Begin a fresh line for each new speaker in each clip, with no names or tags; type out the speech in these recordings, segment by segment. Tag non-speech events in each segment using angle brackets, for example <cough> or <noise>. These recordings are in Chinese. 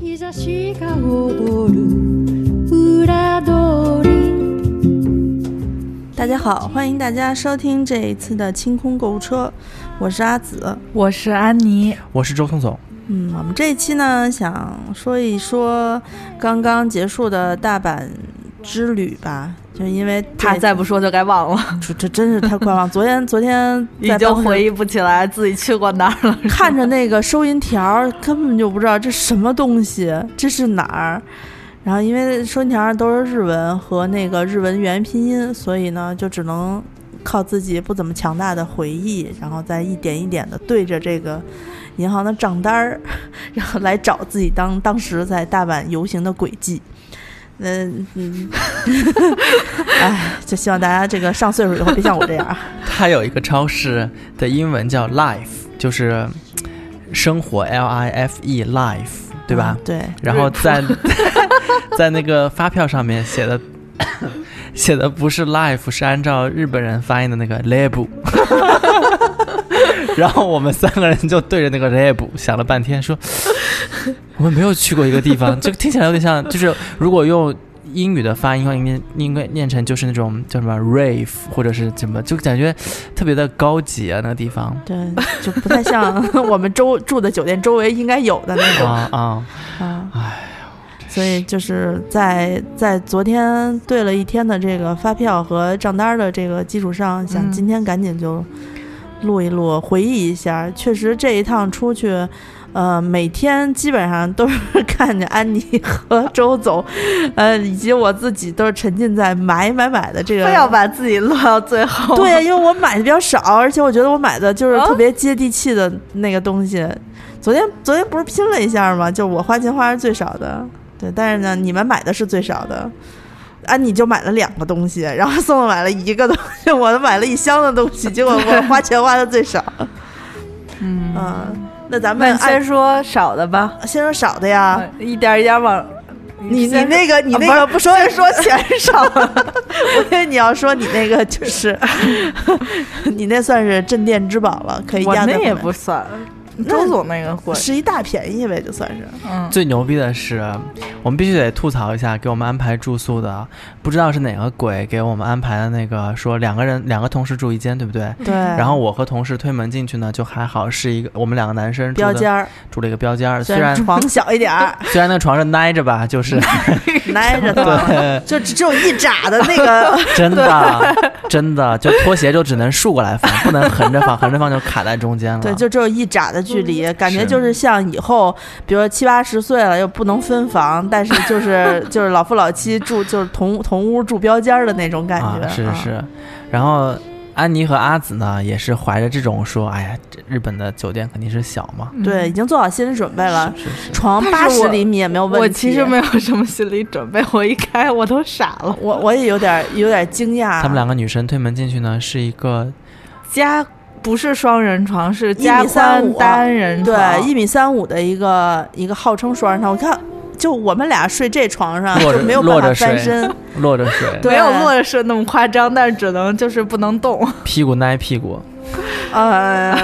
日差しが踊る裏通り
大家好，欢迎大家收听这一次的清空购物车，我是阿紫。
我是安妮，
我是周通总，
嗯，我们这一期呢，想说一说刚刚结束的大阪之旅吧，就是因为
他
这
再不说就该忘了，
<laughs> 这这真是太快了。昨天昨天
已
在办
经
公室
回忆不起来自己去过哪儿
<laughs>
了。
看着那个收银条儿，根本就不知道这什么东西，这是哪儿。然后因为收银条儿都是日文和那个日文原拼音，所以呢，就只能靠自己不怎么强大的回忆，然后再一点一点的对着这个银行的账单儿， <laughs> 然后来找自己当当时在大阪游行的轨迹。嗯
<laughs>
嗯，哎，就希望大家这个上岁数以后别像我这样啊。
它有一个超市的英文叫 Life，就是嗯生活 L I F E Life，对吧？
嗯对，
然后在在那个发票上面写的 <coughs> 写的不是 Life，是按照日本人发音的那个 Lab。然后我们三个人就对着那个 lab 想了半天，说我们没有去过一个地方，这个听起来有点像，就是如果用英语的发音的话，应该应该念成就是那种叫什么 rave 或者是什么，就感觉特别的高级啊，那个地方
对，就不太 <laughs> 像我们周住的酒店周围应该有的那种
啊啊，
啊。所以就是在在昨天对了一天的这个发票和账单的这个基础上，想
嗯
今天赶紧就录一录，回忆一下。确实这一趟出去。呃，每天基本上都是 <laughs> 看见安妮和周总，呃，以及我自己都是沉浸在买买买的这个
非要把自己落到最后，
对呀，因为我买的比较少，而且我觉得我买的就是
啊
特别接地气的那个东西。昨天昨天不是拼了一下吗？就我花钱花是最少的，对，但是呢，你们买的是最少的。安、妮就买了两个东西，然后宋宋买了一个东西，我买了一箱的东西，结果我花钱花的最少。
嗯，
嗯，那咱们
<laughs> 那
按
先说少的吧，
先说少的呀。
嗯一点一点往
你你
先
那个你
啊
那
不是
个不说
先说钱少，
我以为你要说你那个就是
<laughs>
你那算是镇店之宝了，可以
我
压在
那
后
也
面
不算，
那
周总那个贵，
是一大便宜呗，就算是。
嗯，
最牛逼的是，我们必须得吐槽一下给我们安排住宿的，不知道是哪个鬼给我们安排的那个，说两个人两个同事住一间，对不对？
对，然
然后我和同事推门进去呢，就还好，是一个我们两个男生住
标间
的
儿，
住了一个标间儿，虽
虽
然
然床小一点
<laughs>
儿，
虽然那个床是挨着吧，就是
挨着的，
<laughs>
<laughs>
对，
就只只有一拃的那
<laughs>
个
真的真的，就拖鞋就只能竖过来放，不能横着放，横着放就卡在中间
<laughs>
了。
对，就只有一拃的距离，
嗯
感觉
是
就是像以后，比如说七八十岁了又不能分房，但是就是
<laughs>
就是老夫老妻住就是同同屋住标间儿的那种感觉，
啊，是
啊
是，然后。安妮和阿紫呢，也是怀着这种说，哎呀，这日本的酒店肯定是小嘛，
嗯
对，已。经做好心理准备了，
是是。
床八
但是
十
我
厘米也没有问题。
我其实没有什么心理准备， <laughs> 我一开我都傻了。
我我也有点有点惊讶，
他们两个女生推门进去呢，是一个
加不是双人床，是
米
加
三
宽
五
单人床，
对，一米三五的一个一个号称双人床，我看就我们俩睡这床上
落
就
着
啊没有办
落
法
着睡
翻
<laughs>
身，
落着水，
对
没有落着是那么夸张，但是只能就是不能动。
屁股挨屁股，
呃，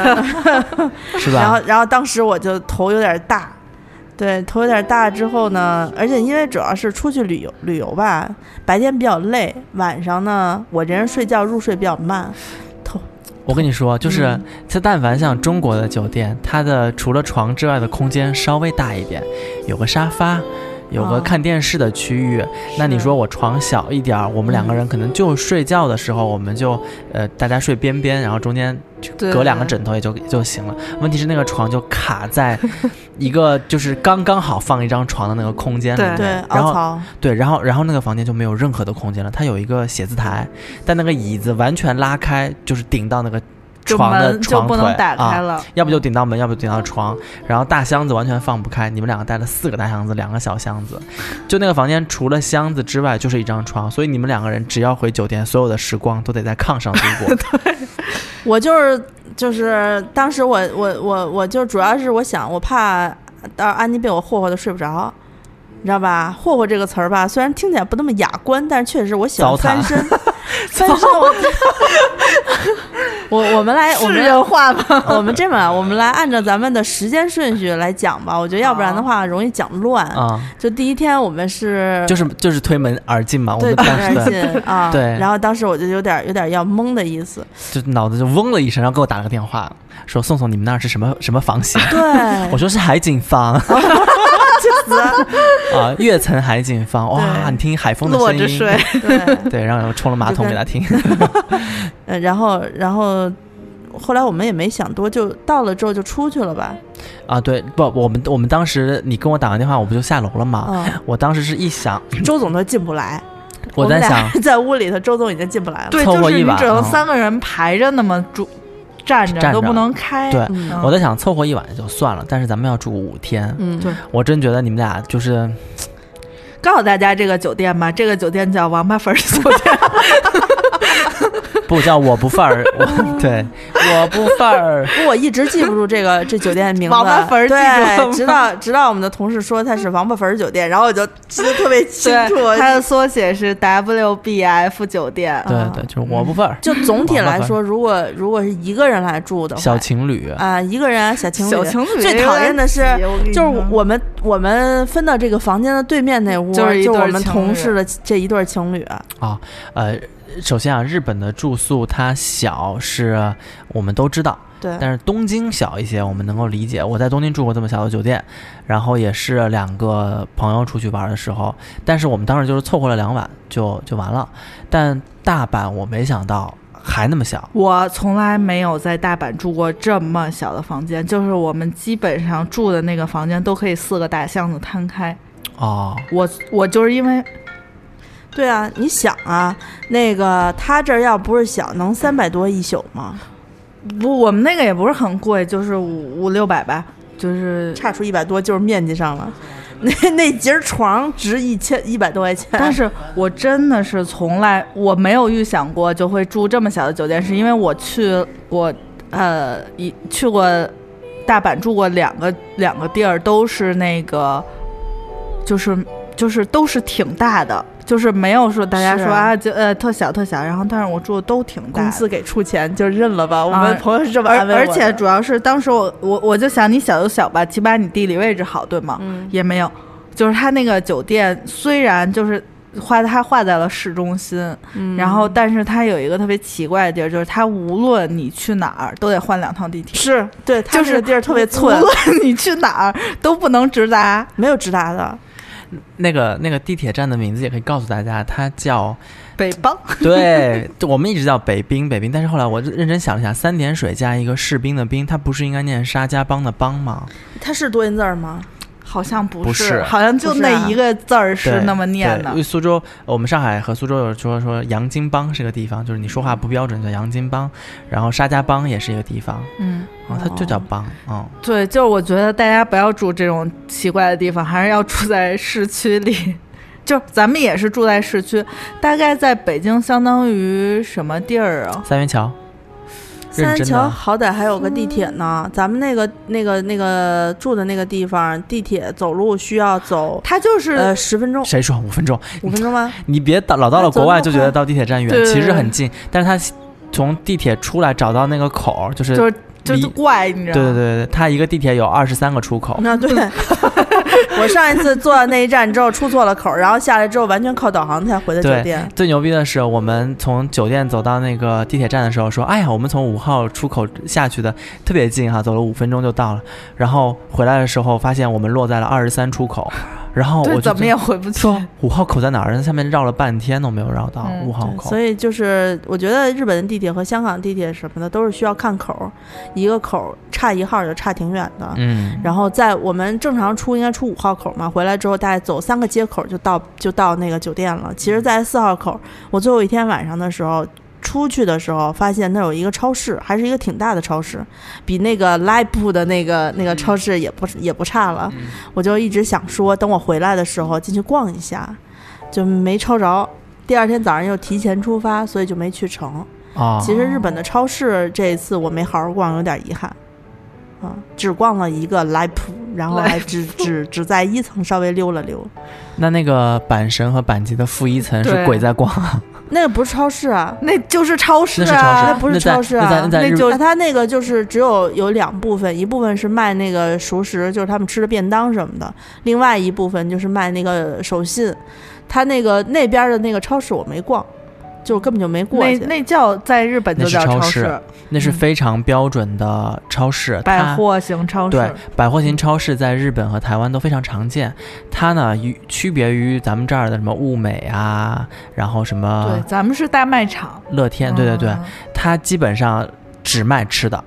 是
然后
吧？
然后当时我就头有点大，对，头有点大之后呢，而且因为主要是出去旅游旅游吧，白天比较累，晚上呢我这人睡觉入睡比较慢，
我跟你说，
嗯
就是它但凡像中国的酒店，它的除了床之外的空间稍微大一点，有个沙发。有
哦
个看电视的区域，那你
是
说我床小一点儿，我们两个人可能就睡觉的时候，我们就呃大家睡边边，然后中间
对
隔两个枕头也就也就行了。问题是那个床就卡
<laughs>
在一个就是刚刚好放一张床的那个空间里
对
面，
对，
然
凹
后
槽，
对，然后然后那个房间就没有任何的空间了，它有一个写字台，
嗯
但那个椅子完全拉开，就是顶到那个
就
床的
门就
床
不
腿
能打开
啊，
了，
要不就顶到门，要不就顶到床，然后大箱子完全放不开。你们两个带了四个大箱子，两个小箱子，就那个房间除了箱子之外就是一张床，所以你们两个人只要回酒店，所有的时光都得在炕上度
<laughs>
过。
我就是就是当时我我我我就主要是我想我怕到时候安妮被我霍霍的睡不着。你知道吧？霍霍这个词儿吧，虽然听起来不那么
<laughs>
雅观，但是确实我喜欢
糟蹋
翻身。翻身我，我我们来，我
是
们
人话吗？
我们这么啊，我们来按照咱们的时间顺序来讲吧。我觉得要不然的话容易讲乱。
啊，
就第一天我们是
就是就是推门而进嘛，我
<laughs> 对
们
对
当时的
对啊，
对
然后当时我就有点有点要懵的意思。
就脑子就嗡了一声，然后给我打了个电话，说宋宋你们那儿是什么什么房型？ <laughs>
对， <laughs>
我说是海景房啊， <laughs> 跃层海景房，哇，
对
你听海风的
裸
声
着
音， <laughs>
睡，
对，
对，然后我冲了马桶
就跟
给他听，
呃，然后然后后来我们也没想多，就到了之后就出去了吧。
<laughs> 啊，对，不，我们我们当时你跟我打完电话，我不就下楼了吗？
嗯，
我当时是一想，
周总都进不来，
啊 <laughs> 我在
们
想
俩在屋里头，周总已经进不来了。
对，
凑
就
合
是
一
你
晚
只能
嗯
三个人排着那么住，站着
站
都不
着
能开。
对
嗯
嗯
我在想凑合一晚就算了，但是咱们要住五天，
嗯，
对
我真觉得你们俩就是 <laughs>
告诉大家这个酒店吧，这个酒店叫王八粉儿酒店，
不叫我不
<laughs>
份儿，我对我不份儿，
不过我一直记不住这个这酒店的名字，
王八坟儿记住了
对，
吗
直到直到我们的同事说它是王八坟儿酒店，然后我就记得特别清楚。
对，它的缩写是 WBF 酒店。
啊
对对，就是我不份儿，
<laughs> 就总体来说，如果如果是一个人来住的话，
小情侣，
啊、一个人小情侣，
小情侣
最讨厌的是
有点挤我跟你
就是
说
我们我们分到这个房间的对面那屋，就
就是一对
我
儿
们
情
同
侣
事的这一对儿情侣，
啊，呃，首先啊，日本的住宿它小是我们都知道，
对，
但是东京小一些，我们能够理解。我在东京住过这么小的酒店，然后也是两个朋友出去玩的时候，但是我们当时就是凑合了两晚就就完了。但大阪我没想到还那么小，
我从来没有在大阪住过这么小的房间，就是我们基本上住的那个房间都可以四个大箱子摊开。
哦，
我我就是因为
对啊，你想啊，那个他这儿要不是小，能三百多一宿吗？
不，我们那个也不是很贵，就是五五六百吧，就是。
差出一百多就是面积上了， <laughs> 那那节儿床值一千一百多块钱，
但是我真的是从来我没有预想过就会住这么小的酒店，是因为我去过呃一去过大阪住过两个两个地儿，都是那个就是就是都是挺大的，就是没有说大家
是
说
啊
啊就呃特小特小，然后但是我住的都挺大
公
的。
司给出钱就认了吧。我
啊
们朋友是这么
而
安慰我
而
的
且主要是当时我我我就想你小就小吧，起码你地理位置好，对吗？
嗯
也没有，就是他那个酒店虽然就是画他画在了市中心，
嗯
然后但是它有一个特别奇怪的地儿，就是它无论你去哪儿都得换两趟地铁， <laughs>
是对，他
就
那
是
个地儿特别
无
寸，
论你去哪儿都不能直达。
没有直达的。
那个那个地铁站的名字也可以告诉大家，它叫
北邦，
对，我们一直叫北滨北滨，但是后来我认真想了一下，三点水加一个士兵的兵，它不是应该念沙家浜的浜吗？
他是多音字儿吗？
好像不
不是
好像就
不是啊
那一个字儿是
对
那么念
对
的
因为。苏州，呃我们上海和苏州有说说洋金帮是个地方，就是你说话不标准叫洋金帮，然后沙家浜也是一个地方
嗯，
啊，它就叫帮啊、
对，就是我觉得大家不要住这种奇怪的地方，还是要住在市区里。 <laughs> 就咱们也是住在市区，大概在北京相当于什么地儿
呃
啊？
三元桥，
三
认
元
真
桥
的，
好歹还有个地铁呢，咱们那个那个那个住的那个地方，地铁走路需要走
它就是、
呃十分钟，
谁说五分钟？
五分钟吗？
你别到老到了
那走
国外
那
就觉得
快
到地铁站远，
对对
其实
对
很近，但是它从地铁出来找到那个口儿，就是
就是就是
离
怪，你知
对
道吗？
对对对，它一个地铁有二十三个
<laughs>
出口。
那对，我上一次坐到那一站之后出错了口，然后下来之后完全靠导航才回的酒店。
最牛逼的是，我们从酒店走到那个地铁站的时候，说：“哎呀，我们从五号出口下去的，特别近哈，走了五分钟就到了。”然后回来的时候，发现我们落在了二十三出口，然后哦我
对，
就
怎么也回不去。
说五号口在哪儿？下面绕了半天都没有绕到
嗯
五、号
对
口
所。以就是，我觉得日本的地铁和香港地铁什么的都是需要看口，一个口差一号就差挺远的。
嗯，
然后在我们正常出应该出五号口嘛，回来之后大概走三个街口就到就到那个酒店了。其实，在四号口，我最后一天晚上的时候出去的时候，发现那有一个超市，还是一个挺大的超市，比那个 l i b e 的那个那个超市也不也不差了。我就一直想说，等我回来的时候进去逛一下，就没抄着。第二天早上又提前出发，所以就没去成。
啊、
其实日本的超市这一次我没好好逛，有点遗憾。啊，只逛了一个莱普，然后还只只只在一层稍微溜了溜。
那那个阪神和阪急的负一层是
对
鬼在逛啊，
那个不是超市啊，
<laughs> 那就是超市
那是超市，
啊，
那不是
那在
超市啊
那在那在
那
日
就
那它那个就是只有有两部分，一部分是卖那个熟食，就是他们吃的便当什么的；另外一部分就是卖那个手信。它那个那边的那个超市我没逛，就根本就没过
那
去。
那叫在日本就叫
那是超市啊
市，
那是非常标准的超市，
百
它
货型超
对
市。
百货型超市在日本和台湾都非常常见。它呢，与区别于咱们这儿的什么物美啊，然后什么
对，咱们是大卖场。
乐啊天，对对对，
嗯
它基本上只卖吃的，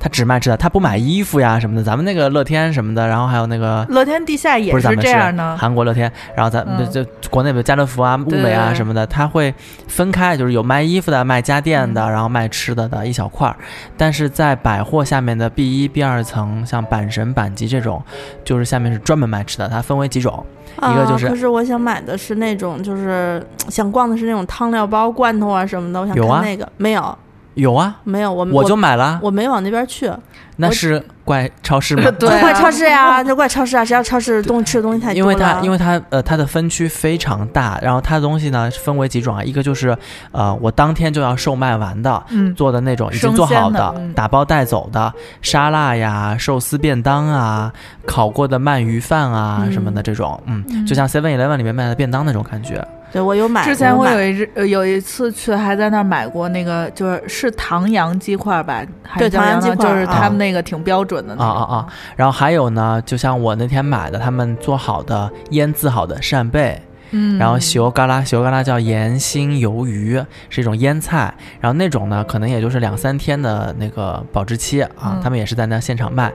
它只卖吃的，它不买衣服呀什么的。咱们那个乐天什么的，然后还有那个
乐天地下也
不是咱们
这样呢。
韩国乐天，然后咱们
嗯
就就国内的家乐福啊、物美啊
对
什么的，它会分开，就是有卖衣服的、卖家电的，然后卖吃的的一小块儿。但是在百货下面的 B 一、B 二层，像阪神、阪急这种，就是下面是专门卖吃的，它分为几种。一个就是
啊，可是我想买的是那种，就是想逛的是那种汤料包、罐头啊什么的。我想
有啊
看那个，没有，
有啊，
没有，我
我就
嗯我
买了，
我没往那边去，
那
我
是怪超市吗？
对啊
就怪超市呀、就怪超市啊！谁让超市东吃的东西太多了？
因为它
为
因为它呃它的分区非常大，然后它的东西呢分为几种啊，一个就是呃我当天就要售卖完的，
嗯，
做的那种已经
生
做好
鲜的
的、
嗯
打包带走的沙拉呀、寿司便当啊、烤过的鳗鱼饭啊、
嗯
什么的这种，嗯，
嗯
就像 Seven Eleven 里面卖的便当那种感觉。
对我有买，
之前
我
我
买
有一日呃有一次去，还在那儿买过那个，就是是唐扬鸡块吧？还
对
是叫
唐扬
羊
鸡块
就是
啊
他们那个挺标准的那
啊啊
种
啊！然后还有呢，就像我那天买的，他们做好的腌制好的扇贝，
嗯，
然后油嘎啦，油嘎啦叫盐心鱿鱼，是一种腌菜。然后那种呢，可能也就是两三天的那个保质期啊，
嗯
他们也是在那现场卖。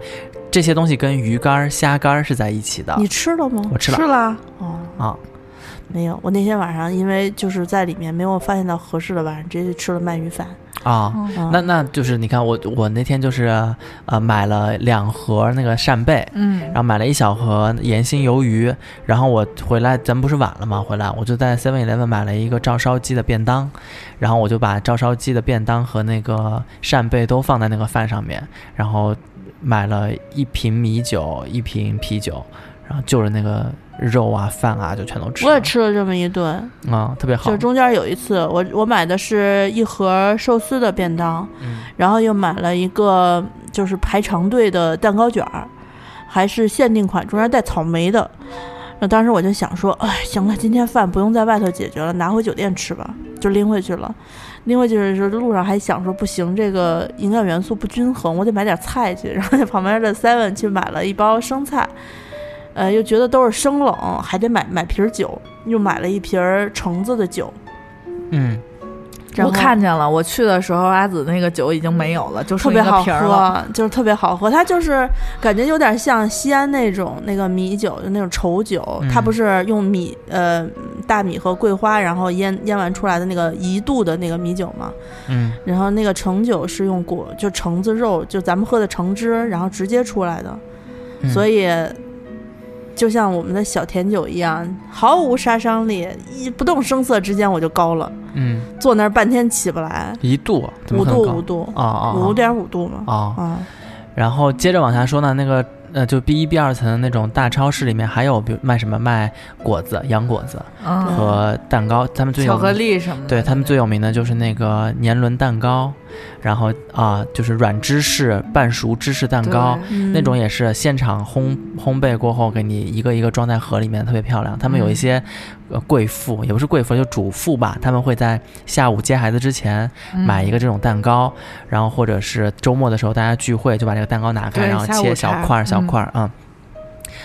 这些东西跟鱼干儿、虾干儿是在一起的。
你吃了吗？
我吃了
了哦
啊，
没有，我那天晚上因为就是在里面没有发现到合适的，晚上直接就吃了鳗鱼饭。
啊，
啊
那那就是你看我我那天就是呃买了两盒那个扇贝，
嗯
然，后买了一小盒盐心鱿鱼，然后我回来咱不是晚了吗？回来我就在 Seven Eleven 买了一个照烧鸡的便当，然后我就把照烧鸡的便当和那个扇贝都放在那个饭上面，然后买了一瓶米酒，一瓶啤酒，然后就着那个肉啊饭啊就全都吃
我
了，
也吃了这么一顿，
啊、特别好
就，中间有一次，我我买的是一盒寿司的便当，
嗯
然后又买了一个就是排长队的蛋糕卷儿，还是限定款，中间带草莓的。那当时我就想说，哎，行了，今天饭不用在外头解决了，拿回酒店吃吧，就拎回去了。拎回去的时候，路上还想说不行，这个营养元素不均衡，我得买点菜去。然后在旁边的 Seven 去买了一包生菜，呃，又觉得都是生冷，还得买买瓶儿酒，又买了一瓶儿橙子的酒。
嗯，
然后
我看见了，我去的时候阿紫那个酒已经没有了，就
特
剩一
别
个
好
瓶儿了。
喝，就是特别好喝。它就是感觉有点像西安那种那个米酒，就那种稠酒。
嗯
它不是用米呃大米和桂花，然后腌腌完出来的那个一度的那个米酒嘛。
嗯。
然后那个橙酒是用果就橙子肉，就咱们喝的橙汁，然后直接出来的。
嗯
所以就像我们的小甜酒一样，毫无杀伤力，一不动声色之间我就高了，
嗯，
坐那儿半天起不来，
一度怎么
五
可
度
能高
五度
啊啊啊
五点五度
嗯
嘛。
啊！
啊，
然后接着往下说呢，那个呃，就 B 一 B 二层的那种大超市里面还有，比如卖什么卖果子、洋果子
嗯，
和蛋糕，他们最有
巧
名
克，力什么的。
对他们最有名的就是那个年轮蛋糕，然后啊、就是软芝士、半熟芝士蛋糕。
对
嗯
那种也是现场烘烘焙过后，给你一个一个装在盒里面，特别漂亮。他们有一
嗯
些，呃，贵妇也不是贵妇，就主妇吧，他们会在下午接孩子之前，
嗯
买一个这种蛋糕，然后或者是周末的时候大家聚会就把这个蛋糕拿开，
对
然后
下午
切小
茶
块儿小
嗯
块儿啊。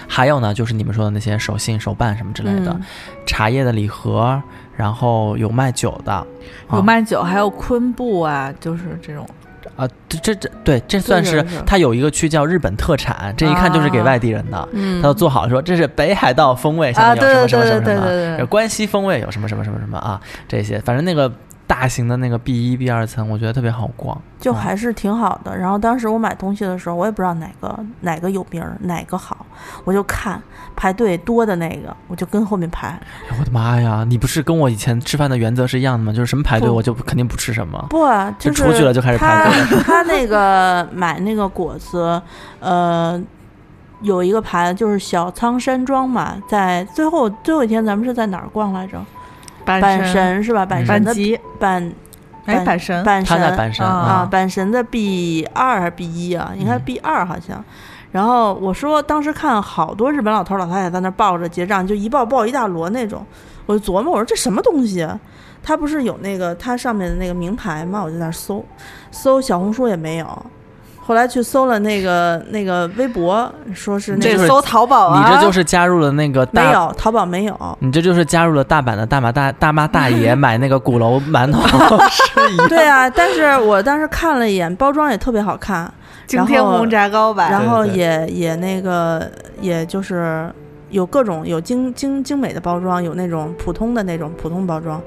还有呢，就是你们说的那些手信、手办什么之类的，
嗯
茶叶的礼盒，然后有卖酒的，
有卖酒，还有昆布啊，就是这种。
啊，这这这对，这算
这
是
个是
它有一个区叫日本特产，这一看就是给外地人的。
嗯
他都做好了说这是北海道风味，
啊
下面有什么什么什么
对对对
什么
对对对
有关西风味有什么什么什么什么啊，这些反正那个大型的那个 B 一、B 二层，我觉得特别好逛。
就
嗯
还是挺好的。然后当时我买东西的时候，我也不知道哪个哪个有名儿，哪个好，我就看排队多的那个，我就跟后面排。
哎我的妈呀！你不是跟我以前吃饭的原则是一样的吗？就是什么排队
不
我就肯定不吃什么。
不啊，
就是出去了就开始排队
他他那个买那个果子，呃，有一个牌就是小仓山庄嘛，在最后最后一天咱们是在哪儿逛来着？
阪
阪神是吧？阪
嗯
神
阪
的
急，
阪
哎，
阪
阪神，
阪
他在
神
阪神
啊
啊，
啊，
阪神的 B 二还是 B 一啊？应该是
嗯
B 二好像。然后我说，当时看好多日本老头老太太在那抱着结账，就一抱抱一大摞那种。我就琢磨，我说这什么东西、啊？它不是有那个它上面的那个名牌吗？我就在那儿搜，搜小红书也没有。后来去搜了那个那个微博，说是那
这
个
是
搜淘宝啊，
你这就是加入了那个
没
大，
有，淘宝没有。
<laughs> 你这就是加入了大阪的大妈大大妈大爷买那个鼓楼馒头是一样。
对啊，但是我当时看了一眼，包装也特别好看，
<laughs> 惊天
然后
红炸糕吧？
然后
对对
也也那个，也就是有各种有精精精美的包装，有那种普通的那种普通包装。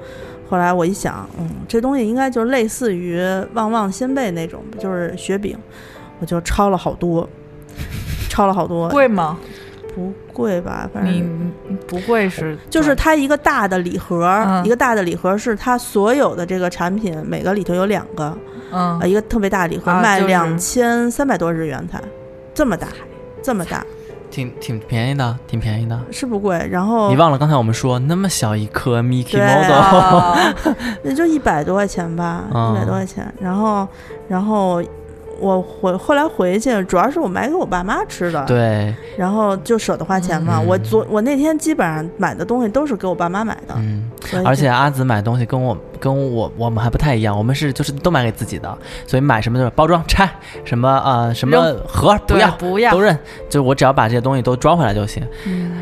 后来我一想，嗯，这东西应该就类似于旺旺仙贝那种，就是雪饼，我就抄了好多，抄了好多，
贵吗？
不贵吧？反
你
正
你不贵嗯是
就是它一个大的礼盒，
嗯
一个大的礼盒是它所有的这个产品，每个里头有两个，
嗯
哎
啊，一个特别大的礼盒，
啊
卖
就是
两千三百多日元才，这么大，这么大
挺挺便宜的，挺便宜的。
是不贵。然后
你忘了刚才我们说那么小一颗 Mickey
哦对
<laughs>
Model，<laughs>
啊
也就一百多块钱吧，
嗯
一百多块钱。然后，然后我回后来回去，主要是我买给我爸妈吃的，
对，
然后就舍得花钱嘛。
嗯
我昨我那天基本上买的东西都是给我爸妈买的，
嗯。
所以
而且阿紫买东西跟我跟我我们还不太一样，我们是就是都买给自己的，所以买什么就是包装拆，什么呃什么
扔
盒不
对
要
不要
都认，就我只要把这些东西都装回来就行。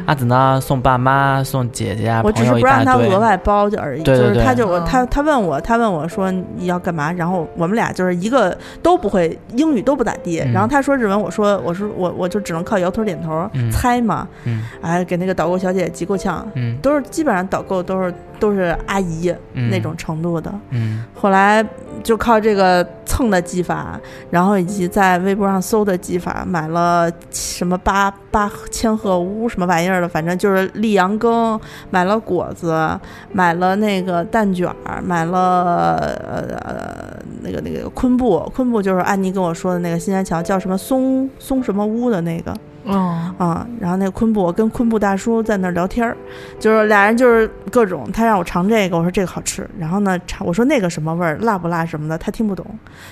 阿紫呢送爸妈送姐姐啊
嗯我只
朋
是
友一
不
大
让他
堆
额，外包就而已，
对对
就是他
对
就我
嗯
他他问我他问我说你要干嘛，然后我们俩就是一个都不会英语都不咋地，
嗯
然后他说日文，我说我说我我就只能靠摇头点头、
嗯
猜嘛，
嗯
哎给那个导购小姐急够呛，
嗯
都是基本上导购都是都是阿姨、
嗯
那种程度的，
嗯
后来就靠这个蹭的技法，然后以及在微博上搜的技法，买了什么八八千鹤屋什么玩意儿的，反正就是溧阳羹，买了果子，买了那个蛋卷儿，买了呃那个那个昆布，昆布就是安妮跟我说的那个新天桥叫什么松松什么屋的那个，
嗯，
啊、然后那个昆布，我跟昆布大叔在那儿聊天儿，就是俩人就是各种，他让我尝这个，我说这个好吃，然后呢尝，我说那个什么味儿，辣不辣什么的，他听不懂，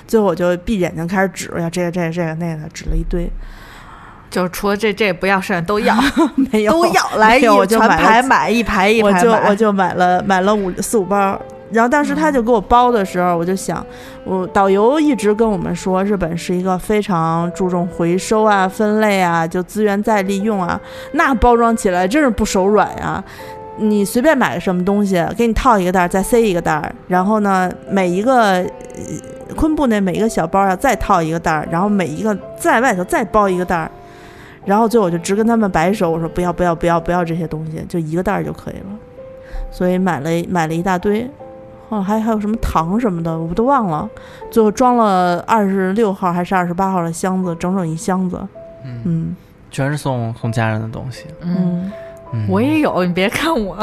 最后我就闭眼睛开始指，哎呀这个这个这个那个的，指了一堆， <laughs>
就是除了这这不要剩下都要
没有
<laughs> 都要来一
没有我就
全
买了
排买一排一
我
排
就我
买，
就买了买了五四五包。然后当时他就给我包的时候，我就想，我导游一直跟我们说，日本是一个非常注重回收啊、分类啊，就资源再利用啊，那包装起来真是不手软呀、你随便买个什么东西，给你套一个袋儿，再塞一个袋儿，然后呢，每一个呃昆布那每一个小包啊，再套一个袋儿，然后每一个在外头再包一个袋儿，然后最后我就直跟他们摆手，我说不要不要不要不要这些东西，就一个袋儿就可以了。所以买了买了一大堆，后来还还有什么糖什么的，我都忘了。最后装了二十六号还是二十八号的箱子，整整一箱子。
嗯，
嗯
全是送送家人的东西。
嗯，
嗯，
我也有，你别看我，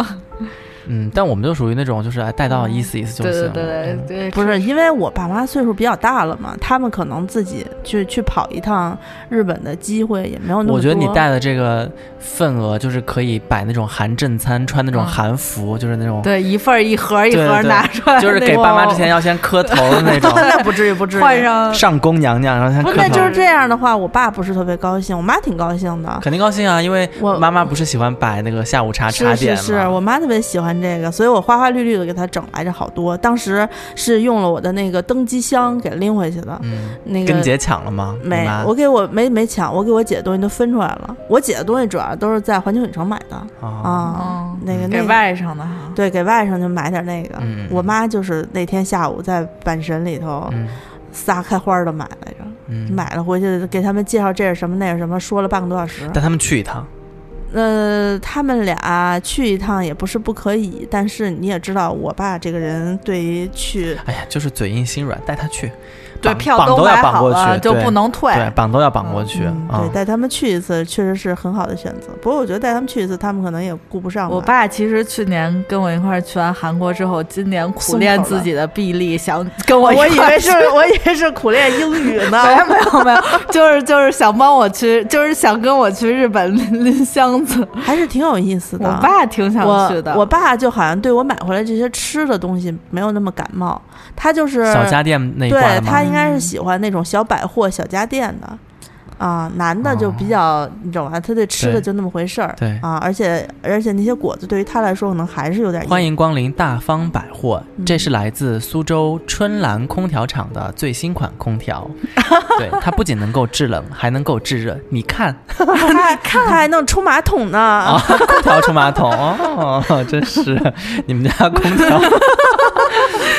嗯，但我们就属于那种就是哎带
嗯
到意思意思就
对
行
对
了。嗯
对对对，
不是因为我爸妈岁数比较大了嘛，他们可能自己去去跑一趟日本的机会也没有那么多。
我觉得你带的这个份额就是可以摆那种韩正餐，穿那种
嗯
韩服，就是那种
对一份儿一盒儿一
对
盒儿
对
拿出来，
就是给爸妈之前要先磕头的那种，
<laughs> 那不至于不至于嗯
换上
上宫娘娘，然后
不
先
是，那
磕头，
就是这样的话，我爸不是特别高兴，我妈挺高兴的。
肯定高兴啊，因为
我
妈妈不是喜欢摆那个下午茶茶点
是
啊吗？
是是，我妈特别喜欢这个，所以我花花绿绿的给她整来着好多。当时是用了我的那个登机箱给拎回去的，
嗯，
那
跟
个。
姐抢了吗？你
没
妈，
我给我没没抢，我给我姐的东西都分出来了。我姐的东西主要都是在环球影城买的
啊，
啊、
嗯
那个
给
那个
外甥的哈，
对给外甥就买点那个。
嗯
我妈就是那天下午在阪神里头
嗯
撒开花儿的买来着，
嗯，
买了回去给他们介绍这是什么那是什么，说了半个多小时。
带他们去一趟，
呃，他们俩去一趟也不是不可以，但是你也知道，我爸这个人对于去
哎呀，就是嘴硬心软，带他去，
对，
绑
票
绑都要
买
绑
好
过
了
去，
就
对
不能退。
对，绑都要绑过去
嗯
啊
对，。带他们去一次确实是很好的选择。不过我觉得带他们去一次，他们可能也顾不上吧。
我爸其实去年跟我一块儿去完韩国之后，今年苦练自己的臂力，想跟哦我
<laughs> 我
一块
以为
儿去
是， <laughs> 我以为是苦练英语呢。
没有没有没有，就是就是想帮我去，就是想跟我去日本拎拎箱子。
<laughs> 还是挺有意思的。
我爸挺想去的，
我我爸就好像对我买回来这些吃的东西没有那么感冒，他就是
小家电那一挂
对
的吗
他？应该是喜欢那种小百货、小家电的。啊，男的就比较，你懂吧？他对吃的
哦对
就那么回事儿，
对
啊，而且而且那些果子对于他来说可能还是有点硬
欢。迎光临大方百货，
嗯
这是来自苏州春兰空调厂的最新款空调。对，它不仅能够制冷，还能够制热。你看，
他还他还能冲马桶呢，
啊，空调冲马桶哦，真是你们家空 <laughs> 调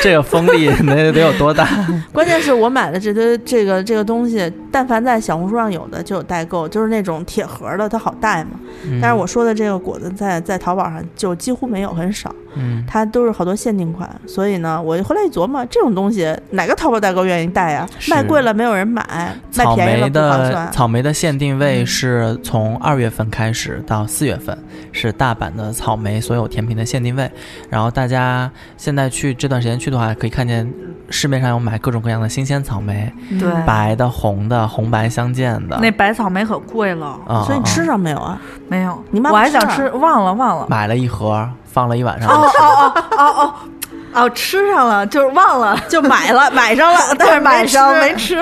这个风力得得有多大？
关键是我买的这堆这个这个东西，但凡在小红书上有的就有代购，就是那种铁盒的，它好带嘛。
嗯
但是我说的这个果子在在淘宝上就几乎没有，很少，
嗯，
它都是好多限定款。所以呢，我后来一琢磨，这种东西哪个淘宝代购愿意带呀？
是
卖贵了没有人买，卖
草
便宜了
莓
不划
的
算。
草莓的限定位是从二月份开始到四月份，是大阪的草莓所有甜品的限定位。然后大家现在去这段时间去的话，可以看见市面上有买各种各样的新鲜草莓，
嗯
对
白的、红的、红白相间的。
那白草莓可贵了，
啊，
所以你吃
啊
上没有啊？
没有，
你妈
我
不
还想
吃
吃，忘了忘了。
买了一盒，放了一晚上。
哦哦哦哦哦哦，吃上了就是忘了，
就买了，买上
<laughs>
了，但
但
是
是买上没吃，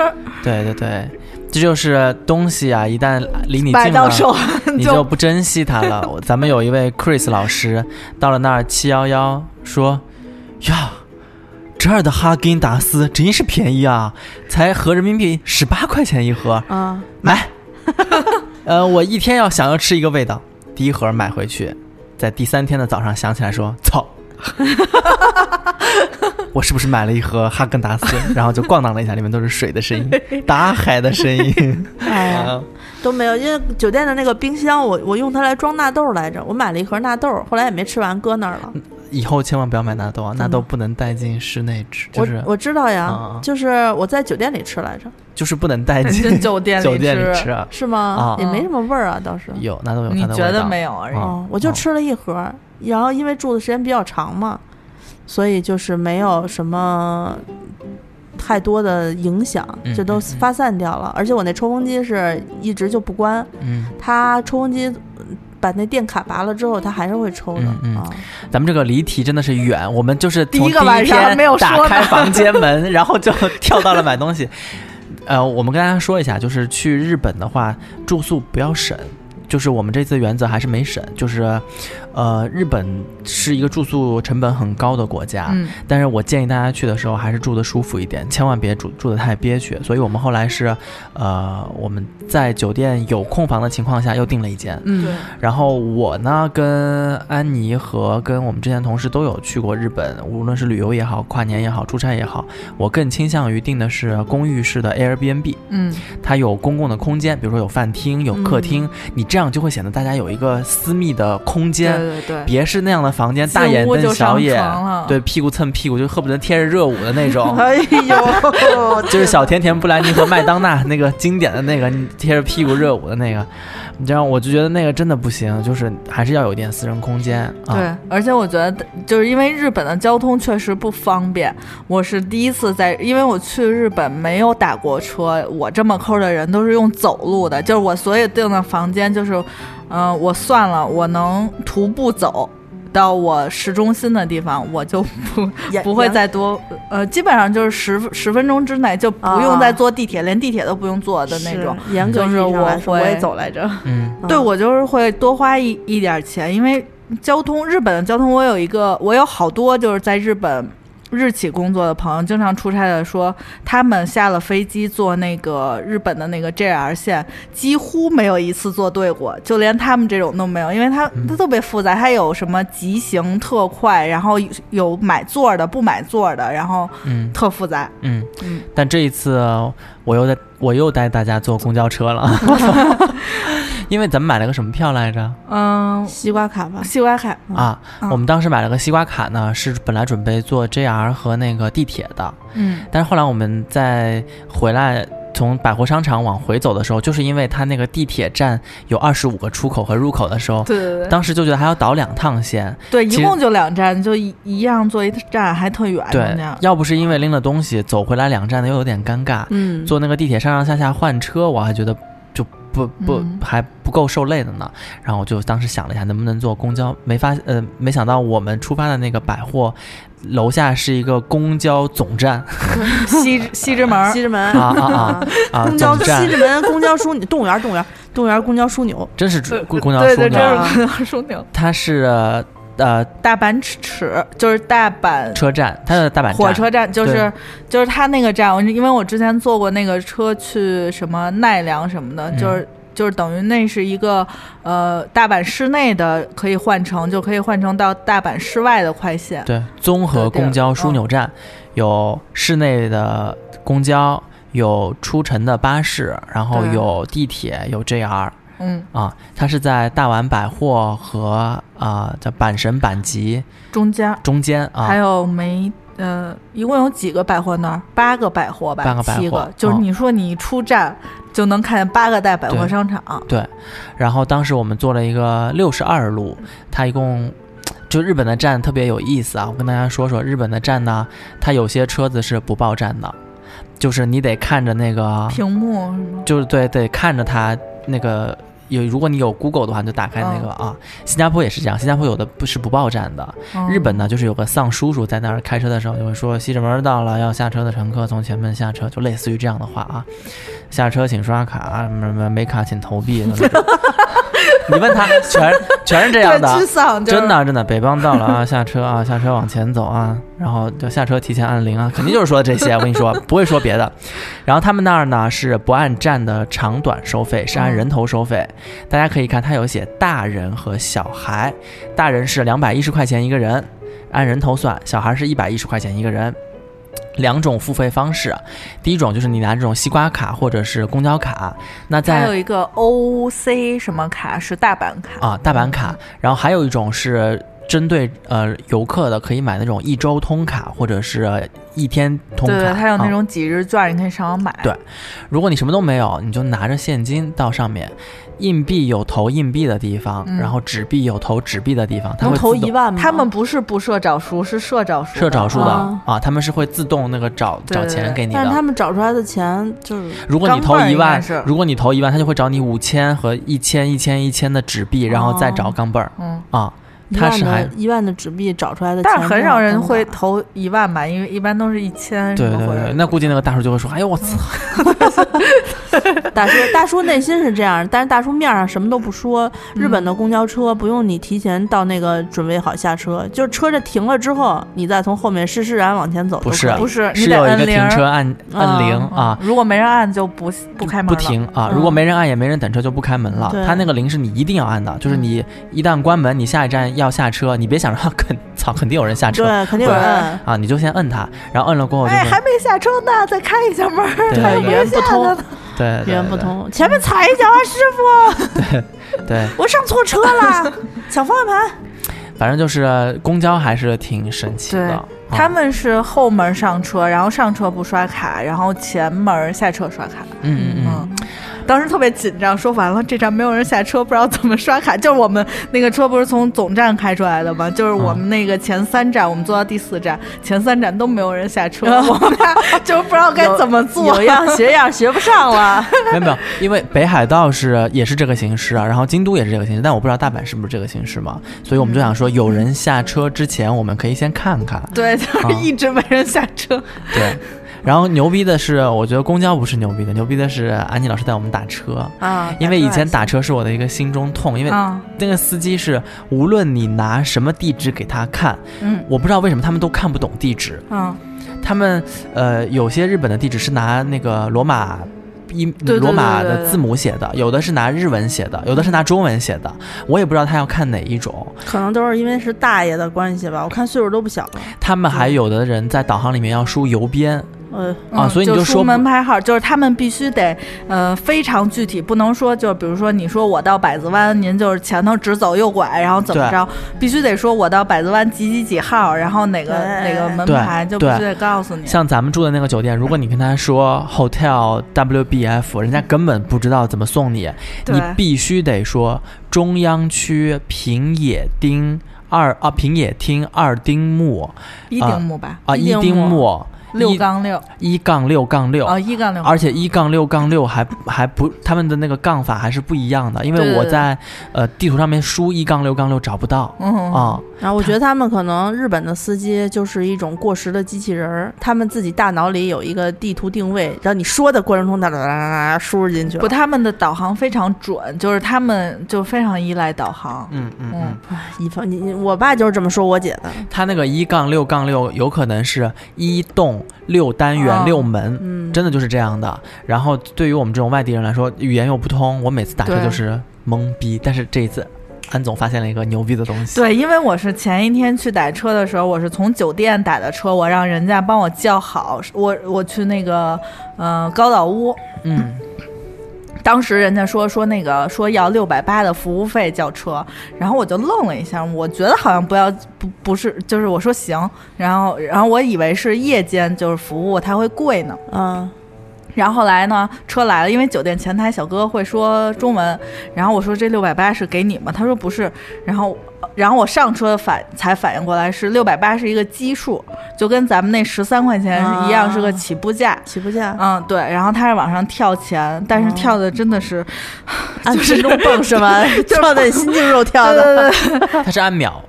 对对对，这就是东西啊，一旦离你
买
近
到
了，
手
你就不珍惜它了。我咱们有一位 Chris 老师到了那儿七幺幺说呀。这儿的哈根达斯真是便宜啊，才合人民币十八块钱一盒，
啊，
买。 <laughs> 呃，我一天要想要吃一个味道，第一盒买回去，在第三天的早上想起来说，操， <laughs> 我是不是买了一盒哈根达斯？然后就咣当了一下，里面都是水的声音，打海的声音。
哎呀。
啊
都没有，因为酒店的那个冰箱，我我用它来装纳豆来着。我买了一盒纳豆，后来也没吃完，搁那儿了。
以后千万不要买纳豆啊，
么
纳豆不能带进室内吃，就是
我我知道呀，
啊啊
就是我在酒店里吃来着，
就是不能带
进
进
酒店
酒店
里
里吃。啊。
是吗？
啊
也没什么味儿啊，倒是。
有纳豆有
你
它的味道，
觉得没有而已？
啊
哦，我就吃了一盒，然后因为住的时间比较长嘛，所以就是没有什么太多的影响，
嗯
就都
嗯嗯
发散掉了。而且我那抽风机是一直就不关，
嗯，
它抽风机把那电卡拔了之后，它还是会抽的
嗯嗯
啊。 <laughs>
咱们这个离题真的是远，我们就是从
第一个晚上
天
没有说呢
打开房间门， <laughs> 然后就跳到了买
<laughs>
东西。呃，我们跟大家说一下，就是去日本的话，住宿不要省。就是我们这次原则还是没省，就是，呃，日本是一个住宿成本很高的国家，
嗯，
但是我建议大家去的时候还是住的舒服一点，千万别住住的太憋屈。所以我们后来是，呃，我们在酒店有空房的情况下又订了一间，
嗯，
然后我呢，跟安妮和跟我们之前同事都有去过日本，无论是旅游也好，跨年也好，出差也好，我更倾向于订的是公寓式的 Airbnb，
嗯，
它有公共的空间，比如说有饭厅、有客厅，你这样就会显得大家有一个私密的空
对
间。
对对，
别是那样的房间，大
进
眼
屋就
瞪小
上
眼
床了，
对，屁股蹭屁股，就恨不得贴着热舞的
<laughs>
那种。
哎呦，
<laughs> 就是小甜甜布兰妮和麦当娜那个经典的那个你贴着屁股热舞的那个，你这样我就觉得那个真的不行，就是还是要有一点私人空间啊。
对，而且我觉得就是因为日本的交通确实不方便，我是第一次在，因为我去日本没有打过车，我这么抠的人都是用走路的，就是我所以订的房间就是，嗯、我算了，我能徒步走。到我市中心的地方，我就不
<laughs> 也
不会再多，呃，基本上就是十十分钟之内就不用再坐地铁，连地铁都不用坐的那种。
啊是。严格
就
意义
是
上
我
来说，
会
我也走来着。
嗯，
对
嗯
我就是会多花一一点钱，因为交通日本的交通，我有一个我有好多就是在日本日企工作的朋友，经常出差的说，他们下了飞机坐那个日本的那个 JR 线，几乎没有一次坐对过，就连他们这种都没有，因为它它特别复杂，它有什么急行特快，然后有买座儿的不买座儿的，然后
嗯
特复杂。
嗯
嗯
但这一次我又带我又带大家坐公交
<laughs>
车了，因为咱们买了个什么票来着？
嗯，
西瓜卡吧，
西瓜卡
啊，
嗯
我们当时买了个西瓜卡呢，是本来准备坐 JR 和那个地铁的，
嗯
但是后来我们在回来从百货商场往回走的时候，就是因为它那个地铁站有二十五个出口和入口的时候，
对对对
当时就觉得还要倒两趟线，
对，
其
一
实
共就两站，就一一样坐一站，还特远，中
对
间，
要不是因为拎了东西走回来两站的又有点尴尬，
嗯，
坐那个地铁上上下下换车，我还觉得就不不、
嗯
还不够受累的呢。然后我就当时想了一下，能不能坐公交？没发呃，没想到我们出发的那个百货楼下是一个公交
<laughs>
总站
西西直门儿
西直门
啊啊啊啊，
公交
总站
西直门公交枢纽，动物园动物园动物园公交枢纽，
真
<laughs>
是
对
公公交
对
枢
对，这
纽，
啊
是公交枢纽，
它是呃
大阪尺就是大阪
车站，它的大阪站
火车站就是
对
就是他那个站，我因为我之前坐过那个车去什么奈良什么的，
嗯
就是。就是等于那是一个呃大阪市内的可以换乘，就可以换乘到大阪市外的快线。
对综合公交枢纽站，有市内的公交，有出城的巴士，然后
对
有地铁，有 JR。
嗯，
啊，它是在大丸百货和啊、叫阪神阪急
中间、
中间啊，
还有没呃，一共有几个百货那儿？八个百货吧，
八个百货
七个。就是
嗯
你说你一出站就能看见八个大百货
对
商场。
然后当时我们坐了一个六十二路，它一共。就日本的站特别有意思啊，我跟大家说说，日本的站呢，它有些车子是不报站的，就是你得看着那个，
屏幕是吗？
就是对对，看着它那个有，如果你有 Google 的话，你就打开那个啊。新加坡也是这样，新加坡有的不是不报站的，
嗯
日本呢，就是有个丧叔叔在那儿开车的时候就会说西直门到了，要下车的乘客从前门下车，就类似于这样的话啊，下车请刷卡，什么什么没卡请投币的那种。 <laughs> 你问他，全全是这样
对，
的，
沮丧，就是
真的真的，北方到
<laughs>
了啊，下车啊，下车往前走啊，然后就下车提前按铃啊，肯定就是说这些，我跟你说， <laughs> 不会说别的。然后他们那儿呢是不按站的长短收费，是按人头收费。大家可以看，它有写大人和小孩，大人是两百一十块钱一个人，按人头算；小孩是一百一十块钱一个人。两种付费方式，啊第一种就是你拿这种西瓜卡或者是公交卡，那在
还有一个 OC 什么卡是大阪卡
啊，大阪卡，然后还有一种是针对呃游客的，可以买那种一周通卡或者是一天通
对
卡。
对，还有那
啊
种几日券，你可以上网买。
对如果你什么都没有，你就拿着现金到上面，硬币有投硬币的地方，
嗯
然后纸币有投纸币的地方，它
能
会
投
自动
一万吗？
他们不是不设找书，是设找书。
设找数的
啊
啊，他们是会自动那个找
哦对
找
对
钱
对
给你
但是他
的。
们找出来的钱就是
如果你
钢
投
镚儿
一
应该
万
是，
如果你投一万，他就会找你五千和一千、一千、一千的纸币，然后再找
哦
钢镚儿
嗯，
啊。
一
他
万
是还
的一万的纸币找出来的钱，
但是很少人会。投一万吧，因为一般都是一千
对
什么
对
或者
对，那估计那个大叔就会说：“哎呦我操！”
大叔大叔内心是这样，但是大叔面上什么都不说。日本的公交车不用你提前到那个准备好下车，就是车这停了之后，你再从后面施施然往前走就
不
可以。
是啊
不是你
是
得
有一
摁
个
铃
停车按按铃
嗯
啊，
如果没人按就不不开门
不
了。
停啊。
嗯
如果没人按也没人等车就不开门了。
对
它那个铃是你一定要按的，
嗯
就是你一旦关门，你下一站要下车，你别想着啊 <laughs> 肯操肯定有人下车
对，肯定有
对
人。
啊，你就先摁它，然后摁了过哦后就
哎，还
会
没下车呢，再开一下门儿。
<laughs> 对
语言不通，
对
语
对
言
对
不通，前面踩一脚啊，师傅，
对，
我上错车 <laughs> 了，抢方向盘。
反正就是公交还是挺神奇的。啊
他们是后门上车，然后上车不刷卡，然后前门下车刷卡。
嗯嗯嗯，
嗯，当时特别紧张，说完了这站没有人下车，不知道怎么刷卡。就是我们那个车不是从总站开出来的
嗯
吗？就是我们那个前三站，我们坐到第四站，前三站都没有人下车，
嗯
我们俩就不知道该怎么做
有。样学样，学不上了。 <laughs>
没有没有，因为北海道是也是这个形式啊，然后京都也是这个形式，但我不知道大阪是不是这个形式嘛，所以我们就想说，有人下车之前，我们可以先看看，
<laughs> 对，
啊
就是一直没人下车。
对，然后牛逼的是，我觉得公交不是牛逼的，牛逼的是安妮老师带我们打车，
啊
<laughs>
因为以前打车是我的一个心中痛，因为
啊，
那个司机是无论你拿什么地址给他看，
嗯
我不知道为什么他们都看不懂地址，
嗯，
他们呃有些日本的地址是拿那个罗马。英
对对
罗马
对对
的
对
字母写的，有的是拿日文写的，有的是拿中文写的，我也不知道他要看哪一种。
可能都是因为是嗯大爷的关系吧，我看岁数都不小了。
他们还有的人在导航里面要输邮编，
呃，
啊
嗯
所以你
就
就说
出
不
门牌号，就是他们必须得呃非常具体，不能说就比如说你说我到百子湾，您就是前头直走右拐，然后怎么
对
着，必须得说我到百子湾几几几号，然后哪个
对
哪个门
对
牌就必须得告诉你。
像咱们住的那个酒店，如果你跟他说 hotel WBF，人家根本不知道怎么送你，
对
你必须得说中央区平野町二啊平野町二丁目
一丁目吧，
啊一丁目
六
啊一
杠六
一杠六杠六
哦，一杠六，
而且一杠六杠六还还不，他们的那个杠法还是不一样的，因
对
为
对
我
对
在呃地图上面输一杠六杠六找不到
嗯
啊，
然后我觉得他们可能日本的司机就是一种过时的机器人儿，他们自己大脑里有一个地图定位，然后你说的过程中哒哒哒哒哒输入进去
不，
了。
他们的导航非常准，就是他们就非常依赖导航。
嗯嗯嗯，
以防你，你我爸就是这么说我姐的，
他那个一杠六杠六有可能是一栋六单
哦
元六门。
嗯，
真的就是这样的。然后对于我们这种外地人来说，语言又不通，我每次打车
对
就是懵逼。但是这一次，安总发现了一个牛逼的东西。
对，因为我是前一天去打车的时候，我是从酒店打的车，我让人家帮我叫好，我我去那个呃高岛屋，
嗯，
当时人家说说那个说要六百八的服务费叫车，然后我就愣了一下，我觉得好像不要不不是，就是我说行，然后然后我以为是夜间就是服务它会贵呢，
嗯，
然后后来呢，车来了，因为酒店前台小哥会说中文，然后我说这六百八是给你吗？他说不是，然后然后我上车反才反应过来是六百八是一个基数，就跟咱们那十三块钱是一样，
啊
是个起步价。
起步 <laughs> 价，
嗯，对，然后他是往上跳钱，但是跳的真的是，
嗯按分钟蹦是 <laughs> 吗？跳的心惊肉跳
对对
的，
对
它是按秒，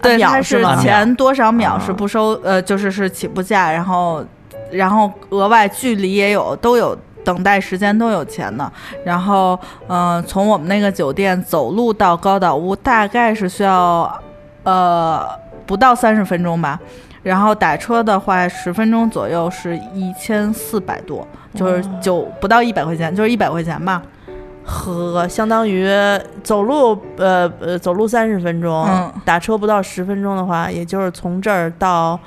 对，
秒
它
是
是
吗
前多少秒是不收，呃，就是是起步价，然后然后额外距离也有，都有等待时间都有钱的。然后，嗯、从我们那个酒店走路到高岛屋大概是需要，呃，不到三十分钟吧。然后打车的话，十分钟左右是一千四百多，就是九不到一百块钱，就是一百块钱吧。
和相当于走路呃呃走路三十分钟，
嗯
打车不到十分钟的话，也就是从这儿到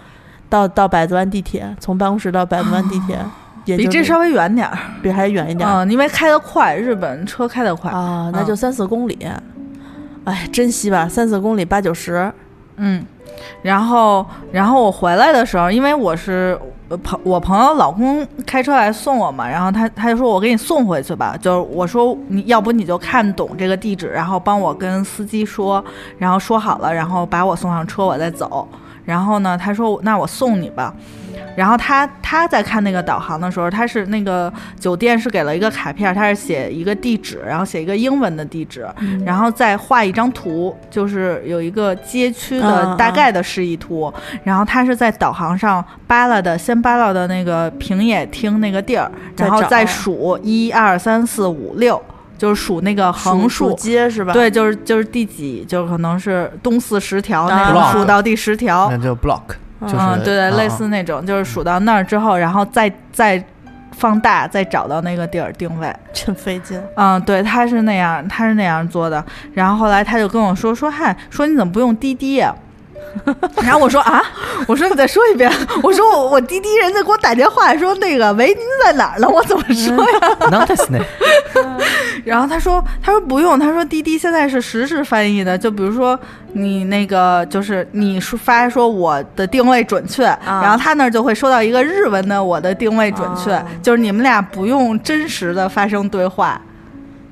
到到百子湾地铁，从办公室到百子湾地铁，也
啊比
就
这
是
稍微远点儿，
比还远一点
嗯，因为开得快，日本车开得快，
啊，那就
嗯
三四公里。哎，珍惜吧，三四公里八九十，
嗯，然后然后我回来的时候，因为我是呃朋我朋友老公开车来送我嘛，然后他他就说我给你送回去吧，就是我说你要不你就看懂这个地址，然后帮我跟司机说，然后说好了，然后把我送上车，我再走。然后呢，他说那我送你吧。然后他他在看那个导航的时候，他是那个酒店是给了一个卡片，他是写一个地址，然后写一个英文的地址，
嗯
然后再画一张图，就是有一个街区
嗯
的
嗯
大概的示意图。然后他是在导航上扒拉的，先扒拉的那个平野町那个地儿，
再
然后
找
再数一二三四五六，就是数那个横
数
数
数街是吧？，
对，就是就是第几，就可能是东四十条那
啊
种，数到第十条，
那就 block，就是
嗯，对对，
嗯
类似那种，就是数到那儿之后，然后再再放大，再找到那个地儿定位。
真费劲。
嗯，对，他是那样，他是那样做的。然后后来他就跟我说说，嗨，说你怎么不用滴滴呀、 <laughs> 然后我说啊，我说你再说一遍，我说我我滴滴人家给我打电话说那个喂您在哪儿呢？我怎么说呀？
n o t i c e
然后他说，他说不用，他说滴滴现在是实时翻译的，就比如说你那个就是你说发说我的定位准确，然后他那儿就会收到一个日文的我的定位准确，
啊
就是你们俩不用真实的发生对话。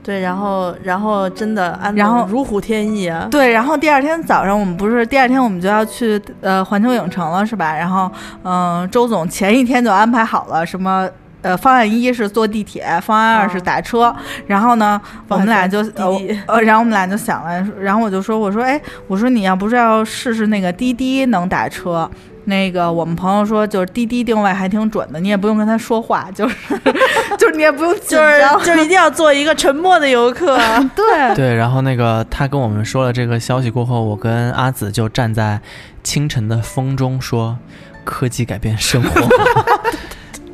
对，然后然后真的安，
然后
如虎添翼啊。
对，然后第二天早上我们不是第二天我们就要去呃环球影城了是吧？然后嗯、周总前一天就安排好了什么。呃，方案一是坐地铁，方案二是打车。然后呢，我们俩就
方案三滴滴
呃，呃然后我们俩就想了，然后我就说，我说，哎，我说你要不是要试试那个滴滴能打车，那个我们朋友说就是滴滴定位还挺准的，你也不用跟他说话，就是 <laughs> 就是你也不用紧
就是
张，
就是一定要做一个沉默的游客，啊
对， <laughs>
对，然后那个他跟我们说了这个消息过后，我跟阿紫就站在清晨的风中说：“科技改变生
<laughs>
活。”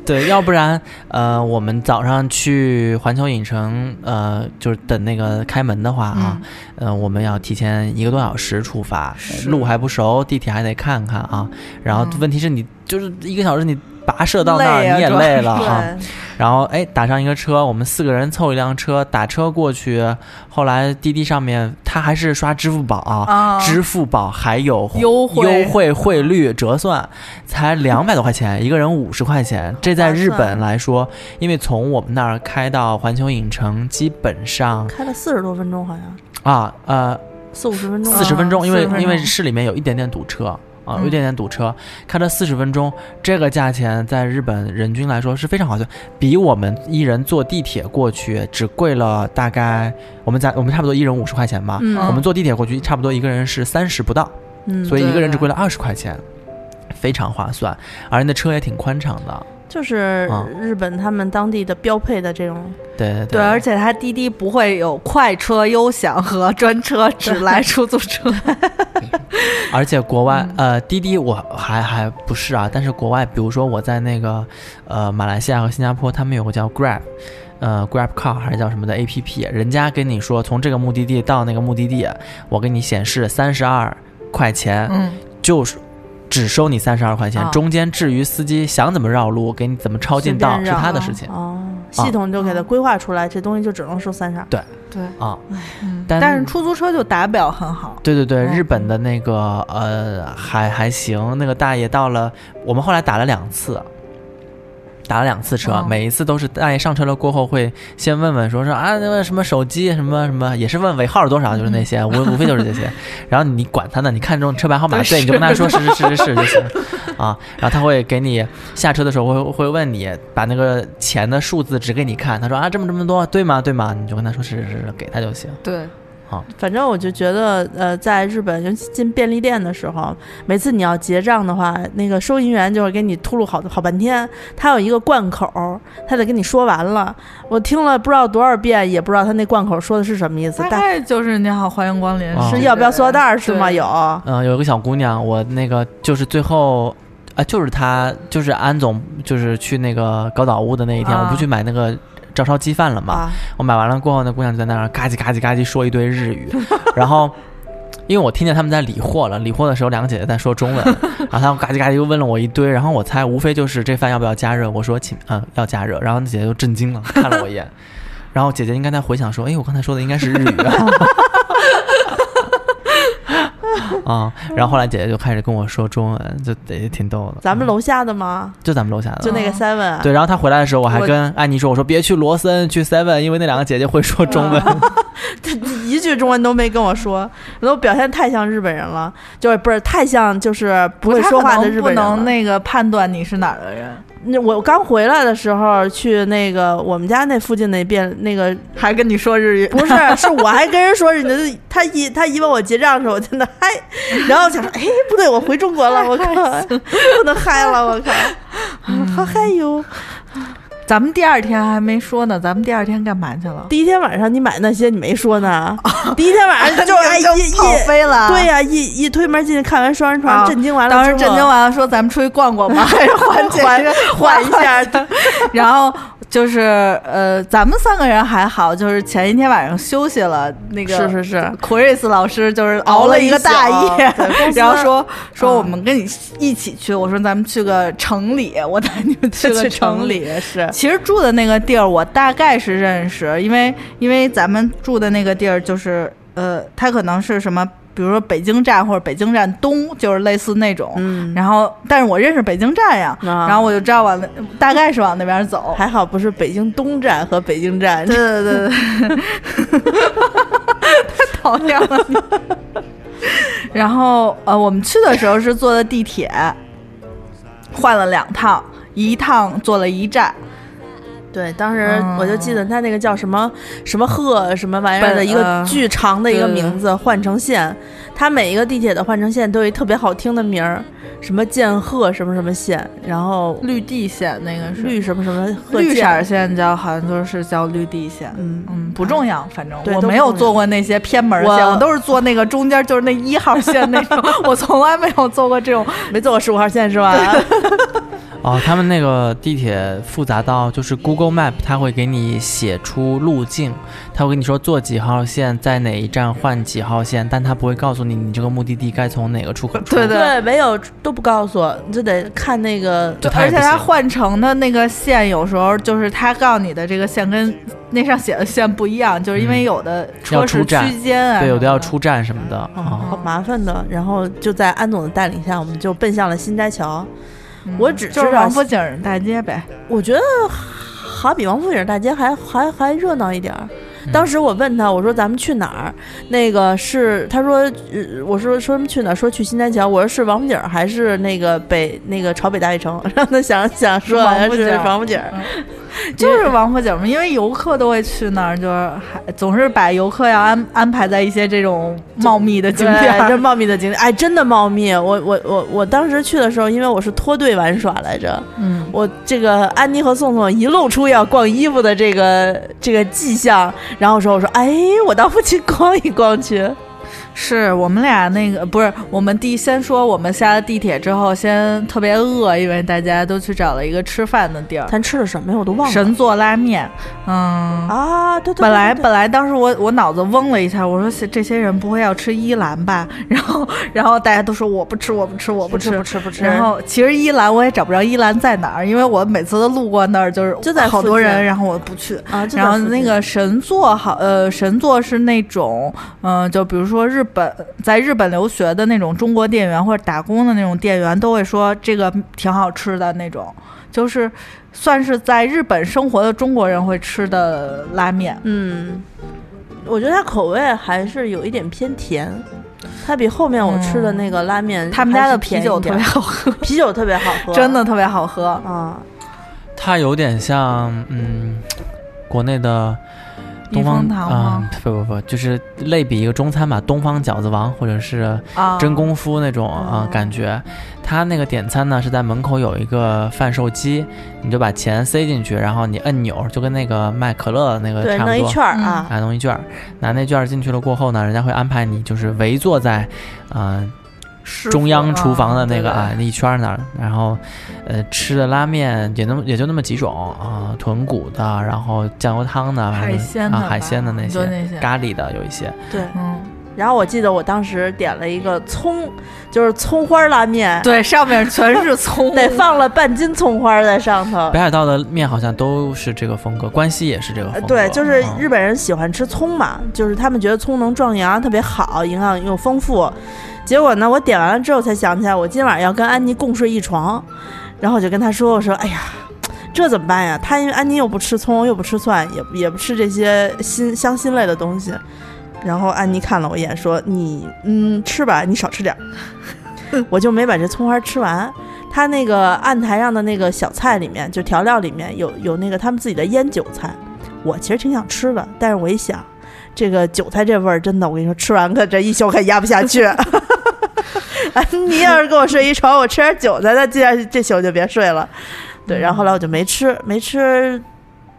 对，要不然呃，我们早上去环球影城，呃，就是等那个开门的话
嗯
啊，呃，我们要提前一个多小时出发，
是
路还不熟，地铁还得看看啊。然后
嗯
问题是你就是一个小时你跋涉到那儿
累啊
你也
主要
累
是
了哈。
对
然后哎，打上一个车，我们四个人凑一辆车，打车过去。后来滴滴上面他还是刷支付宝
啊
支付宝还有
优惠
优惠汇率折算，才两百多块钱，一个人五十块钱。这在日本来说，因为从我们那儿开到环球影城，基本上
开了四十多分钟，好像
啊呃
四五十分钟吧。
四十分钟，因
40
为
哦分钟
因为市里面有一点点堵车。啊，
嗯
有一点点堵车，开了四十分钟，这个价钱在日本人均来说是非常划算，比我们一人坐地铁过去只贵了大概，我们在我们差不多一人五十块钱吧，
嗯
啊我们坐地铁过去差不多一个人是三十不到，
嗯，
所以一个人
对
只贵了二十块钱，非常划算，而那车也挺宽敞的，
就是
啊
日本他们当地的标配的这种，
对对
对，而且它滴滴不会有快车、优享和专 <laughs> 车，只来出租车。
而且国外、
嗯
呃滴滴我还还不是啊，但是国外比如说我在那个呃马来西亚和新加坡，他们有个叫 Grab。呃，Grab Car 还是叫什么的 APP，人家跟你说从这个目的地到那个目的地，我给你显示三十二块钱，
嗯，
就是只收你三十二块钱，
啊
中间至于司机想怎么绕路，给你怎么抄近道
随便
是
绕
他的
啊
事情
哦，系统就给它规划出来，这东西就只能收三十二。
对，
啊。
嗯
但
但是出租车就打表很好。
对对对，
嗯
日本的那个呃还还行，那个大爷到了，我们后来打了两次，打了两次车，
哦
每一次都是大爷上车了过后会先问问说说啊那个什么手机什么什么，也是问尾号是多少，就是那些无无非就是
<laughs>
这些，然后你管他呢，你看中车牌号码，
嗯对
对，你就跟他说是是是是是就
<laughs>
行啊，然后他会给你下车的时候会会问你把那个钱的数字指给你看，他说啊这么这么多对吗对吗，你就跟他说是是是是，给他就行。
对，
反正我就觉得，呃，在日本，尤其进便利店的时候，每次你要结账的话，那个收银员就会给你秃噜好好半天。他有一个贯口，他得跟你说完了。我听了不知道多少遍，也不知道他那贯口说的是什么意思
大。
但
概就是你好，欢迎光临
啊，
是要不要塑料袋儿是吗？
对
有。
嗯，有一个小姑娘，我那个就是最后。啊，就是她，就是安总，就是去那个高岛屋的那一天，
啊
我不去买那个照烧鸡饭了嘛。
啊，
我买完了过后，那姑娘就在那儿嘎叽嘎叽嘎叽说一堆日语， <laughs> 然后因为我听见他们在理货了，理货的时候两个姐姐在说中文，然后她嘎叽嘎叽又问了我一堆，然后我猜无非就是这饭要不要加热，我说请，嗯，要加热，然后那姐姐就震惊了，看了我一眼，然后姐姐应该在回想说，哎，我刚才说的应该是日语啊。 <laughs> 啊、然后后来姐姐就开始跟我说中文，就也挺逗的。
咱们楼下的吗？
就咱们楼下的，
就那个
嗯
seven，啊
对，然后他回来的时候，我还
我
跟安妮说：“我说别去罗森，去 Seven，因为那两个姐姐会说中文。
<laughs> 一句中文都没跟我说，我都表现太像日本人了，就是不是太像就是不会说话的日本人
不
了
能那个判断你是哪儿的人，
那我刚回来的时候去那个我们家那附近那便那个
<laughs> 还跟你说日语， <laughs>
不是，是我还跟人说人家他一他一问我结账的时候，我在那嗨，然后想说哎不对，我回中国了，我靠，不能嗨了，我靠，好嗨哟！
咱们第二天还没说呢，咱们第二天干嘛去 <laughs> 了？
第一天晚上你买那些你没说呢，第一天晚
<laughs>
上就哎一一
跑飞了，
对呀、一一推门进去看完双人床，
啊
震惊完了，
当时震惊。完了，说咱们出去逛逛 <laughs> 吧，还是缓解
缓
缓
缓一 <laughs> 下，
然后就是呃，咱们三个人还好，就是前一天晚上休息了，那个
是是是，
，Chris 老师就是
熬
熬
了
了
一
一个大
宿
夜
对
<laughs>
公，司
然后说说
嗯
我们跟你一起去，我说咱们去个城里，我带你们去个城里。
是
其实住的那个地儿我大概是认识，因为因为咱们住的那个地儿就是呃，它可能是什么，比如说北京站或者北京站东，就是类似那种。
嗯，
然后，但是我认识北京站呀，
啊
然后我就知道往那大概是往那边走。
还好不是北京东站和北京站，
<laughs> 对对对对，太 <laughs> 讨厌了你。 <laughs> 然后呃，我们去的时候是坐的地铁，换了两趟，一趟坐了一站，
对，当时
嗯
我就记得他那个叫什么什么鹤什么玩意儿
本
的一个
呃
巨长的一个
对
名字，换乘线，它每一个地铁的换乘线都有一特别好听的名儿，什么剑鹤什么什么线，然后
绿地线那个是
绿什么什么鹤
绿色
剑
儿，线叫好像就是叫绿地线。
嗯，
嗯，不重要，反正
对
我
都
没
不
有
重要
坐过那些偏门儿线，
我
我都是坐那个中间，就是那
<laughs>
一号线那种，我从来没有坐过这种
没坐过十五号线是吧？”
哦，他们那个地铁复杂到就是 Google Map，它会给你写出路径，它会跟你说坐几号线，在哪一站换几号线，但它不会告诉你你这个目的地该从哪个出口出。
对
<laughs>
的
对，没有都不告诉我，你就得看那个
这太
而且
不行
它
了
换乘的那个线，有时候就是它告诉你的这个线跟那上写的线不一样，就是因为
嗯
有的
要
车
出
是
站
区间啊，
对，有的
什么
要出站什么的
嗯，
啊。
好麻烦的。然后就在安总的带领下，我们就奔向了新斋桥。
嗯
我只知
就是
道
王府井大街呗，
我觉得好比王府井大街还还还热闹一点儿。
嗯
当时我问他，我说咱们去哪儿？那个是他说，呃我说说什么去哪儿？说去新街桥。我说是王府井还是那个北那个朝北大悦城？ <laughs> 让他想想说好像是
王府井
王府井。
就是王府井嘛，因为游客都会去那儿，就是还总是把游客要安安排在一些这种茂密的景点
对
儿
这。茂密的景点，哎，真的茂密。我我我我当时去的时候，因为我是脱队玩耍来着，
嗯，
我这个安妮和宋宋一露出要逛衣服的这个这个迹象，然后说我说，哎，我到附近逛一逛去。
是我们俩那个不是我们第先说我们下了地铁之后，先特别饿，因为大家都去找了一个吃饭的地儿，
咱吃了什么呀？我都忘了。
神作拉面。
哦
嗯，
啊，对对对，
本来
对
本来当时我我脑子嗡了一下，我说这这些人不会要吃伊兰吧？ <laughs> 然后然后大家都说我不吃，我不吃，我不
不
吃。
吃不吃不吃，
然后其实伊兰我也找不着伊兰在哪儿，因为我每次都路过那儿，就是
就在
好
附
多
近
人，然后我不去。
啊，就在
然后
附
那
近
个神作好，呃，神作是那种，嗯、就比如说日本在日本留学的那种中国店员或者打工的那种店员，都会说这个挺好吃的那种，就是算是在日本生活的中国人会吃的拉面。
嗯，我觉得它口味还是有一点偏甜。它比后面我吃的那个拉面还是甜一点，
嗯他们家的啤酒特别好喝，
<laughs> 啤酒特别好喝，
真的特别好喝。
啊，
它有点像，嗯，国内的
避
东方
风塘吗？
嗯，不不不，就是类比一个中餐吧，东方饺子王或者是
啊，
真功夫那种啊、
哦
感觉。他那个点餐呢是在门口有一个贩售机，你就把钱塞进去，然后你摁钮，就跟那个卖可乐的那个
对，
呃差不
弄一
多。
圈儿啊，
啊，弄一券儿，拿那券儿进去了过后呢，人家会安排你就是围坐在，呃，
师
中
傅
央厨房的那个
啊
啊，那一圈儿那儿，然后，呃，吃的拉面也那么也就那么几种啊，豚骨的，然后酱油汤的，
对对海
反正
鲜的
啊
吧，
海鲜的那
就
些，
那些，
咖喱的有一些，
对。
嗯，
然后我记得我当时点了一个葱，就是葱花拉面，，
对，上面全是
<laughs>
葱
得放了半斤葱花在上头
北。海道的面好像都是这个风格，关西也是这个
呃
风格，
对，就是
嗯
日本人喜欢吃葱嘛，就是他们觉得葱能壮阳，特别好，营养又丰富。结果呢，我点完了之后才想起来，我今晚要跟安妮共睡一床，然后我就跟她说：“我说，哎呀，这怎么办呀？她因为安妮又不吃葱，又不吃蒜，也也不吃这些辛香辛类的东西。”然后安妮看了我一眼，说：“你嗯，吃吧，你少吃点儿。”我就没把这葱花吃完。他那个案台上的那个小菜里面，就调料里面有有那个他们自己的腌韭菜，我其实挺想吃的，但是我一想，这个韭菜这味儿真的，我跟你说，吃完可这一宿可压不下去。 <laughs> 你要是跟我睡一床，我吃点韭菜，那这样这宿就别睡了。对，然后后来我就没吃，没吃，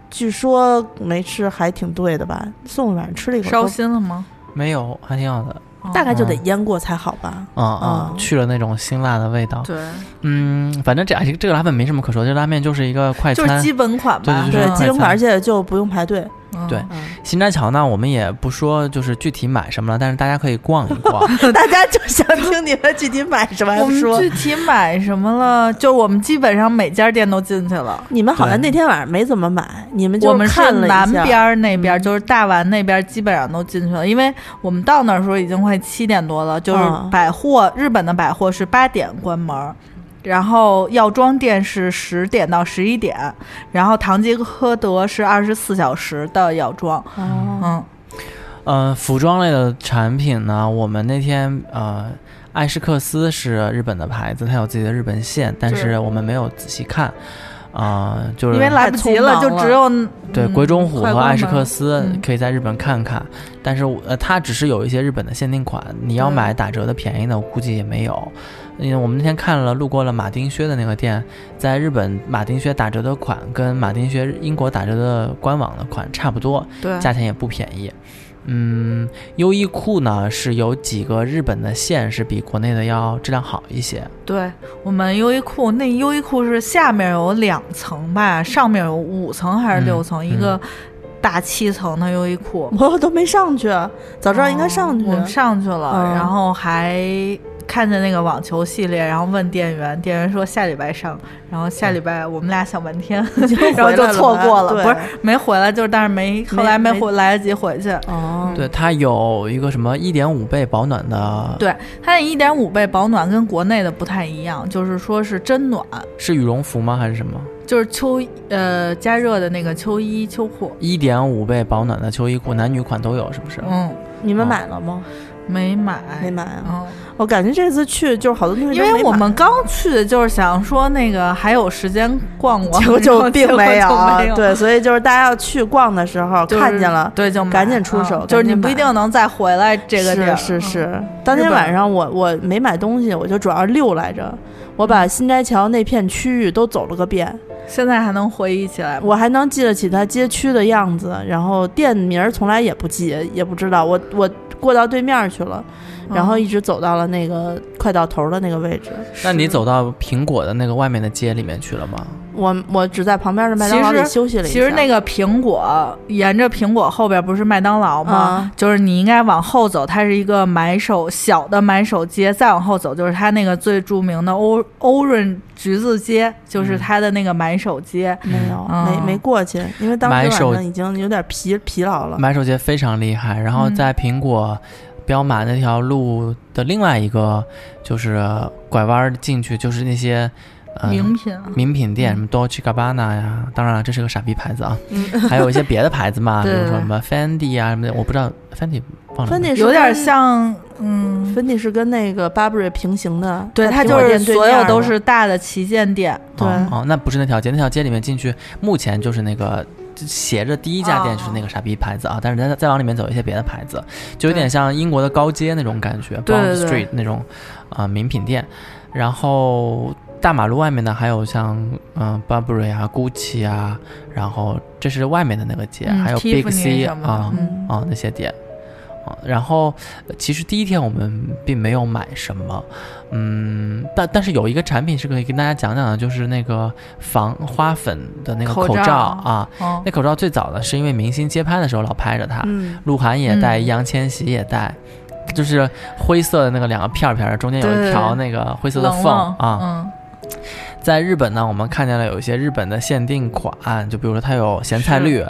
据说没吃还挺对的吧？宋宋晚上吃了一口
烧
说，
心了吗？
没有，还挺好的，
大概就得
嗯
腌过才好吧？
嗯嗯，
嗯
去了那种辛辣的味道，
对，
嗯，反正这哎这个拉面没什么可说，这拉面就是一个快
就是
餐，
基本款吧，
对
对
对，
基本款，
嗯
而且就不用排队。
嗯
对
嗯，
新斋桥呢，我们也不说就是具体买什么了，但是大家可以逛一逛。
<laughs> 大家就想听你们具体买什么，还
我
不
们
说。
具体买什么了？就我们基本上每家店都进去了。
你们好像
对
那天晚上没怎么买，你们就
我们是
看了一下嗯
南边儿那边儿，就是大丸那边儿，基本上都进去了。因为我们到那儿的时候已经快七点多了，就是
嗯
百货、日本的百货是八点关门儿，然后药妆店是十点到十一点，然后唐吉诃德是二十四小时的药妆。
哦
嗯，
嗯，服装类的产品呢，我们那天呃，艾诗克斯是日本的牌子，它有自己的日本线，但是我们没有仔细看。啊、就是
因为来不及
太匆忙
就只有
对
嗯
鬼冢虎
快
和
关
艾诗
门
克
儿
斯
嗯
可以在日本看看，但是我呃，它只是有一些日本的限定款，你要
对
买打折的便宜的，我估计也没有。因为我们那天看了，路过了马丁靴的那个店，在日本马丁靴打折的款跟马丁靴英国打折的官网的款差不多，
对
价钱也不便宜。嗯，优衣库呢是有几个日本的线是比国内的要质量好一些，
对我们优衣库，那优衣库是下面有两层吧，上面有五层还是六层，
嗯
一个大七层的优衣库。
我都没上去，早知道应该上去。
哦我们上去了，
嗯
然后还看见那个网球系列，然后问店员，店员说下礼拜上，然后下礼拜我们俩想半
<laughs>
天， <laughs> 然后就错过了，
对
不是没回来，就是但是没后来没
没
回来得及回去。嗯
哦，
对，它有一个什么一点五倍保暖的，
对，它那一点五倍保暖跟国内的不太一样，就是说是真暖，
是羽绒服吗还是什么？
就是秋呃加热的那个秋衣秋裤。
一点五倍保暖的秋衣裤，男女款都有，是不是？
嗯，
你们买了吗？
没买，
没买啊！
嗯，
我感觉这次去就是好多东西
因
都没买，
为我们刚去就是想说那个还有时间逛逛，
结果
然后
就并
<laughs> 结果
没
就没有，
对，所以就是大家要去逛的时候
就是
看见了，
对，就买
赶紧出手
嗯就是你
赶紧买
不一定能再回来这个地儿，
是是
嗯，
是。当天
日本
晚上我我没买东西，我就主要溜来着。我把新斋桥那片区域都走了个遍，
现在还能回忆起来吗？
我还能记得起它街区的样子，然后店名儿从来也不记，也不知道。我我过到对面儿去了，然后
嗯
一直走到了那个快到头儿的那个位置。
那你走到苹果的那个外面的街里面去了吗？
我我只在旁边的麦当劳里
其实
休息了一下。
其实那个苹果，沿着苹果后边不是麦当劳吗？
嗯
就是你应该往后走，它是一个买手小的买手街，再往后走就是它那个最著名的欧欧润橘子街，就是它的那个买手街。
没有、
嗯
没没过去，因为当时
买
晚
手
上已经有点疲疲劳了。
买手节非常厉害，然后
嗯
在苹果彪马那条路的另外一个就是拐弯儿进去，就是那些呃
名品啊，
名品店，什么 Dolce Gabbana 呀，当然了，这是个傻逼牌子啊，还有一些别的牌子嘛，
<laughs>
比
嗯对
如说什么 Fendi 啊什么的，我不知道 Fendi 忘了。
芬迪是
有点
跟
像，嗯，
芬迪是跟那个 Burberry 平行的，
对，
在
它
苹
就
果
是
店对
所
面
有
儿
都
的
是大的旗舰店。
对
哦，哦那不是那条街，那条街里面进去，目前就是那个就斜着第一家店
哦
就是那个傻逼牌子啊，但是再再往里面走一些别的牌子，就有点像英国的高街那种感觉
对对
，Bond
对
Street 那种啊、呃名品店，然后。大马路外面呢，还有像嗯、呃 Burberry 啊、GUCCI 啊，然后这是外面的那个街，
嗯
还有 Big
Tiffany
C
什么的
啊、
嗯
啊、那些店啊。然后呃其实第一天我们并没有买什么，嗯，但但是有一个产品是可以跟大家讲讲的，就是那个防花粉的那个
口
口
罩
罩啊。
嗯
那口罩最早呢是因为明星街拍的时候老拍着它，
嗯，
鹿晗也戴，
嗯
易烊千玺也戴。就是灰色的那个两个片儿片儿，中间有
对
一条那个灰色的
冷
缝
冷
啊，
嗯，
在日本呢，我们看见了有一些日本的限定款，就比如说它有咸菜绿，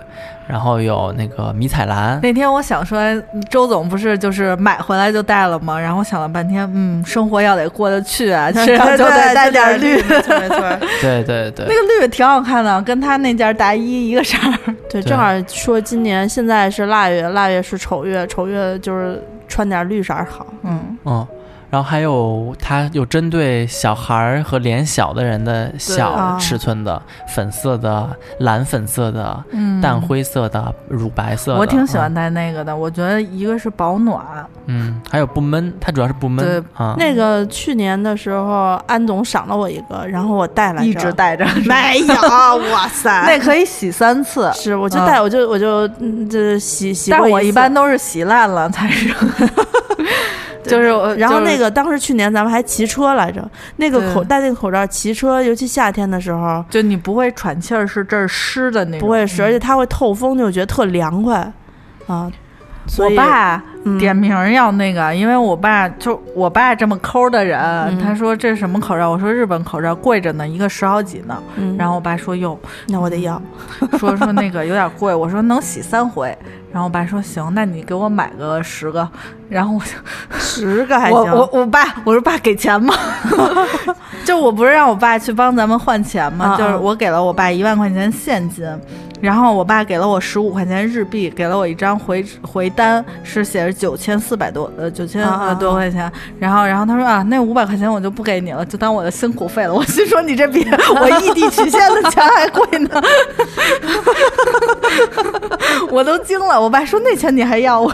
然后有那个迷
<laughs>
彩蓝，
那天我想说，周总不是就是买回来就带了吗？然后想了半天，嗯，生活要得过得去 <laughs> 啊，身上就得带点绿。
没错没错。
对
<laughs>
对
那
对，
个绿挺好看的，跟他那件大衣一个色儿。
对，
对
正好说今年现在是腊月，腊月是丑月，丑月就是穿点绿色儿好。
嗯，
嗯，然后还有它有针对小孩儿和脸小的人的
啊
小尺寸的粉色的、蓝粉色的、
嗯
淡。灰色的、乳白色的，
我挺喜欢戴那个的，我觉得一个是保暖，
嗯，嗯，还有不闷，它主要是不闷
对
啊。
那个去年的时候，安总赏了我一个，然后我带来着
一直戴 <laughs> 着，
<laughs> 没有，哇塞， <laughs>
那可以洗三次，
是我就带，我就我就嗯这洗洗过
但
次，
我一般都是洗烂了才 <laughs> 扔。就是我，
然后
就是
那个当时去年咱们还骑车来着，那个
对
口戴那个口罩骑车，尤其夏天的时候
就你不会喘气儿，是这儿湿的那种，
不会是，而且它会透风，就觉得特凉快啊。所
我
以
爸
嗯
点名儿要那个，因为我爸就我爸这么抠的人，他说这是什么口罩？我说日本口罩，贵着呢，一个十好几呢。
嗯
然后我爸说哟，
那我得要，
说说那个有点贵，我说能洗三回。然后我爸说行，那你给我买个十个。然后我就
十个还
我
行。
我我爸 <laughs> 我说爸给钱吗？ <laughs> 就我不是让我爸去帮咱们换钱吗？
嗯
就是
嗯
我给了我爸一万块钱现金，然后我爸给了我十五块钱日币，给了我一张回回单，是写着九千四百多呃九千
嗯嗯
呃多块钱。然后然后他说啊，那五百块钱我就不给你了，就当我的辛苦费了。我 <laughs> 心说你这
<laughs>
比我异地取现的钱还贵呢， <laughs> <laughs> 我都惊了。我爸说那钱你还要我？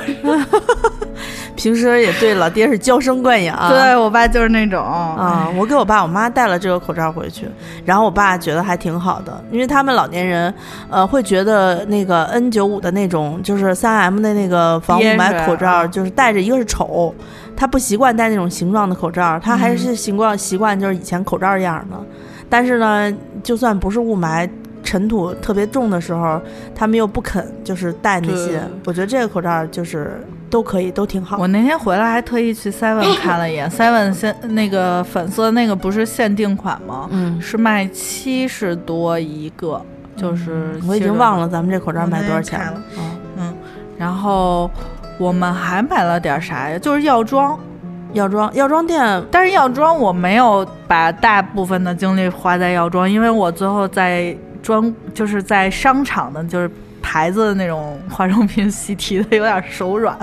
平时也对老爹是娇生惯养。啊
对我爸就是那种啊，
啊，我给我爸我妈带了这个口罩回去，然后我爸觉得还挺好的，因为他们老年人，呃，会觉得那个 N 9 5的那种就是 3M 的那个防雾
憋
霾
着
口罩，
啊
就是戴着一个是丑，他不习惯戴那种形状的口罩，他还
嗯
是习惯习惯就是以前口罩样的，但是呢，就算不是雾霾。尘土特别重的时候，他们又不肯就是戴那些
对，
我觉得这个口罩就是都可以，都挺好。
我那天回来还特意
<laughs>
去 Seven 看了一眼，Seven 现那个粉色那个不是限定款吗？
嗯，
是卖七十多一个，就是
嗯我已经
70
忘了咱们这口罩
我
卖
那
多少
天
钱了
看了。嗯，然后我们还买了点啥呀？就是药妆，
药妆，药妆店
但是药妆我没有把大部分的精力花在药妆，因为我最后在专就是在商场的，就是牌子的那种化妆品习题的有点手软。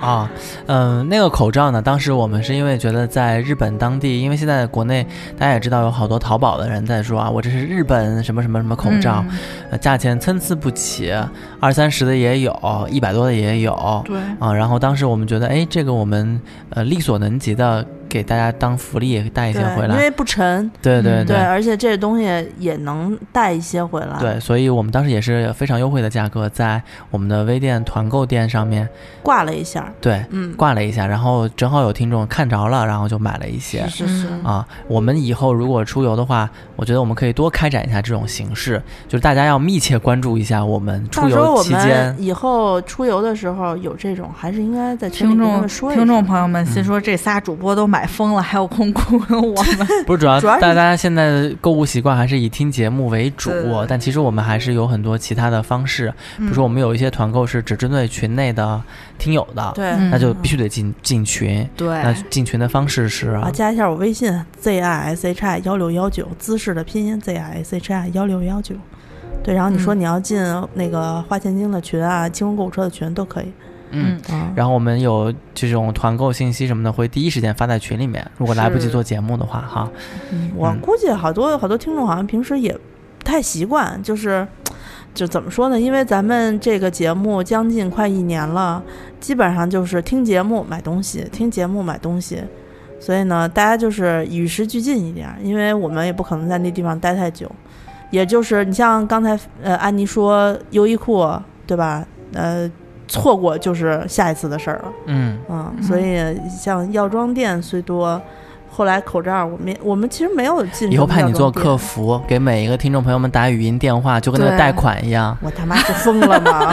啊，嗯、那个口罩呢？当时我们是因为觉得在日本当地，因为现在国内大家也知道有好多淘宝的人在说啊，我这是日本什么什么什么口罩，
嗯
呃价钱参差不齐，二三十的也有，一百多的也有
对，
啊。然后当时我们觉得，哎，这个我们呃力所能及的给大家当福利也带一些
对，
回
因
来，
为不沉，
对对
嗯
对，而且这东西也能带一些回来。，
对，所以我们当时也是非常优惠的价格，在我们的微店团购店上面，
挂了一下，
对，
嗯，
挂了一下，然后正好有听众看着了，然后就买了一些
是。是是，
嗯
啊，我们以后如果出游的话，我觉得我们可以多开展一下这种形式，就是大家要密切关注一下我们出
到时候
游
我
期间
们以后出游的时候有这种，还是应该在群里
听
跟他
众
们说一
听
声
众朋友们，
嗯
心说这仨主播都买疯了，还有空雇佣我
<laughs>
们？
不是主要，
主要是
大家现在的购物习惯还是以听节目为主
对对对，
但其实我们还是有很多其他的方式，比如
嗯 <laughs>
说我们有一些团购是只针对群内的听友的，
对。
嗯
那就必须得进进群。那
对，
进群的方式是
啊，加一下我微信 z i s h i 幺六幺九，姿势的拼音 z i s h i 幺六幺九。对，然后你说
嗯
你要进那个花千金的群啊，清空购物车的群都可以。
嗯。
嗯
啊，
然后我们有这种团购信息什么的，会第一时间发在群里面。如果来不及
是
做节目的话，哈，
嗯我
嗯
估计好多好多听众好像平时也不太习惯，就是就怎么说呢？因为咱们这个节目将近快一年了，基本上就是听节目买东西，听节目买东西，所以呢，大家就是与时俱进一点儿，因为我们也不可能在那地方待太久。也就是你像刚才呃安妮说优衣库对吧？呃，错过就是下一次的事儿了。
嗯，
嗯，所以像药妆店虽多，后来口罩我们也我们其实没有进。
以后派你做客，服，给每一个听众朋友们打语音电话，就跟那个
对
贷款一样。
我他妈是疯了
<laughs>
吗？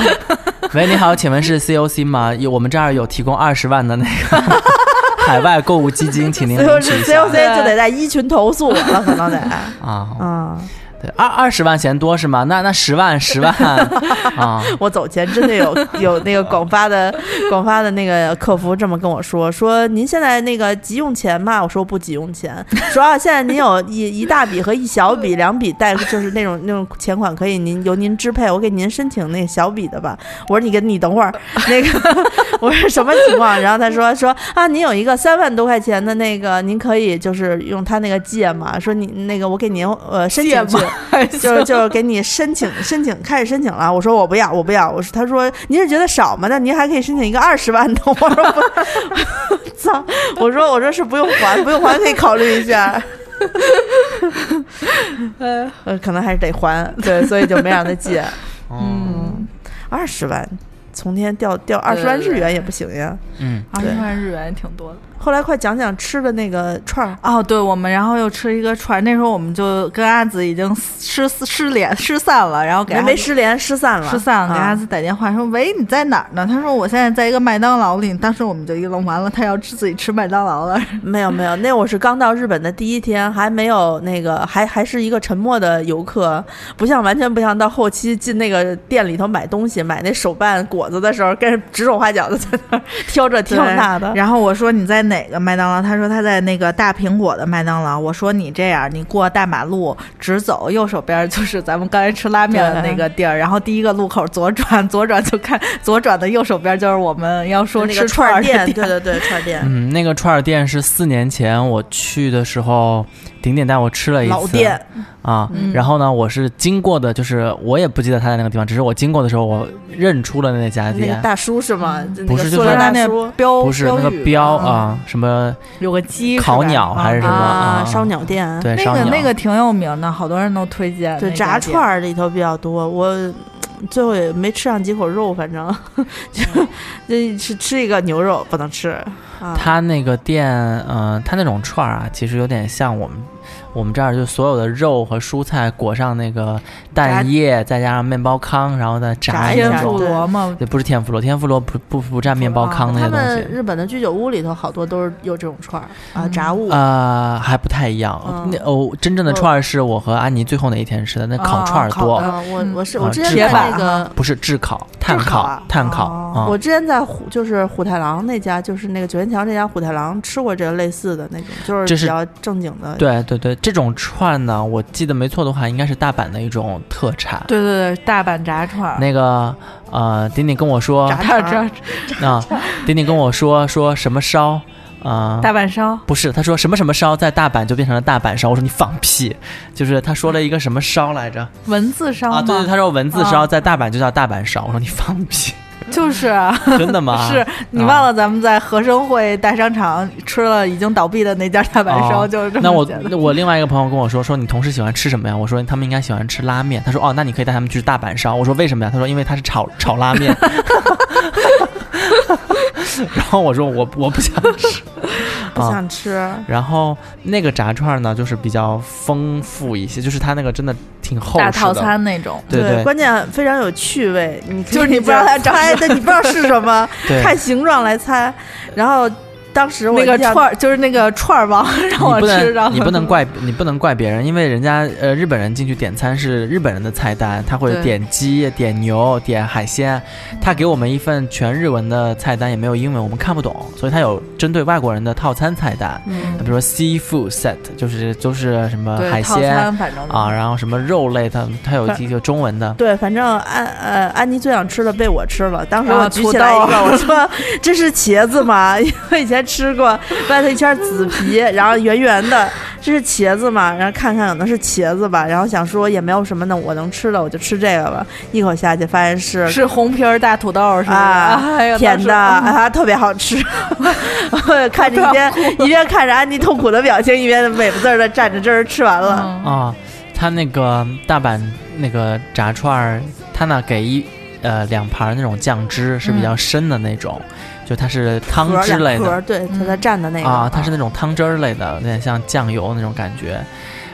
喂，你好，请问是 COC 吗？有我们这儿有提供二十万的那个 <laughs> 海外购物基金，请您
最后
领取
是
一
C O
下
C 就得在一群投诉我了，可能得啊、
啊。
嗯
对，二二十万嫌多是吗？那那十万十万啊，
我走前真的有有那个广发的广发的那个客服这么跟我说，说您现在那个急用钱吗？我说不急用钱，说啊现在您有一一大笔和一小笔两笔贷，就是那种那种钱款可以您由您支配，我给您申请那小笔的吧。我说你跟你等会儿那个 <laughs> 我说什么情况？然后他说说啊您有一个三万多块钱的那个，您可以就是用他那个借嘛，说你那个我给您呃申请去
借。
<laughs> 就是就是给你申请申请开始申请了。我说我不要我不要，我说他说您是觉得少吗？那您还可以申请一个二十万的。 <laughs> 我说不，操！我说我说是不用还不用还可以考虑一下。 <laughs> 呃，可能还是得还，对，所以就没让他借
嗯
二十万，从天掉掉二十万
对对
日
对
元也不行呀。
嗯，
二十啊万日元也挺多的。
后来快讲讲吃的那个串儿，
哦，对，我们然后又吃一个串儿，那时候我们就跟阿紫已经失失联失散了，然后给
没
阿
没
紫
失联失散了，
失散了，给阿
啊
紫打电话说：“喂，你在哪儿呢？”他说：“我现在在一个麦当劳里。”当时我们就一愣，完了，他要吃自己吃麦当劳了。
没有没有，那我是刚到日本的第一天，还没有那个，还还是一个沉默的游客，不像完全不像到后期进那个店里头买东西，买那手办果子的时候，跟着指手画脚的在那儿挑这挑那的。
然后我说你在哪个麦当劳？他说他在那个大苹果的麦当劳。我说你这样，你过大马路直走，右手边就是咱们刚才吃拉面的那个地儿，然后第一个路口左转，左转就看左转的右手边就是我们要说
那个
吃
串
儿
儿
的
店，
地
对
儿
对对，串儿店，
嗯，那个串儿店是四年前我去的时候，顶点带我吃了一次。
老店，
啊。
嗯
然后呢，我是经过的，就是我也不记得他在那个地方，只是我经过的时候，我认出了那家
那个
店，
大叔是吗？就那
不
个
是
塑
就
料
是
大
那
叔
标
不是那个
语
标
吧
啊，什么
有个鸡是
烤
吧
鸟还是什么
啊，烧鸟店，
对
那
烧
个
鸟
那个挺有名的，好多人都推荐。
对
那家
炸
店
串儿里头比较多，我嗯最后也没吃上几口肉，反正 <laughs> 就就是吃一个牛肉不能吃啊。
他那个店，嗯、他那种串儿啊，其实有点像我们我们这儿就所有的肉和蔬菜裹上那个蛋液，再加上面包糠，然后再炸
炸一
那
下
天妇
种。
对
罗嘛，
对，不是天妇罗，天妇罗不不不蘸面包糠那
他
些东
们
西，
日本的居酒屋里头好多都是有这种串儿啊，
嗯
炸物。
呃，还不太一样。
嗯
那哦，真正的串儿是我和安妮最后那一天吃的，那烤
哦
串儿
烤
多，
啊我
嗯
我是
啊
我之
铁
前在
板
那个
不是炙烤、炭
炙烤啊
烤、炭烤
哦
啊。
我之前在虎就是虎太郎那家，就是那个九元桥那家虎太郎吃过这个类似的那种，就
这
是
是
比较正经的。
嗯对对对，这种串呢，我记得没错的话，应该是大阪的一种特产。
对对对，大阪炸串儿，
那个呃，丁丁跟我说，
炸
大
肠
炸
啊，丁丁跟我说说什么烧啊、
大阪烧，
不是，他说什么什么烧在大阪就变成了大阪烧。我说你放屁，就是他说了一个什么烧来着
文字烧吗？
啊？对对，他说文字烧
啊
在大阪就叫大阪烧。我说你放
<laughs>
屁，
就是啊，
真的吗？
是你
啊
忘了咱们在和生汇大商场吃了已经倒闭的那家大阪烧，
哦
就是 <laughs> 这么
那我
简单
那我另外一个朋友跟我说，说你同事喜欢吃什么呀？我说他们应该喜欢吃拉面。他说哦，那你可以带他们去大阪烧。我说为什么呀？他说因为他是炒炒拉面。 <laughs> 然后我说我我不想吃，
不
啊
想吃，
然后那个炸串呢，就是比较丰富一些，就是它那个真的挺厚实
大
的。
套餐那种，
对对
关键非常有趣味，你可以
就是你不知道它长
猜，对，你不知道是什么，
<laughs> 对，
看形状来猜。然后当时我
那个
印象
串儿就是那个串儿王 <laughs> 让我
你不
吃，然后
能你不能怪 <laughs> 你不能怪别人，因为人家呃日本人进去点餐是日本人的菜单，他会
对嗯
点鸡、点牛、点海鲜，他给我们一份全日文的菜单，也没有英文，我们看不懂，所以他有针对外国人的套餐菜单，
嗯
比如说 seafood set，就是就是
<laughs>
什么
对
海
套
鲜
餐反正
啊，然后什么肉类，它它有
反
一个中文的。
对，反正安呃安妮最想吃的被我吃了，当时我
啊
举
土
起来一
豆
个，
<laughs>
我说这是茄子吗？ <laughs> 因为我以前吃过，外头一圈紫皮，然后圆圆的，这是茄子吗？然后看看可能是茄子吧，然后想说也没有什么呢，我能吃的我就吃这个吧，一口下去发现是
是红皮儿大土豆是吧？
啊
<laughs> 哎呀
甜的，
当时
啊，特别好
<laughs>
吃。我看
啊
着一边一边看着安妮痛苦的表情，一边美不滋儿的蘸着汁儿吃完了。
嗯
啊，他那个大阪那个炸串儿，他那给一呃两盘儿那种酱汁是比较深的那种，就它是汤
盒儿
汁
两
类
盒儿
的
对，它
嗯
它蘸的那个
啊，它是那种汤汁儿类的，有点像酱油那种感觉。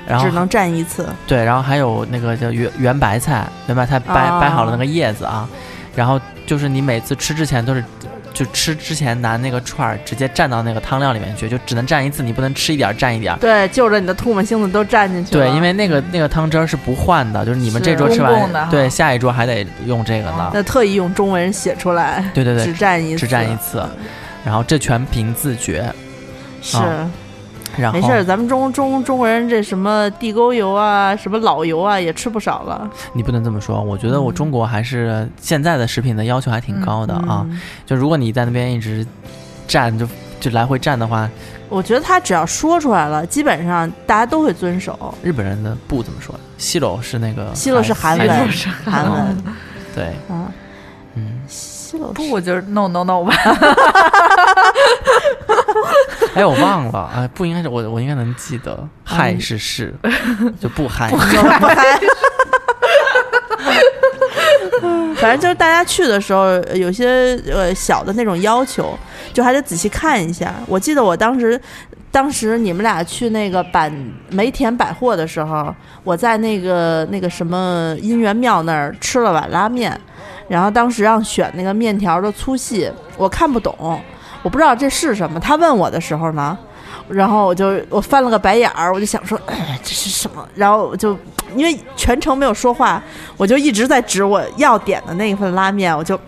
然
只
后
能蘸一次。
对，然后还有那个叫圆圆白菜，圆白菜掰、
啊
掰好了那个叶子啊，然后就是你每次吃之前都是。就吃之前拿那个串儿直接蘸到那个汤料里面去，就只能蘸一次，你不能吃一点儿蘸一点儿。
对，就着你的唾沫星子都蘸进去了。
对，因为那个那个汤汁儿是不换的，就是你们
嗯
这
是
桌吃
公共的
完
哈，
对，下一桌还得用这个呢。
那特意用中文写出来，
对对
只
对，
蘸一次，
只蘸一次，然后这全凭自觉。
是、
啊然后
没事儿。咱们中中中国人这什么地沟油啊，什么老油啊，也吃不少了。
你不能这么说，我觉得
嗯
我中国还是现在的食品的要求还挺高的啊。
嗯
就如果你在那边一直蘸，就就来回蘸的话，
我觉得他只要说出来了，基本上大家都会遵
<laughs>
守。
日本人的不怎么说，西楼是那个
西楼是韩
海
文
海
是
韩
嗯
文 <laughs>
对，
啊，
嗯。
西楼
不，我就是 no no no 吧，
哎，我忘了，哎，不应该是我，我应该能记得，嗨
<laughs> 嗯
是是，就不嗨。
反正就是大家去的时候，呃有些呃小的那种要求，就还得仔细看一下。我记得我当时，当时你们俩去那个坂梅田百货的时候，我在那个那个什么姻缘庙那儿吃了碗拉面，然后当时让选那个面条的粗细，我看不懂，我不知道这是什么。他问我的时候呢。然后我就我翻了个白眼儿，我就想说，哎，这是什么？然后我就因为全程没有说话，我就一直在指我要点的那一份拉面，我就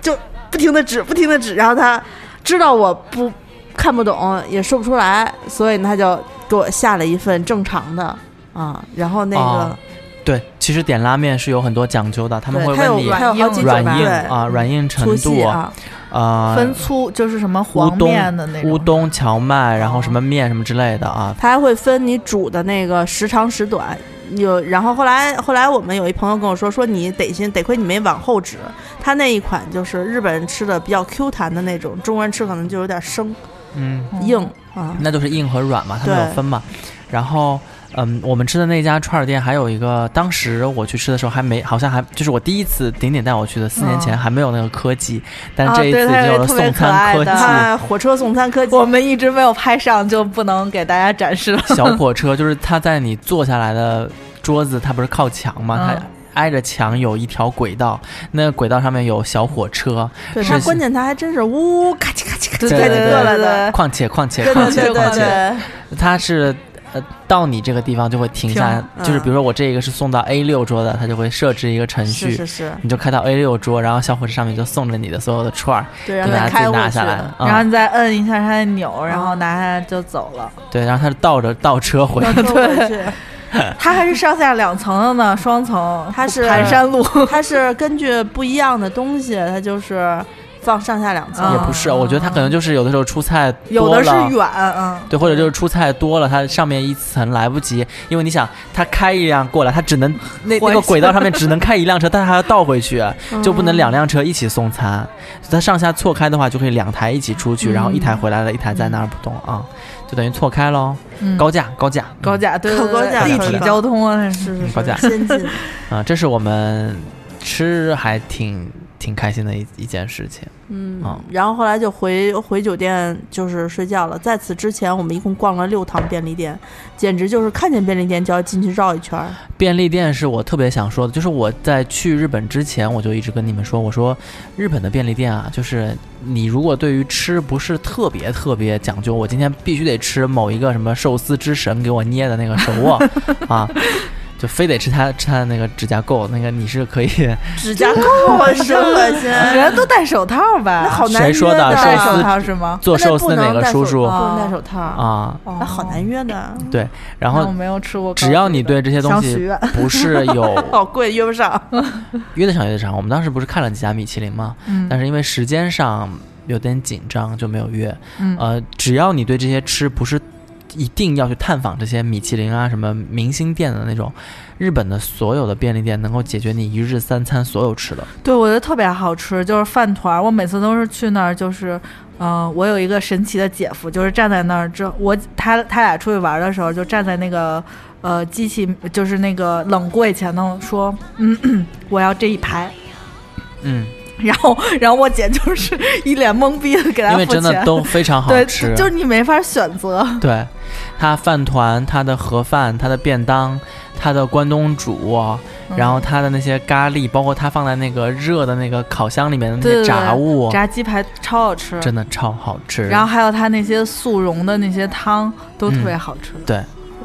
就不停的指，不停的指，然后他知道我不看不懂，也说不出来，所以呢他就给我下了一份正常的啊，然后那个、
哦对，其实点拉面是有很多讲究的，他们会
对，他有
问你
他有好几种
软硬
对
啊、软硬程
粗细
度
啊，
呃
分，粗就是什么
乌
黄
冬
面的那种
乌冬、荞麦，然后
哦
什么面什么之类的啊。
他还会分你煮的那个时长时短，有，然后后来后来我们有一朋友跟我说，说你得先得亏你没往后指，他那一款就是日本人吃的比较 Q 弹的那种，中国人吃可能就有点生
嗯，
硬啊。
那就是硬和软嘛，他们
对
有分嘛。然后，嗯，我们吃的那家串儿店还有一个，当时我去吃的时候还没，好像还就是我第一次顶顶带我去的，四年前还没有那个科技，但
啊
这一
哦对
次
它有
就
一
是
特别
送
可爱
餐科
的
技。
啊，火车送餐科技
我们一直没有拍上，就不能给大家展示了。
小火车，就是它在你坐下来的桌子，它不是靠墙吗？
嗯
它挨着墙有一条轨道，那个轨道上面有小火车。
对
是
它关键它还真是呜咔叽咔叽咔叽，
对对
饿了
对
的，
况且，况且，
呃对
况
对
且，
对
况
对
且，
对，
它是。呃，到你这个地方就会停下，
停
就是
嗯
比如说我这个是送到 A 六桌的，它就会设置一个程序，
是是是，
你就开到 A 六桌，然后小火车上面就送着你的所有的串儿，
对，让
就
它
大家自
开
己
过
拿
去
下来。
然后
嗯，
你再摁一下它的钮，然后
啊
拿下就走了。
对，然后他是倒着倒车回来。
要坐回去。
它还是上下两层的呢，双层。
它是
盘山路，
它是根据不一样的东西，它就是放上下两层。
<laughs> 也不是，我觉得他可能就是有的时候出菜
有
多
的是
了，
远，嗯，
对，或者就是出菜多了，它上面一层来不及，因为你想，他开一辆过来，他只能那
回
那个轨道上面只能开一辆车，但他还要倒回去，啊
<laughs>
就不能两辆车一起送餐。
嗯
他上下错开的话，就可以两台一起出去，然后一台回来了，一台在那儿不动啊，就等于错开喽。
嗯
高架，高架，
高
嗯
架，对
高
对对
架
立
高
体
架
交通啊，那是。
是是
高架
是，先进。
啊，这是我们吃还挺挺开心的一一件事情。
嗯
哦，
然后后来就回回酒店就是睡觉了。在此之前，我们一共逛了六趟便利店，简直就是看见便利店就要进去绕一圈儿。
便利店是我特别想说的，就是我在去日本之前，我就一直跟你们说，我说日本的便利店啊，就是你如果对于吃不是特别特别讲究，我今天必须得吃某一个什么寿司之神给我捏的那个手
<laughs>
握啊，就非得吃它吃它的那个指甲垢，那个你是可以
指甲扣啊是恶心，
人家都戴手套吧？
那哎好难
谁说
约
的
的
戴
寿
手
司
套是吗？哦
做寿司的
那
哪
不能哦
个
戴手
叔叔
不能戴手套，
啊，
那哎好难约的，
对，然
那我
后
没有吃过高级的。
只要你对这些东
想许
<laughs>
西
愿
不是有
好贵，约不上。
约得上约得上，我们当时不是看了几家米其林吗？
嗯
但是因为时间上有点紧张，就没有约。
嗯
呃，只要你对这些吃不是一定要去探访这些米其林啊什么明星店的那种，日本的所有的便利店能够解决你一日三餐所有吃的。
对，我觉得特别好吃，就是饭团儿。我每次都是去那儿，就是，嗯、我有一个神奇的姐夫，就是站在那儿之后，我他他俩出去玩儿的时候，就站在那个呃机器，就是那个冷柜前头说，嗯， <clears throat> 我要这一排。
嗯，
<laughs> 然后，然后我姐就是 <laughs> 一脸懵逼的给他
因
付钱，
为真的都非常
<laughs>
好
对，
吃。
就是你没法选择。嗯
对，它饭团、它的盒饭、它的便当、它的关东煮，
嗯
然后它的那些咖喱，包括它放在那个热的那个烤箱里面的那
对
些
对
炸物，
炸鸡排超好吃，
真的超好吃。
然后还有它那些速溶的那些汤都
嗯
特别好吃。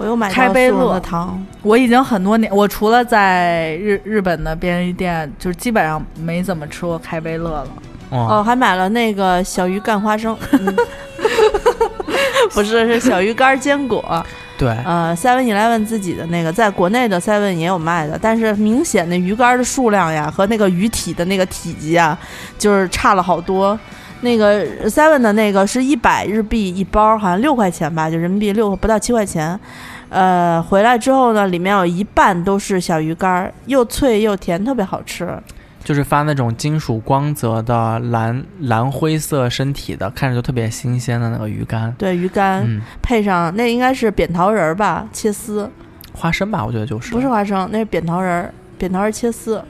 我又买到
开杯
速溶
乐
的糖，
我已经很多年，我除了在日日本的便利店，就是基本上没怎么吃过开杯乐了。
嗯
哦，还买了那个小鱼干花
<laughs>
生，嗯不是是小鱼干坚果。
对，
呃，Seven Eleven 自己的那个，在国内的 Seven 也有卖的，但是明显那鱼竿的数量呀和那个鱼体的那个体积啊，就是差了好多。那个 Seven 的那个是一百日币一包，好像六块钱吧，就人民币六不到七块钱。呃，回来之后呢，里面有一半都是小鱼干儿，又脆又甜，特别好吃。
就是发那种金属光泽的蓝蓝灰色身体的，看着就特别新鲜的那个鱼干。
对，鱼干、
嗯，
配上那应该是扁桃仁儿吧，切丝，
花生吧，我觉得就是
不是花生，那是扁桃仁儿，扁桃仁儿切丝，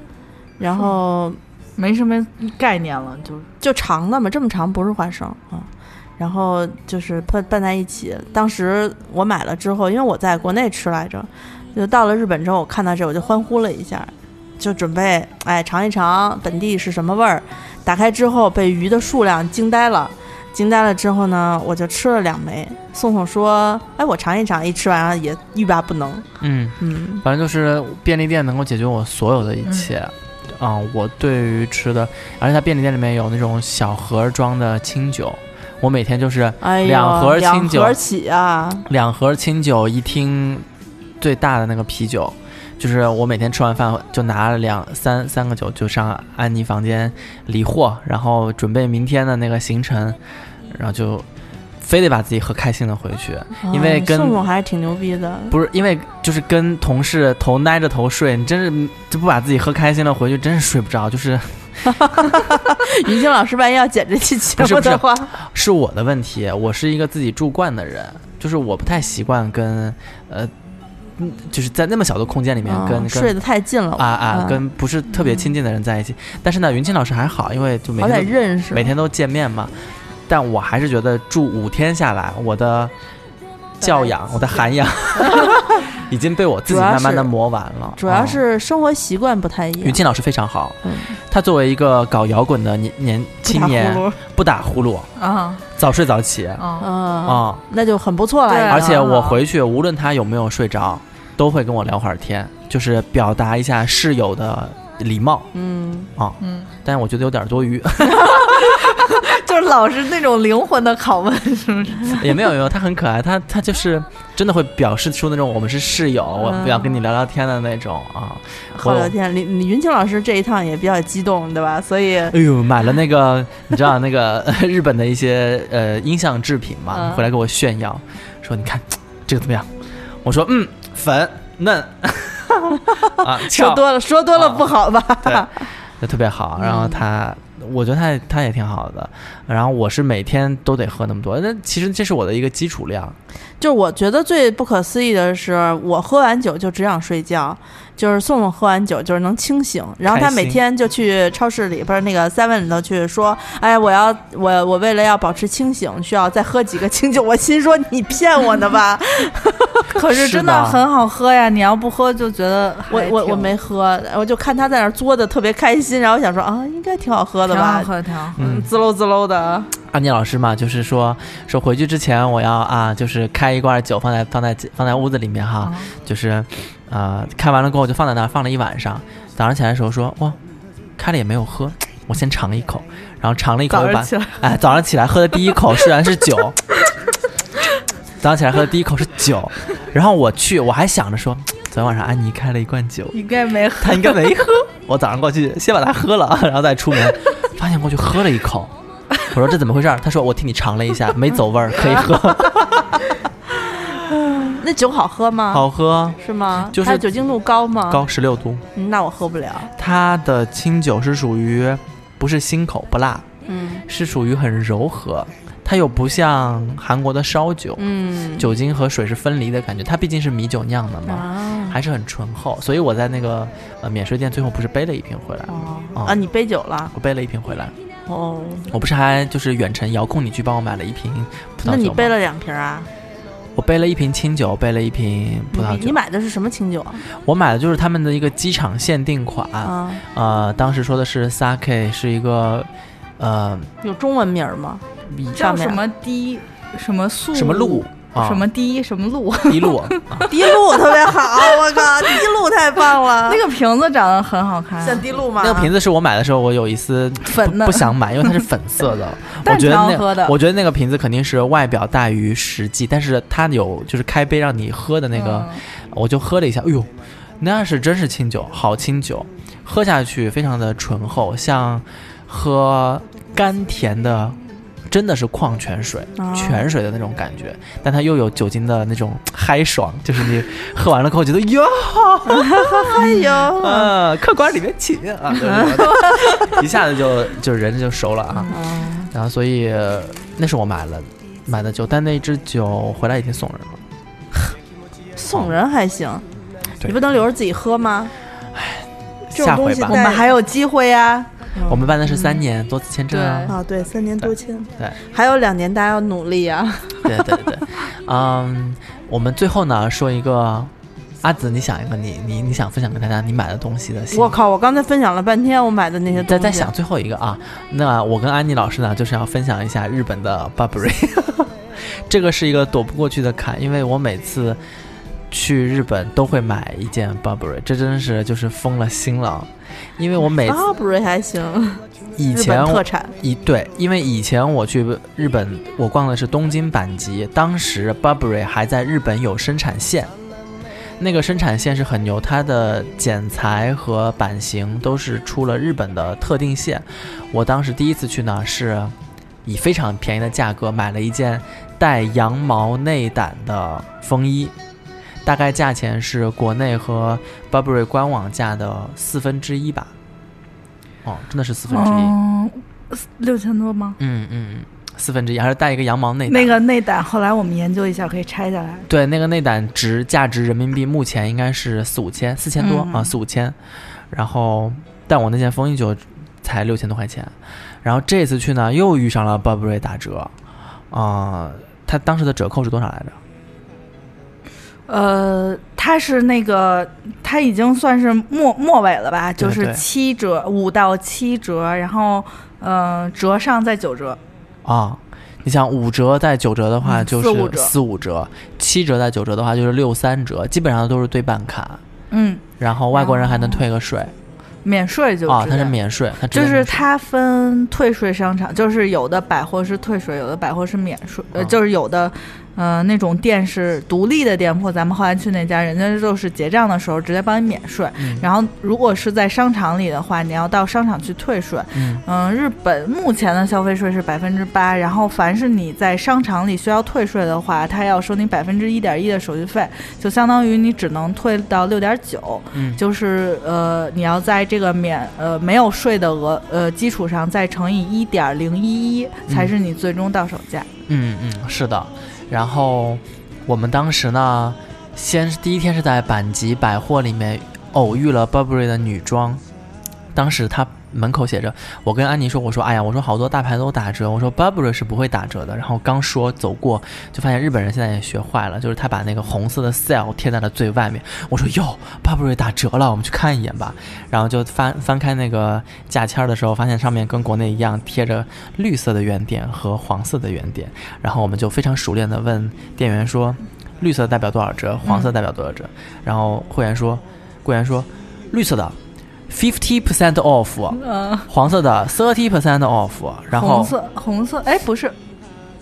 然后
没什么概念了，就是
就长的嘛，这么长不是花生啊。然后就是拌拌在一起。当时我买了之后，因为我在国内吃来着，就到了日本之后，我看到这我就欢呼了一下，就准备哎尝一尝本地是什么味儿。打开之后被鱼的数量惊呆了，惊呆了之后呢，我就吃了两枚。宋宋说：“哎，我尝一尝。”一吃完了也欲罢不能。
嗯，
嗯，
反正就是便利店能够解决我所有的一切。嗯我对于吃的，而且它便利店里面有那种小盒装的清酒，我每天就是
哎呦，
两
两
盒清酒
盒起
<laughs>
啊，
两盒清酒，一听最大的那个啤酒，就是我每天吃完饭就拿了两三三个酒，就上安妮房间理货，然后准备明天的那个行程，然后就非得把自己喝开心了回去，因
哦
为跟
宋总还是挺牛逼的，
不是因为就是跟同事头挨着头睡，你真是就不把自己喝开心了回去，真是睡不着。就是
于静老师万一要剪这期节
不是
目
不是
的话，
是我的问题，我是一个自己住惯的人，就是我不太习惯跟呃，嗯就是在那么小的空间里面
嗯
跟、跟
睡得太近了
啊啊
嗯
跟不是特别亲近的人在一起。但是呢，云清老师还好，因为就每
好歹
天都
认识
每天都见面嘛。但我还是觉得住五天下来，我的教养、我的涵
<laughs>
养已经被我自己
主要
慢慢的
是
磨完了。
主要
嗯
是生活习惯不太一
云
样。
清老师非常好，
嗯
他作为一个搞摇滚的年年青年，不打呼噜，
啊
早睡早起啊、
啊，
嗯，啊那就很不错了
对
呀。
而且我回去无论他有没有睡着，都会跟我聊会儿天，就是表达一下室友的礼貌
嗯，
啊。
嗯，
但是我觉得有点多余，
<laughs> 就是老是那种灵魂的拷问，是不是？
<laughs>
也没有没有，他很可爱，他他就是真的会表示出那种我们是室友，我
嗯
不想跟你聊聊天的那种啊。
好聊天。李李云清老师这一趟也比较激动，对吧？所以
哎呦，买了那个，你知道那个 <laughs> 日本的一些呃音像制品嘛，
嗯
回来给我炫耀，说你看这个怎么样？我说嗯，粉嫩 <laughs>
<laughs>
啊，
说
翘，
多了说多了不好吧？
对，就特别
嗯
好。然后他，我觉得他他也挺好的。然后我是每天都得喝那么多，那其实这是我的一个基础量。
就是我觉得最不可思议的是，我喝完酒就只想睡觉，就是宋宋喝完酒就是能清醒，然后他
开心
每天就去超市里不是那个 seven 里头去说，哎，我要我我为了要保持清醒，需要再喝几个清酒。我心说你骗我呢 <laughs> 吧？
可是真
是
的
的
很好喝呀！你要不喝就觉得
我
还
我
挺
我没喝，我就看他在那儿嘬的特别开心，然后我想说啊，应该挺好喝的
挺
吧
好，喝，挺好喝。
嗯，
滋喽滋喽的。
阿念老师嘛，就是说说回去之前我要啊，就是开一罐酒放在放在放在屋子里面哈。
啊
就是，呃，开完了过后就放在那儿放了一晚上。早上起来的时候说，哇，开了也没有喝，我先尝一口。然后尝了一口，
早
我
上
把
起来，
哎，早上起来喝的第一口虽然是酒，早上起来喝的第一口是酒。然后我去，我还想着说，昨天晚上安妮开了一罐酒，
应该没喝。
她应该没喝。我早上过去先把它喝了，啊然后再
<laughs>
出门，发现过去喝了一口。我说这怎么回事儿？她说我替你尝了一
<laughs>
下，没走味儿，可以喝，
那酒好喝吗？
好喝，
是吗？
就是
它酒精度高吗？
高十六度。
嗯，那我喝不了。
它的清酒是属于不是辛口不辣，
嗯
是属于很柔和，它又不像韩国的烧酒，
嗯，
酒精和水是分离的感觉，它毕竟是米酒酿的嘛，
啊。
还是很醇厚。所以我在那个呃免税店最后不是背了一瓶回来，
哦
哦
啊，你杯酒了
我背了一瓶回来，
哦？
我不是还就是远程遥控你去帮我买了一瓶葡萄酒
那你
吗
背了两瓶啊？
我背了一瓶清酒，背了一瓶葡萄
你你
酒，
买的是什么清酒啊？
我买的就是他们的一个机场限定款，
啊，
呃，当时说的是 sake 是一个呃
有中文名 <laughs> 吗？
叫
上
什
面
么滴什么素
什么路。啊、
什么滴什么路，
啊
一路，
滴露特别好，我靠，滴露太棒了
<laughs>
哎
那个瓶子长得很好看，啊
像滴露吗？啊
那个瓶子是我买的时候，我有一丝
粉
不
的。
不想买，因为它是粉色的我
但
觉得
挺好
那
喝的
我觉得那个瓶子肯定是外表大于实际，但是它有就是开杯让你喝的那个，
嗯
我就喝了一下，哎呦，那是真是清酒，好清酒，喝下去非常的醇厚，像喝甘甜的。真的是矿泉水
哦，
泉水的那种感觉，但它又有酒精的那种嗨爽，就是你喝完了过后觉得哟，
哎呦，
呃，客官里面请啊，对对对 <laughs> 一下子就就人就熟了啊。
嗯
然后所以呃那是我买了买的酒，但那支酒回来已经送人了。
送人还行，
对
你不能留着自己喝吗？这
下
种东
回
西
吧
我，嗯们还有机会呀。
嗯
我们办的是三年多次签证啊。
啊，对，三年多签，
对
还有两年，大家要努力 <laughs> 啊。
<laughs> 对对对，嗯，我们最后呢说一个。阿紫，你想一个你你你想分享给大家你买的东西的心
我靠，我刚才分享了半天我买的那些东
再
西，
再想最后一个啊，那我跟安妮老师呢，就是要分享一下日本的 Burberry，这个是一个躲不过去的坎，因为我每次去日本都会买一件 Burberry，这真是就是疯了心了，因为我每次
啊，不是还行，
以
日
前
本
我
特产
以对，因为以前我去日本，我逛的是东京阪急，当时 Burberry 还在日本有生产线，那个生产线是很牛，它的剪裁和版型都是出了日本的特定线。我当时第一次去呢是。以非常便宜的价格买了一件带羊毛内胆的风衣，大概价钱是国内和 Burberry 官网价的四分之一吧。哦，真的是四分之一。
嗯，六千多吗？
嗯嗯，四分之一，还是带一个羊毛内胆。
那个内胆，后来我们研究一下，可以拆下来。
对，那个内胆值价值人民币目前应该是四五千，四千多、
嗯
啊，四五千。然后，但我那件风衣就才六千多块钱。然后这次去呢，又遇上了 Burberry 打折，啊、它当时的折扣是多少来着？
呃，它是那个，它已经算是末末尾了吧，
对
就是
对
七折，五到七折，然后嗯、呃折上再九折，
啊，你想五折再九折的话
嗯
就
四五
是
折
四五折，七折再九折的话就是六三折，基本上都是对半砍。
嗯，
然后外国人还能退个税
免税就
啊，
直
它是
接
免税，它直
就
接
是
免税
它分退税商场，就是有的百货是退税，有的百货是免税，呃，
嗯
就是有的，呃，那种店是独立的店铺，咱们后来去那家，人家就是结账的时候直接帮你免税。
嗯
然后如果是在商场里的话，你要到商场去退税。
嗯
嗯、日本目前的消费税是百分之八，然后凡是你在商场里需要退税的话，它要收你百分之一点一的手续费，就相当于你只能退到六点九。
嗯
就是呃，你要在这个免呃没有税的额呃基础上再乘以一点零一一，才是你最终到手价。
嗯嗯，是的。然后我们当时呢，先是第一天是在阪急百货里面偶遇了 Burberry 的女装，当时她门口写着，我跟安妮说，我说哎呀，我说好多大牌都打折，我说 Burberry 是不会打折的。然后刚说走过，就发现日本人现在也学坏了，就是他把那个红色的 sale 贴在了最外面。我说哟，Burberry 打折了，我们去看一眼吧。然后就翻翻开那个价签儿的时候，发现上面跟国内一样贴着绿色的圆点和黄色的圆点。然后我们就非常熟练的问店员说，绿色代表多少折，黄色代表多少折？然后会员说，柜员说，绿色的 fifty percent off。
嗯、
黄色的 thirty percent off，然后
红色红色哎不是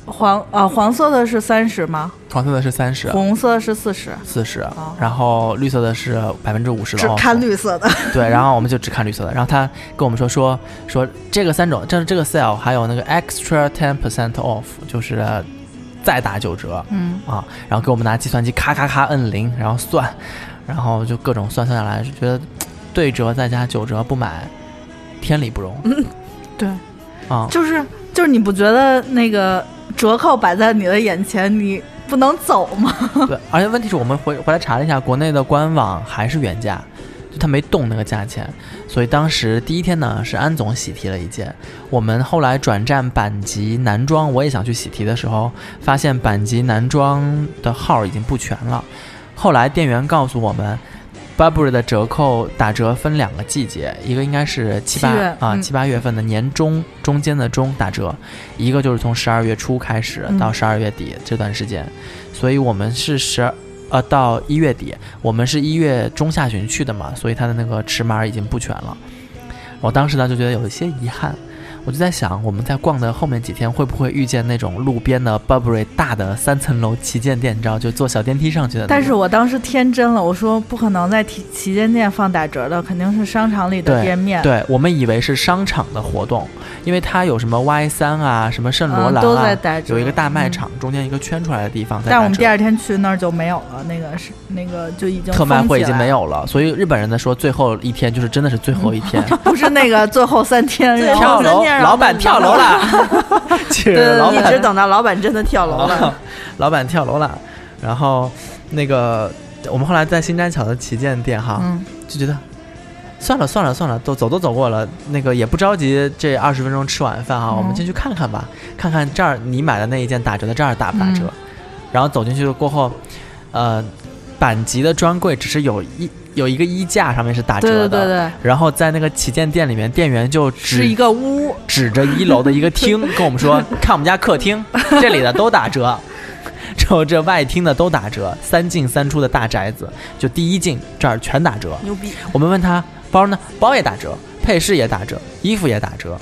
黄啊、黄色的是三十吗？
黄色的是三十
红色是四十。
四十，然后绿色的是百分之五十的 off，
哦绿色的，
对，然后我们就只看绿色的，然后他跟我们说说说这个三种，这这个 sale 还有那个 extra ten percent off，就是再打九折，
嗯，
啊，然后给我们拿计算机咔咔咔摁零，然后算，然后就各种算算下来，就觉得对折再加九折不买，天理不容
嗯对，
啊，
就是就是你不觉得那个折扣摆在你的眼前，你不能走吗？ <laughs>
对，而且问题是我们回回来查了一下，国内的官网还是原价，就它没动那个价钱。所以当时第一天呢，是安总喜提了一件。我们后来转战阪急男装，我也想去喜提的时候，发现阪急男装的号已经不全了。后来店员告诉我们。Burberry 的折扣打折分两个季节，一个应该是七八
七月
啊
嗯
七八月份的年中中间的中打折，一个就是从十二月初开始
嗯
到十二月底这段时间，所以我们是十呃到一月底，我们是一月中下旬去的嘛，所以它的那个尺码已经不全了。我当时呢就觉得有一些遗憾，我就在想我们在逛的后面几天会不会遇见那种路边的 Burberry 大的三层楼旗舰店，你知道就坐小电梯上去的那种。
但是我当时天真了，我说不可能在旗旗舰店放打折的，肯定是商场里的
对
店面。
对我们以为是商场的活动，因为它有什么 Y 三啊，什么圣罗
嗯
兰
都在
啊，
打折，
有一个大卖场，中间一个圈出来的地方在打折。
但我们第二天去那儿就没有了，那个是那个就已经
特卖会已经没
有，
有了，所以日本人呢说最后一天就是真的是最后一
<laughs>
天，
<laughs> 不是那个最后三天，然
跳
后
楼，老板跳楼了， <laughs>
<laughs>
去
对对
老
对，一直
板
等到老板真哦的跳楼了。
<laughs> 老板跳楼了，然后那个我们后来在新斋桥的旗舰店哈，
嗯，
就觉得算了算了算了，都走都走过了，那个也不着急，这二十分钟吃晚饭哈，我们
嗯
进去看看吧，看看这儿你买的那一件打折的这儿打不打
嗯
折，然后走进去过后，呃，板级的专柜只是有一有一个衣架上面是打折
对
的
对，对对，
然后在那个旗舰店里面，店员就指
是一个屋，
指着一楼的一
<laughs>
个厅跟我们说：“看我们家客厅，这里的都打折， <laughs> 只有这外厅的都打折，三进三出的大宅子，就第一进这儿全打折。
牛逼！”
我们问他包呢，包也打折，配饰也打折，衣服也打折。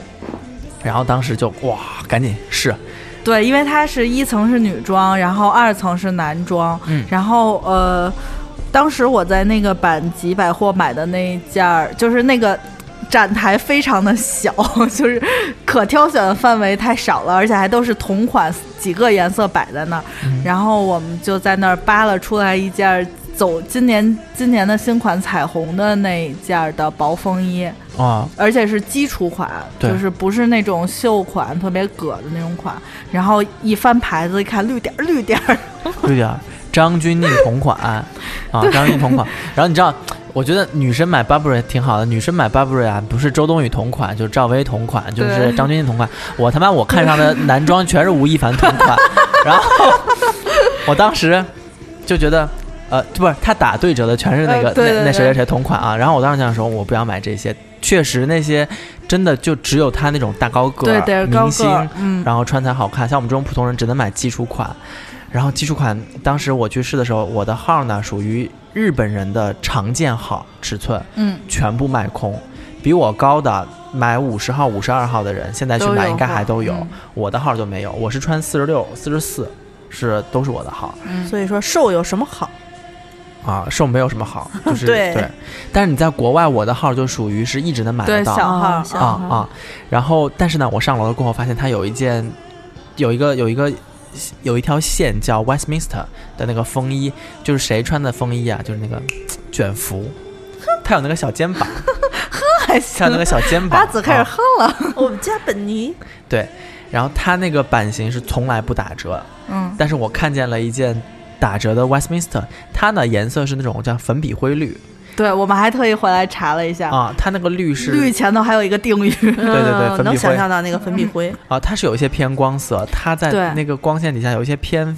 然后当时就哇，赶紧试，
对，因为它是一层是女装，然后二层是男装，
嗯
然后呃，当时我在那个阪急百货买的那一件儿，就是那个展台非常的小， <laughs> 就是可挑选的范围太少了，而且还都是同款几个颜色摆在那儿。然后我们就在那儿扒拉出来一件走今年今年的新款彩虹的那一件的薄风衣，
啊，
而且是基础款，
对
就是不是那种秀款特别葛的那种款。然后一翻牌子一看，绿点儿绿点
<laughs>
儿，
对呀、张钧甯同款啊，张钧甯同款。然后你知道，我觉得女生买 Burberry 挺好的，女生买 Burberry 啊，不是周冬雨同款，就是赵薇同款，就是
对
张钧甯同款。我他妈我看上的男装全是吴亦凡同
<laughs>
款，然后我当时就觉得。呃，不是，他打对折的全是那个、
呃对对
那那谁
对
谁谁同款啊。然后我当时想说，我不要买这些，确实那些真的就只有他那种大高个
对
儿
对，高
明
个
星
儿，嗯，
然后穿才好看。像我们这种普通人只能买基础款，然后基础款当时我去试的时候，我的号呢属于日本人的常见号尺寸，
嗯，
全部卖空。比我高的买五十号、五十二号的人，现在去
都
买
有
应该还
号
都有，
嗯
我的号就没有。我是穿四十六、四十四，是都是我的号
嗯
所以说瘦有什么好？
啊，瘦没有什么好，就是
<laughs>
对
但是你在国外，我的号就属于是一直能买得
对
到，
小号
啊
<laughs>
儿
小
啊
号儿
啊！然后，但是呢，我上楼了过后发现它有一件，有一个有一个有一条线叫 Westminster 的那个风衣，就是谁穿的风衣啊？就是那个卷福，它有那个小肩膀，
还
它有
行
那个。小肩
<laughs>
膀。
阿紫开始
啊
哼了，
我们家哦本尼
对，然后它那个版型是从来不打折，
嗯，
但是我看见了一件打折的 Westminster，它呢颜色是那种叫粉笔灰绿
对，我们还特意回来查了一下，
啊，它那个绿是
绿前头还有一个
<laughs>
定语，
对
对对粉笔
嗯能想
灰
象到那个粉笔灰，
啊，它是有一些偏光色，它在
对
那个光线底下有一些偏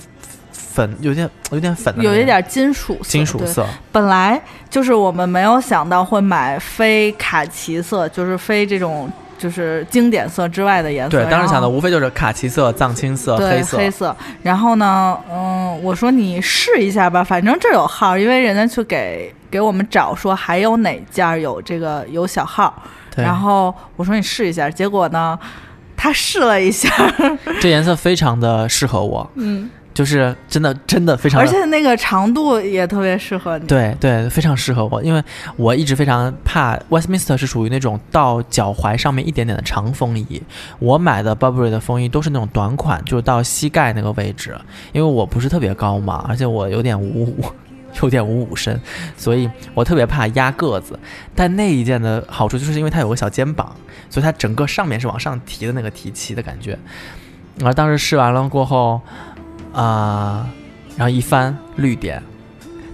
粉，有点有点粉的那种，
有一点金属色
金属
对
色，
本来就是我们没有想到会买非卡其色，就是非这种就是经典色之外的颜色。
对，当时想
然
的
后
无非就是卡其色、藏青色、
对
呃色，
然后呢，嗯，我说你试一下吧，反正这有号，因为人家去给给我们找说还有哪件儿有这个有小号。
对，
然后我说你试一下，结果呢，他试了一下，
这颜色非常的适合我，
嗯，
就是真的真的非常
<laughs> 而
的，
且那个长度也特别适合你。
对对，非常适合我，因为我一直非常怕 Westminster 是属于那种到脚踝上面一点点的长风衣，我买的 Burberry 的风衣都是那种短款，就是到膝盖那个位置，因为我不是特别高嘛，而且我有点五 <laughs> 五，有点五五身，所以我特别怕压个子。但那一件的好处就是因为它有个小肩膀，所以它整个上面是往上提的那个提气的感觉。然后当时试完了过后，啊、然后一翻绿点，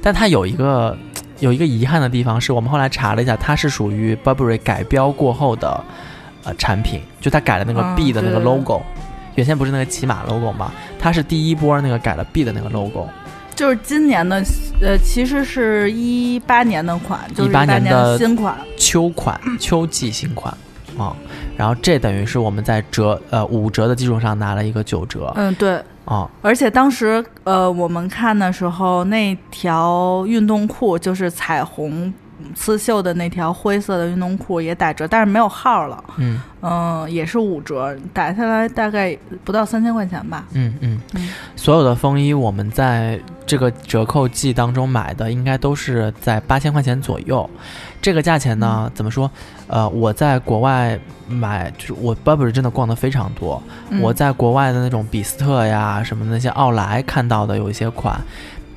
但它有一个有一个遗憾的地方是我们后来查了一下，它是属于 Burberry 改标过后的呃产品，就它改了那个
啊
B 的那个
对
logo，、原先不是那个骑马 logo 吗？它是第一波那个改了 B 的那个 logo，
就是今年的，呃，其实是一八年的款，就是
18
18
年
年的
的
新款，
秋款、
嗯
秋季新款啊、然后这等于是我们在折呃五折的基础上拿了一个九折啊、
嗯，对。而且当时，呃，我们看的时候，那条运动裤就是彩虹刺绣的那条灰色的运动裤也打折，但是没有号了，
嗯
嗯、也是五折，打下来大概不到三千块钱吧。
嗯嗯
嗯，
所有的风衣我们在这个折扣季当中买的，应该都是在八千块钱左右。这个价钱
嗯
呢，怎么说？呃，我在国外买，就是我 Burberry 真的逛的非常多，
嗯
我在国外的那种比斯特呀，什么那些奥莱看到的有一些款，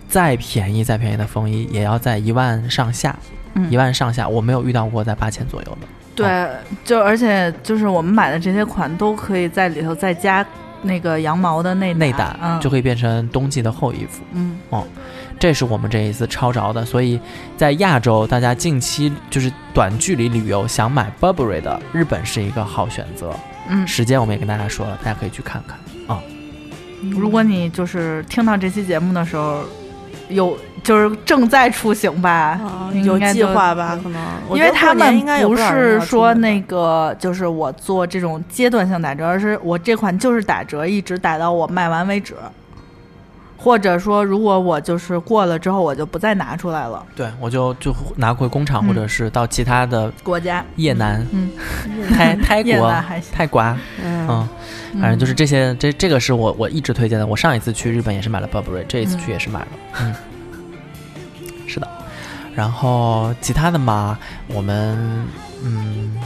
再便宜再便宜的风衣也要在一万上下，
嗯
一万上下，我没有遇到过在八千左右的。
对，就而且就是我们买的这些款都可以在里头再加那个羊毛的内
内
胆，
胆
嗯，
就可以变成冬季的厚衣服，
嗯，
这是我们这一次抄着的。所以在亚洲，大家近期就是短距离旅游想买 Burberry 的，日本是一个好选择。
嗯，
时间我们也跟大家说了，大家可以去看看。
如果你就是听到这期节目的时候，有就是正在出行吧，
啊
应
有
该
计
就
划吧？。可能我
因
觉得
为
过
他
年
们
应该有
不
不少人
是
要出
说
门
那
吧
个，就是我做这种阶段性打折，而是我这款就是打折，一直打到我卖完为止，或者说如果我就是过了之后，我就不再拿出来了。
对，我就就拿回工厂，或者是到其他 <laughs> 的
国家，
越南、
嗯，
泰泰
越
国
南、还行，
泰国啊，
嗯
嗯，反正就是这些，这这个是我我一直推荐的。我上一次去日本也是买了 Burberry，这一次去也是买了，嗯，是的。然后其他的嘛，我们嗯，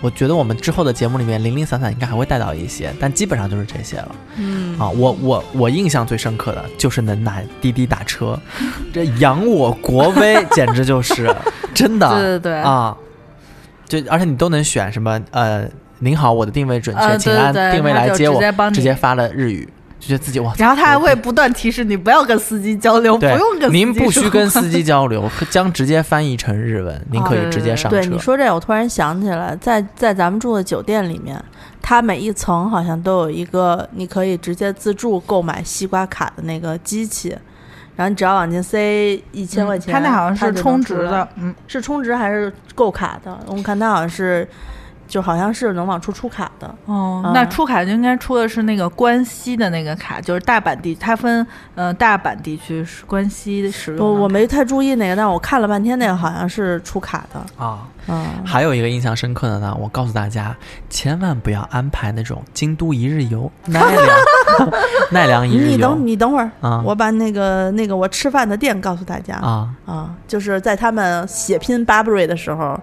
我觉得我们之后的节目里面零零散散应该还会带到一些，但基本上就是这些了。
嗯，
啊，我我我印象最深刻的就是能拿滴滴打车，这扬我国威简直就是真的
对对对，
啊！就而且你都能选什么呃，您好，我的定位准确，
呃
请
对
按
对
定位
他
来
就
接
直
我，
接帮你
发了日语，就觉得自己哇，
然后他还
我
会不断提示你不要跟司机交流，不
对
用跟司机
您不需
说 <laughs>
跟
话
司机交流，将直接翻译成日文，您
哦
可
对
以直
对
接
对
上车。
对你说这，我突然想起来，在在咱们住的酒店里面，它每一层好像都有一个你可以直接自助购买西瓜卡的那个机器，然后你只要往进塞一千块钱，
他那好像
它就
是
能
充值
出来
的，，嗯，
是充值还是购卡的？我们看它好像是，就好像是能往出出卡的。
哦
嗯，
那出卡就应该出的是那个关西的那个卡，就是大阪地，它分呃大阪地区是关西使用的
我我没太注意那个，但我看了半天，那个好像是出卡的。
啊，
嗯，
还有一个印象深刻的呢，我告诉大家，千万不要安排那种京都一日游、奈良 <laughs> 奈良一日
你等
游
你等会儿，
啊
我把那个那个我吃饭的店告诉大家。
啊，
啊，就是在他们血拼 Burberry 的时候，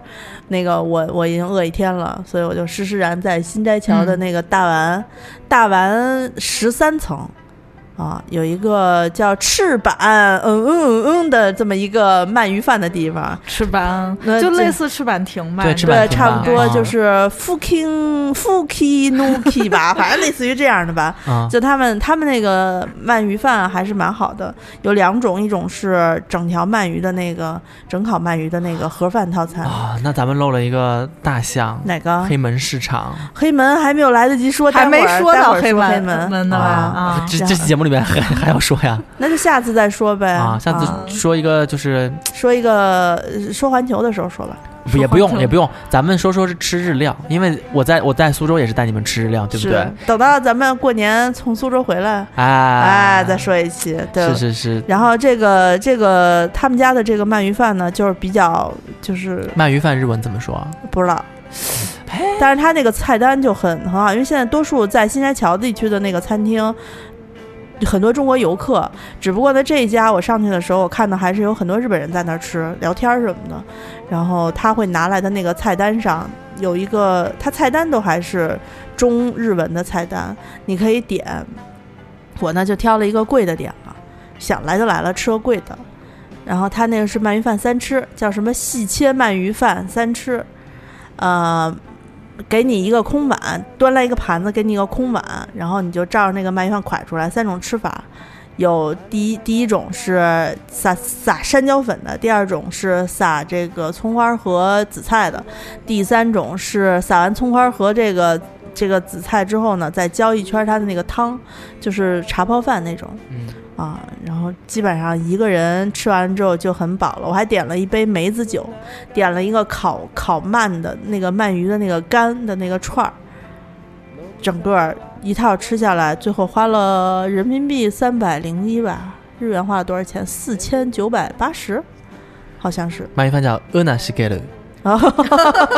那个我我已经饿一天了，所以我就施施然在新斋桥的
嗯
那个大丸、大丸十三层啊，有一个叫赤坂嗯嗯嗯嗯的这么一个鳗鱼饭的地方。
赤坂
那
就
这
类似赤坂亭吧，
对
你
赤
知道
坂
对，
亭
差不
吧
多
啊
就是 fucking fuki nuki
<laughs>
吧，反正类似于这样的吧。
啊
就他们他们那个鳗鱼饭还是蛮好的，有两种，一种是整条鳗鱼的那个整烤鳗鱼的那个盒饭套餐，
啊，那咱们漏了一个大象，
哪个？
黑门市场
黑门还没有来得及说，待
还
会
没
儿
说
待
到
会儿黑
门
门，
门呢吧啊，
这这期节目里面还还要说呀
那就下次再说呗。
啊，下
啊
次说一个就是
说一个呃说环球的时候说吧。
不也
说
不
黄
用
色
也不用，咱们说说是吃日料，因为我在我在苏州也是带你们吃日料，对不对？
是？等到咱们过年从苏州回来，
哎
哎，再说一期。对，
是是是，
然后这个这个他们家的这个鳗鱼饭呢，就是比较就是
鳗鱼饭日文怎么说？啊
不知道，但是他那个菜单就很很好，因为现在多数在新街桥地区的那个餐厅。很多中国游客，只不过呢这一家我上去的时候，我看到还是有很多日本人在那儿吃、聊天儿什么的。然后他会拿来的那个菜单上有一个，他菜单都还是中日文的菜单，你可以点。我呢就挑了一个贵的点了，想来就来了，吃个贵的。然后他那个是鳗鱼饭三吃，叫什么细切鳗鱼饭三吃，呃，给你一个空碗，端来一个盘子，给你一个空碗，然后你就照着那个鳗鱼饭蒯出来。三种吃法，有第一第一种是撒撒山椒粉的，第二种是撒这个葱花和紫菜的，第三种是撒完葱花和这个这个紫菜之后呢，再浇一圈它的那个汤，就是茶泡饭那种。
嗯，
啊，然后基本上一个人吃完之后就很饱了。我还点了一杯梅子酒，点了一个烤烤鳗的那个鳗鱼的那个干的那个串儿，整个儿一套吃下来，最后花了人民币三百零一吧，日元花了多少钱？四千九百八十，好像是。 <laughs>
鳗鱼饭叫 una s h i g e r u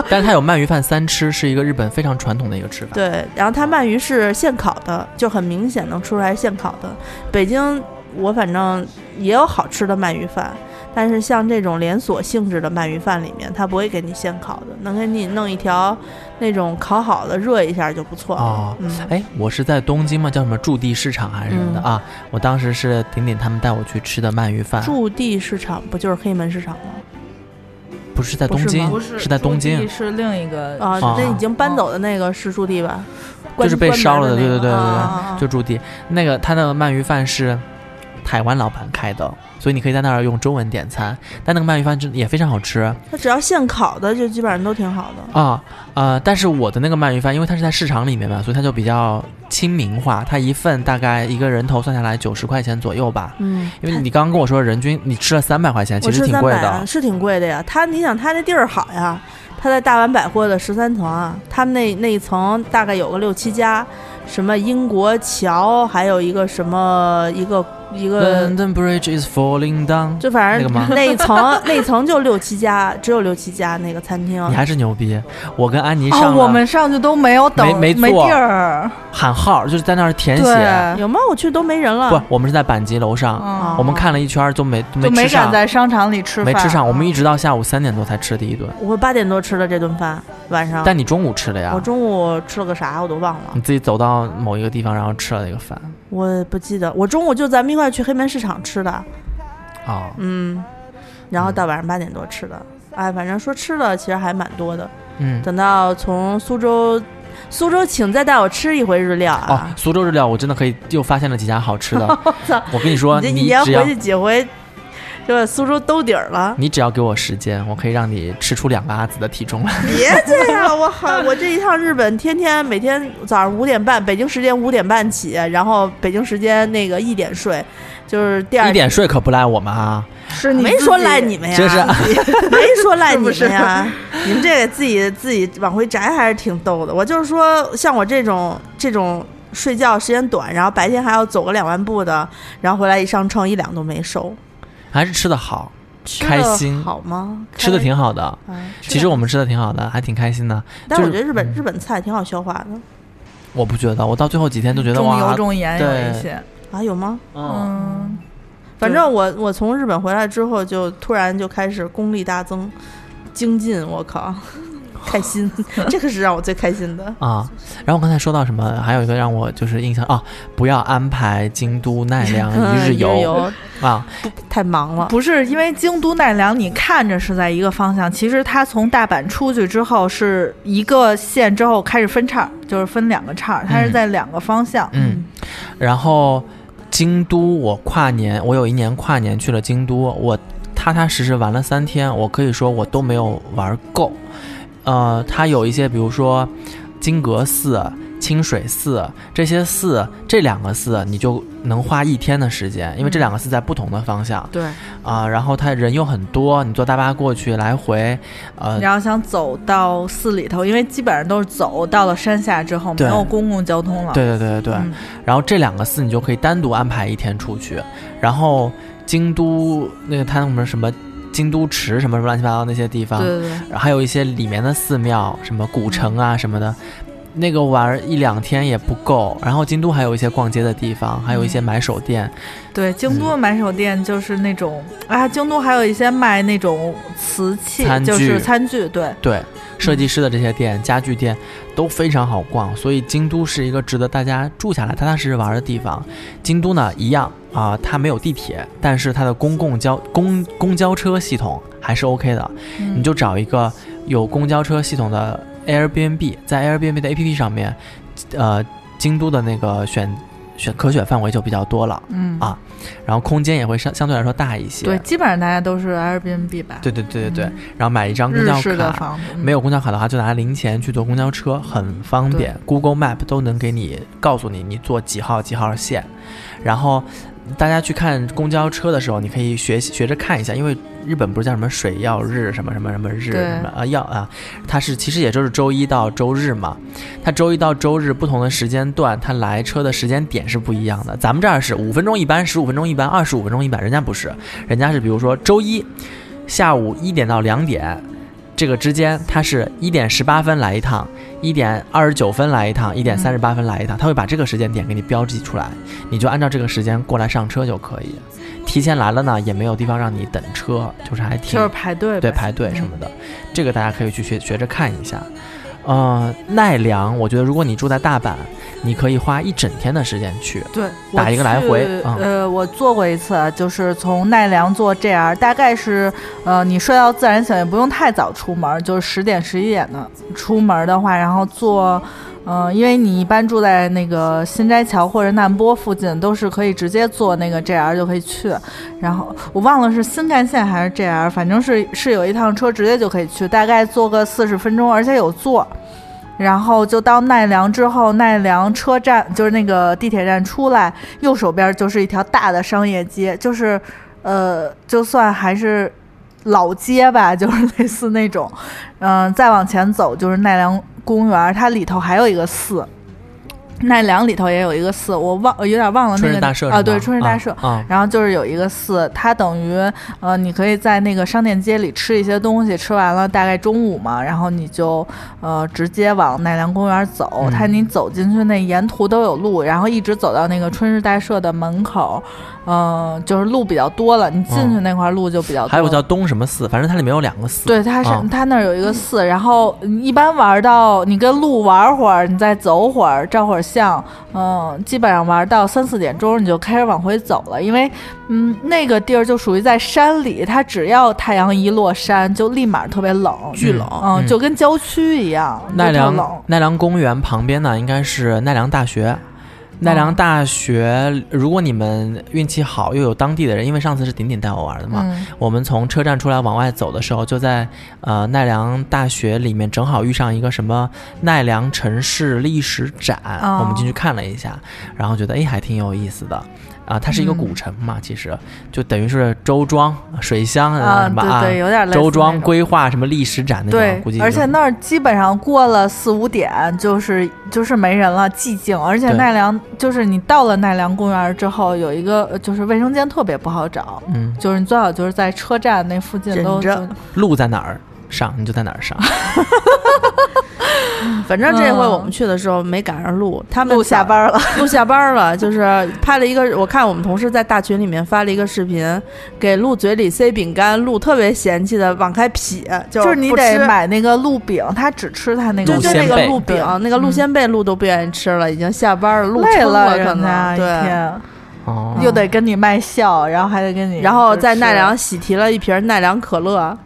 但是它有鳗鱼饭三吃，是一个日本非常传统的一个吃法。
对，然后
嗯
它鳗鱼是现烤的，就很明显能吃出来现烤的。北京我反正也有好吃的鳗鱼饭，但是像这种连锁性质的鳗鱼饭里面，它不会给你现烤的，能给你弄一条那种烤好的，热一下就不错了。
哦
嗯，
哎，我是在东京嘛，叫什么驻地市场还是什么的、
嗯
啊？我当时是顶顶他们带我去吃的鳗鱼饭，
驻地市场不就是黑门市场吗？
不是在
不
东
是
京，
吗
是在东京，
是另一个
啊，
啊
那已经
哦
搬走的那个是驻地吧？关
就是被
关门
烧了
的
的，
那
对
个
对对对
啊
对，
啊啊
就驻地。那个他那个鳗鱼饭是台湾老板开的，所以你可以在那儿用中文点餐，但那个鳗鱼饭真的也非常好吃。
它只要现烤的，就基本上都挺好的。
啊、呃，但是我的那个鳗鱼饭，因为它是在市场里面嘛，所以它就比较亲民化。它一份大概一个人头算下来九十块钱左右吧。
嗯，
因为你刚刚跟我说人均你吃了三百啊块钱，
我
其
吃
实挺
三
贵
百啊
的。
是挺贵的呀。他，你想他那地儿好呀，他在大丸百货的十三层啊，他们那那一层大概有个六七家，什么英国桥，还有一个什么一个一个，
London Bridge is falling down，
就反
那个
正
吗
那一层那一层就六七家，只有六七家那个餐厅
你。还是牛逼。我跟安妮
哦，
上
我
了
们上去都没有等，没
没没坐
地儿，
喊号，就是在那儿填
对，
写。
有吗？我去都没人
不
了。，
我们是在板级楼上，
嗯
我们看了一圈儿都没都
就
吃
没敢
上，
在商场里吃饭，啊
没吃上。我
嗯
们一
直
直到下午三点多才吃第一顿，
我八点多吃的这顿饭，晚上。
但你啊嗯中午吃了呀
我？中午吃了个啥我都忘了
你，自己走到某一个地方，然后吃了那个饭
嗯我不记得。我中午就咱们一块儿去黑门市场吃的，
啊、
嗯，然后到晚上八点多吃的。哎，反正说吃的其实还蛮多的。
嗯。
等到从苏州，苏州请再带我吃一回日料
哦
啊！，
苏州日料我真的可以又发现了几家好
<laughs>
吃的
操。
我跟你说，
你这
你
一年
只要
回去几回，就是苏州兜底儿
<laughs>
了。
你只要给我时间，我可以让你吃出两个阿紫的体重来。
别这样，我好，我这一趟日本，天天每天早上五点半，北京时间五点半起，然后北京时间那个一点睡，就是第二
一点睡可不赖我们啊，
是你
没
自
说
己
赖你们呀，
真是啊
没说赖你
<laughs> 是
们
不
呀，你们这个自己自己往回摘还是挺逗的。我就是说，像我这种这种睡觉时间短，然后白天还要走个两万步的，然后回来一上秤一两都没瘦，
还是吃的好，
吃得
开心
好吗？
吃的挺好的。
开。哎
其实我们吃的挺好的，还挺开心的。
但
就是
我
嗯
觉得日本日本菜挺好消化的
我不觉得，我到最后几天都觉
嗯
得
重
哇
油，重盐有
对
一些，
啊，有吗？
嗯，
嗯，
反正我我从日本回来之后，就突然就开始功力大增，精进，我靠， <laughs> 开
<laughs>
心，这个是让我最开心的。
啊，然后我刚才说到什么，还有一个让我就是印象啊，不要安排京都奈 <laughs> 良一日游
嗯游
啊，
太忙了，
不是因为京都奈良，你看着是在一个方向，其实它从大阪出去之后是一个线之后开始分叉，就是分两个叉，它是在两个方向。
嗯，然后京都我跨年，我有一年跨年去了京都，我踏踏实实玩了三天，我可以说我都没有玩够，呃，它有一些比如说金阁寺。清水寺这些寺，这两个寺你就能花一天的时间，因为这两个寺在不同的方向
对，
啊、然后它人又很多，你坐大巴过去来回，呃，
然后想走到寺里头，因为基本上都是走到了山下之后，没
对
有公共交通了。
对对对对对，
嗯
然后这两个寺你就可以单独安排一天出去，然后京都那个它那们什么京都池什么什么乱七八糟那些地方，
对对
然后还有一些里面的寺庙，什么古城啊什么的，那个玩儿一两天也不够。然后京都还有一些逛街的地方，还有一些买手店，
对，京都的买手店就是那种、
哎
啊，京都还有一些卖那种瓷器
餐，具
就是餐具，对，
对，设计师的这些店、家具店都非常好逛，所以京都是一个值得大家住下来、踏踏实实玩儿的地方。京都呢，一样啊、它没有地铁，但是它的公共交公公交车系统还是 OK 的。
嗯
你就找一个有公交车系统的 Airbnb，在 Airbnb 的 APP 上面，呃，京都的那个选选可选范围就比较多了，
嗯
啊然后空间也会相相对来说大一些。
对，基本上大家都是 Airbnb 吧，
对对对对对
嗯
然后买一张公
日
交
式的
卡，
房子嗯
没有公交卡的话，就拿零钱去坐公交车，很方便。Google Map 都能给你告诉你你坐几号几号线，然后大家去看公交车的时候，你可以学习学着看一下，因为日本不是叫什么水曜日什么什么什么日
对
什么啊曜啊，它是其实也就是周一到周日嘛，它周一到周日不同的时间段，它来车的时间点是不一样的。咱们这儿是五分钟一班，十五分钟一班，二十五分钟一班，人家不是，人家是比如说周一下午一点到两点。这个之间，它是一点十八分来一趟，一点二十九分来一趟，一点三十八分来一趟，它会把这个时间点给你标记出来，你就按照这个时间过来上车就可以。提前来了呢，也没有地方让你等车，就是还挺
就是排队呗，嗯
对排队什么的，这个大家可以去学学着看一下。呃，奈良，我觉得如果你住在大阪，你可以花一整天的时间去。
对，我
打一个来
去
回嗯
呃，我坐过一次，就是从奈良坐 JR，大概是呃，你睡到自然醒，也不用太早出门，就是十点十一点的出门的话，然后坐。嗯、因为你一般住在那个新斋桥或者难波附近，都是可以直接坐那个 JR 就可以去。然后我忘了是新干线还是 JR，反正是是有一趟车直接就可以去，大概坐个四十分钟，而且有座。然后就到奈良之后，奈良车站就是那个地铁站出来，右手边就是一条大的商业街，就是呃，就算还是老街吧， <laughs> 就是类似那种。嗯、再往前走就是奈良公园，它里头还有一个寺。奈良里头也有一个寺，我忘有点忘了那
春
个
日大社
啊，
是
对，
吧
春日大社。
啊，
然后就是有一个寺，它等于呃，你可以在那个商店街里吃一些东西，吃完了大概中午嘛，然后你就呃直接往奈良公园走。
嗯
它你走进去那沿途都有路，然后一直走到那个春日大社的门口，嗯、就是路比较多了，你进去那块路就比较多了。
嗯还有叫东什么寺，反正它里面有两个寺。
对，它是、
啊
它那儿有一个寺，然后你一般玩到你跟鹿玩会儿，你再走会儿，照会儿相，嗯，基本上玩到三四点钟你就开始往回走了，因为嗯那个地儿就属于在山里，它只要太阳一落山就立马特别冷，
巨冷
嗯，
嗯
就跟郊区一样，就
奈
特冷
良。奈良公园旁边呢，应该是奈良大学。奈良大学，如果你们运气好，又有当地的人，因为上次是顶顶带我玩的嘛，
嗯，
我们从车站出来往外走的时候，就在呃奈良大学里面，正好遇上一个什么奈良城市历史展，
哦
我们进去看了一下，然后觉得哎还挺有意思的。啊，它
嗯
是一个古城嘛，其实就等于是周庄、水乡
啊，
什么
对
啊，
对，有点类似
周
那
庄
种
规划什么历史展那种，
对
估计，
而
就
且那儿基本上过了四五点，就是就是没人了，寂静。而且
对
奈良就是你到了奈良公园之后，有一个呃就是卫生间特别不好找，
嗯，
就是你最好就是在车站那附近都
忍着
就
路在哪儿上你就在哪儿上，
反正这回
嗯
我们去的时候没赶上路，他们
路下班了，
录下班 <laughs> 儿了，就是拍了一个，我看我们同事在大群里面发了一个视频，给鹿嘴里塞饼干，鹿特别嫌弃的往开撇，就
就是是你
不
得
吃。
买那个鹿饼，他只吃他那个
就
鹿
就
仙
那个
贝
鹿饼，
对
那个鹿
嗯
仙贝，鹿都不愿意吃了，已经下班了，鹿
累
撑
了
可
人家
能
一
对。
天，
哦，
又得跟你卖笑，然后还得跟你，
然后在奈
良。
良喜提了一瓶奈良可乐，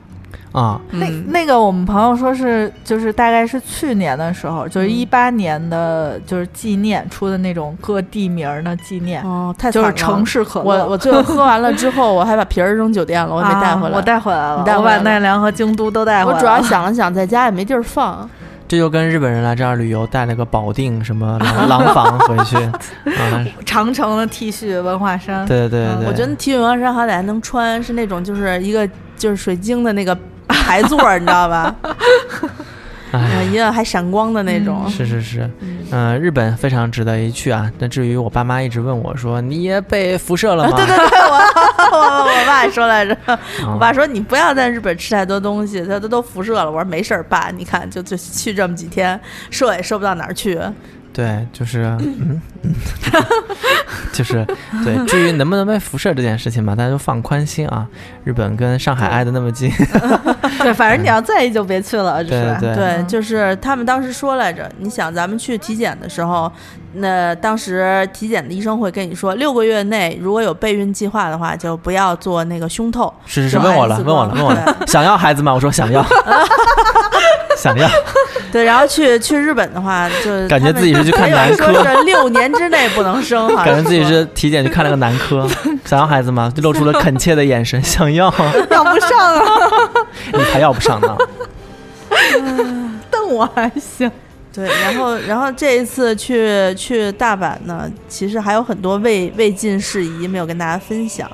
啊，
那
嗯，
那个我们朋友说是就是大概是去年的时候，就是
嗯
一八年的，就是纪念出的那种各地名儿的纪念，
哦，太
就
惨
是
了
城市可乐。
我我最后喝完了之后，我还把瓶儿扔酒店了，我
我
也没带回来。
啊我带回来了，
你带回
我
来
把
了
奈良和京都都带回
我
来了。
主要想了想，在家也没地儿放，
这就跟日本人来这儿旅游带了个保定什么廊廊坊回去啊，
长城的 T 恤、文化衫，
对对对
嗯
对，
我觉得体育王山好歹还能穿，是那种就是一个就是水晶的那个牌座儿，你知道
<laughs>
吧？嗯
哎。
一个还闪光的那种。
是是是，嗯、日本非常值得一去啊。那至于我爸妈一直问我说，你也被辐射了吗？啊对对对，
<laughs> 我我爸也说来着，
我
我爸说你不要在日本吃太多东西，他都都辐射了。我说没事儿，爸，你看就就去这么几天，射也射不到哪儿去。
对，就是，嗯，嗯 <laughs> 就是对。至于能不能被辐射这件事情嘛，大家就放宽心啊。日本跟上海挨得那么近，
对，反正你要在意就别去了，就
对
是。
对
对，
嗯
就是他们当时说来着，你想咱们去体检的时候，那当时体检的医生会跟你说，六个月内如果有备孕计划的话，就不要做那个胸透。
是是是，
有
问我了，
X
问我了，
光
问我了，
<laughs>
想要孩子吗？我说想要，想要，
对，然后去去日本的话，就
感觉自己是
<laughs>
去看男
男
科
说是六年之内不能生，好像
感觉自己
说
是体检去看了个男科，
<laughs>
想要孩子吗？就露出了恳切的眼神，想要，
<laughs> 要不上啊，
你才要不上呢。
瞪我还
<laughs>
行。
对，然后然后这一次去去大阪呢，其实还有很多未未尽事宜没有跟大家分享，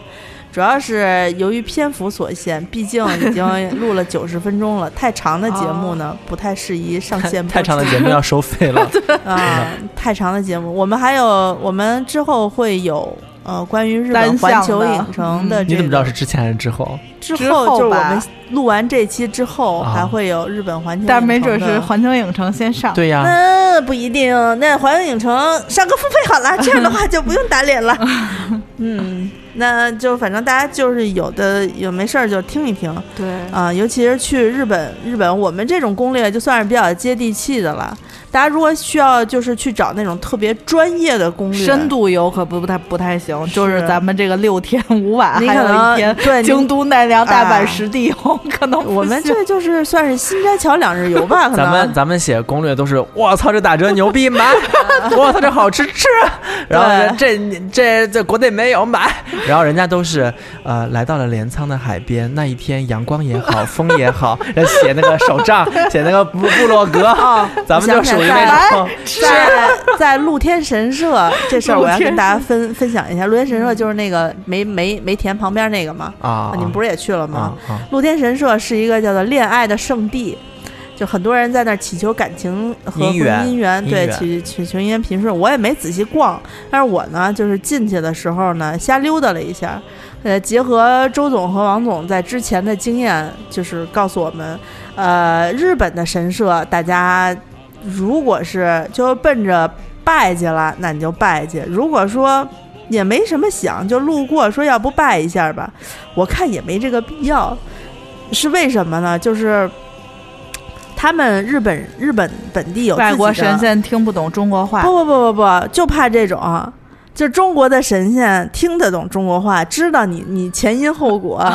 主要是由于篇幅所限，毕竟已经录了九十分钟了，太长的节目呢、不太适宜上
太
线
太长的
播
节目要收费
<laughs>
了。
出啊，太长的节目，我们还有我们之后会有。呃，关于日本
单
环
项
球
的
影城的这个，
嗯你怎么知道是之前还是之后？
之
之
后
后
就是我
吧
们录完这期之后，
啊
还会有日本环球，
但是没准是。环球影城先上。
对呀、
那不一定，那环球影城上个付费好了，这样的话就不用打脸了。嗯，那就反正大家就是有的有没事儿就听一听啊、
对
尤其是去日本，日本我们这种攻略就算是比较接地气的了。大家如果需要就是去找那种特别专业的攻略，
深度游可不不太不太行，就是
是
咱们这个六天五晚，
你
还
可
有
能
一天
对你
京都、奈良、大
啊
阪实地游，哦可能
<laughs>
不
我们
行
这就是算是新斋桥两日游吧，可能
咱们咱们写攻略都是，我操，这打折牛
<laughs>
逼买，我操，这好吃吃，然后这这这这国内没有买，然后人家都是呃来到了镰仓的海边，那一天阳光也好，风也好，然后写那个手账，写那个部部落格，
哦，
咱们就属于
来。
那 <laughs> 种
在在露天神社这事儿，我要
露天
跟大家分分享一下。露天神社就是那个梅梅梅田旁边那个嘛，
啊，
你们不
是
是也去了吗？
啊啊
露天神社是一个叫做恋爱的圣地。就很多人在那儿祈求感情和
姻缘
婚姻缘，对
姻，缘
祈祈求姻缘平顺。我也没仔细逛，但是我呢，就是进去的时候呢，瞎溜达了一下。呃，结合周总和王总在之前的经验，就是告诉我们，呃，日本的神社，大家如果是就奔着拜去了，那你就拜去；如果说也没什么想，就路过说要不拜一下吧，我看也没这个必要。是为什么呢？就是他们日本日本本地有自己的
外国神仙听不懂中国话，
不不不不不，就怕这种，嗯就中国的神仙听得懂中国话，知道你你前因后 <laughs> 果。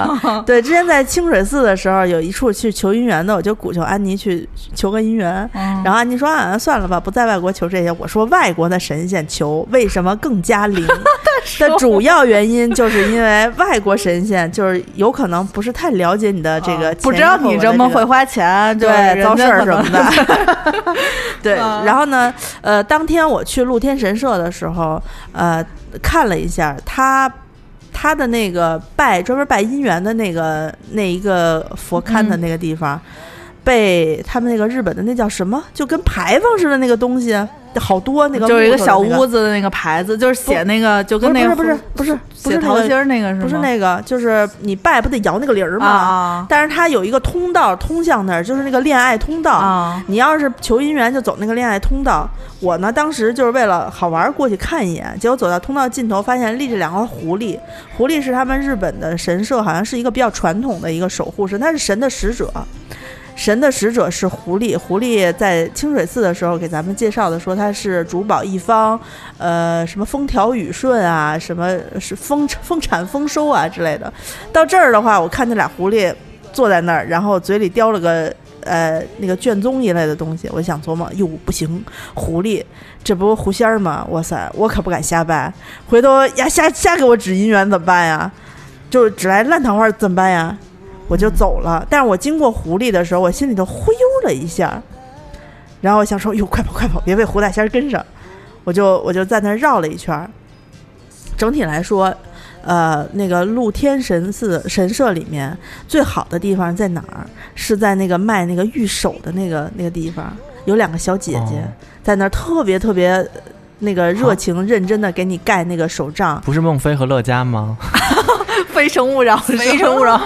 对，之前在清水寺的时候，有一处去求姻缘的，我就鼓求安妮去求个姻缘。
嗯
然后安妮说：“啊，算了吧，不在外国求这些。”我说：“外国的神仙求为什么更加
<laughs>
灵？的主要原因就是因为外国神仙就是有可能不是太了解你的这个
啊
前因后果
不
的
知
这个、
道你这么会花钱，就
对，
人
糟
家
事儿
可
什
能
么
<laughs>
的。 <laughs> 对，
嗯
然后呢，呃，当天我去露天神社的时候，呃，看了一下他。他的那个拜专门拜姻缘的那个那一个佛龛
嗯
的那个地方，被他们那个日本的那叫什么，就跟牌坊似的那个东西，好多那个
就是一
木
个
头的
小
那个
屋子的那个牌子，就是写那个，就
不是
跟那个
不是不是不是不
写
是那
桃
个
心儿那个是
不是
吗
那个，就是你拜不得摇那个铃儿吗？
啊
但是它有一个通道通向那儿，就是那个恋爱通道。
啊啊！
你要是求姻缘，就走那个恋爱通道。我呢，当时就是为了好玩儿过去看一眼，结果走到通道尽头，发现立着两个狐狸。狐狸是他们日本的神社，好像是一个比较传统的一个守护神，它是神的使者。神的使者是狐狸，狐狸在清水寺的时候给咱们介绍的说它是主保一方，呃，什么风调雨顺啊，什么是丰丰产丰收啊之类的。到这儿的话，我看那俩狐狸坐在那儿，然后嘴里叼了个呃那个卷宗一类的东西，我想琢磨，哟不行，狐狸这不狐仙儿吗？哇塞，我可不敢瞎掰，回头呀瞎瞎给我指姻缘怎么办呀？就是指来烂桃花怎么办呀？我就走了。但是我经过狐狸的时候，我心里头忽悠了一下，然后我想说，哟快跑快跑，别被胡大仙儿跟上，我就我就在那儿绕了一圈儿。整体来说，呃，那个露天神寺神社里面最好的地方在哪儿？是在那个卖那个玉手的那个那个地方，有两个小姐姐
哦
在那儿特别特别呃那个热情认真的给你盖那个手杖。
不是孟非和乐嘉吗？ <laughs>
非诚勿扰， <laughs> 非诚勿扰。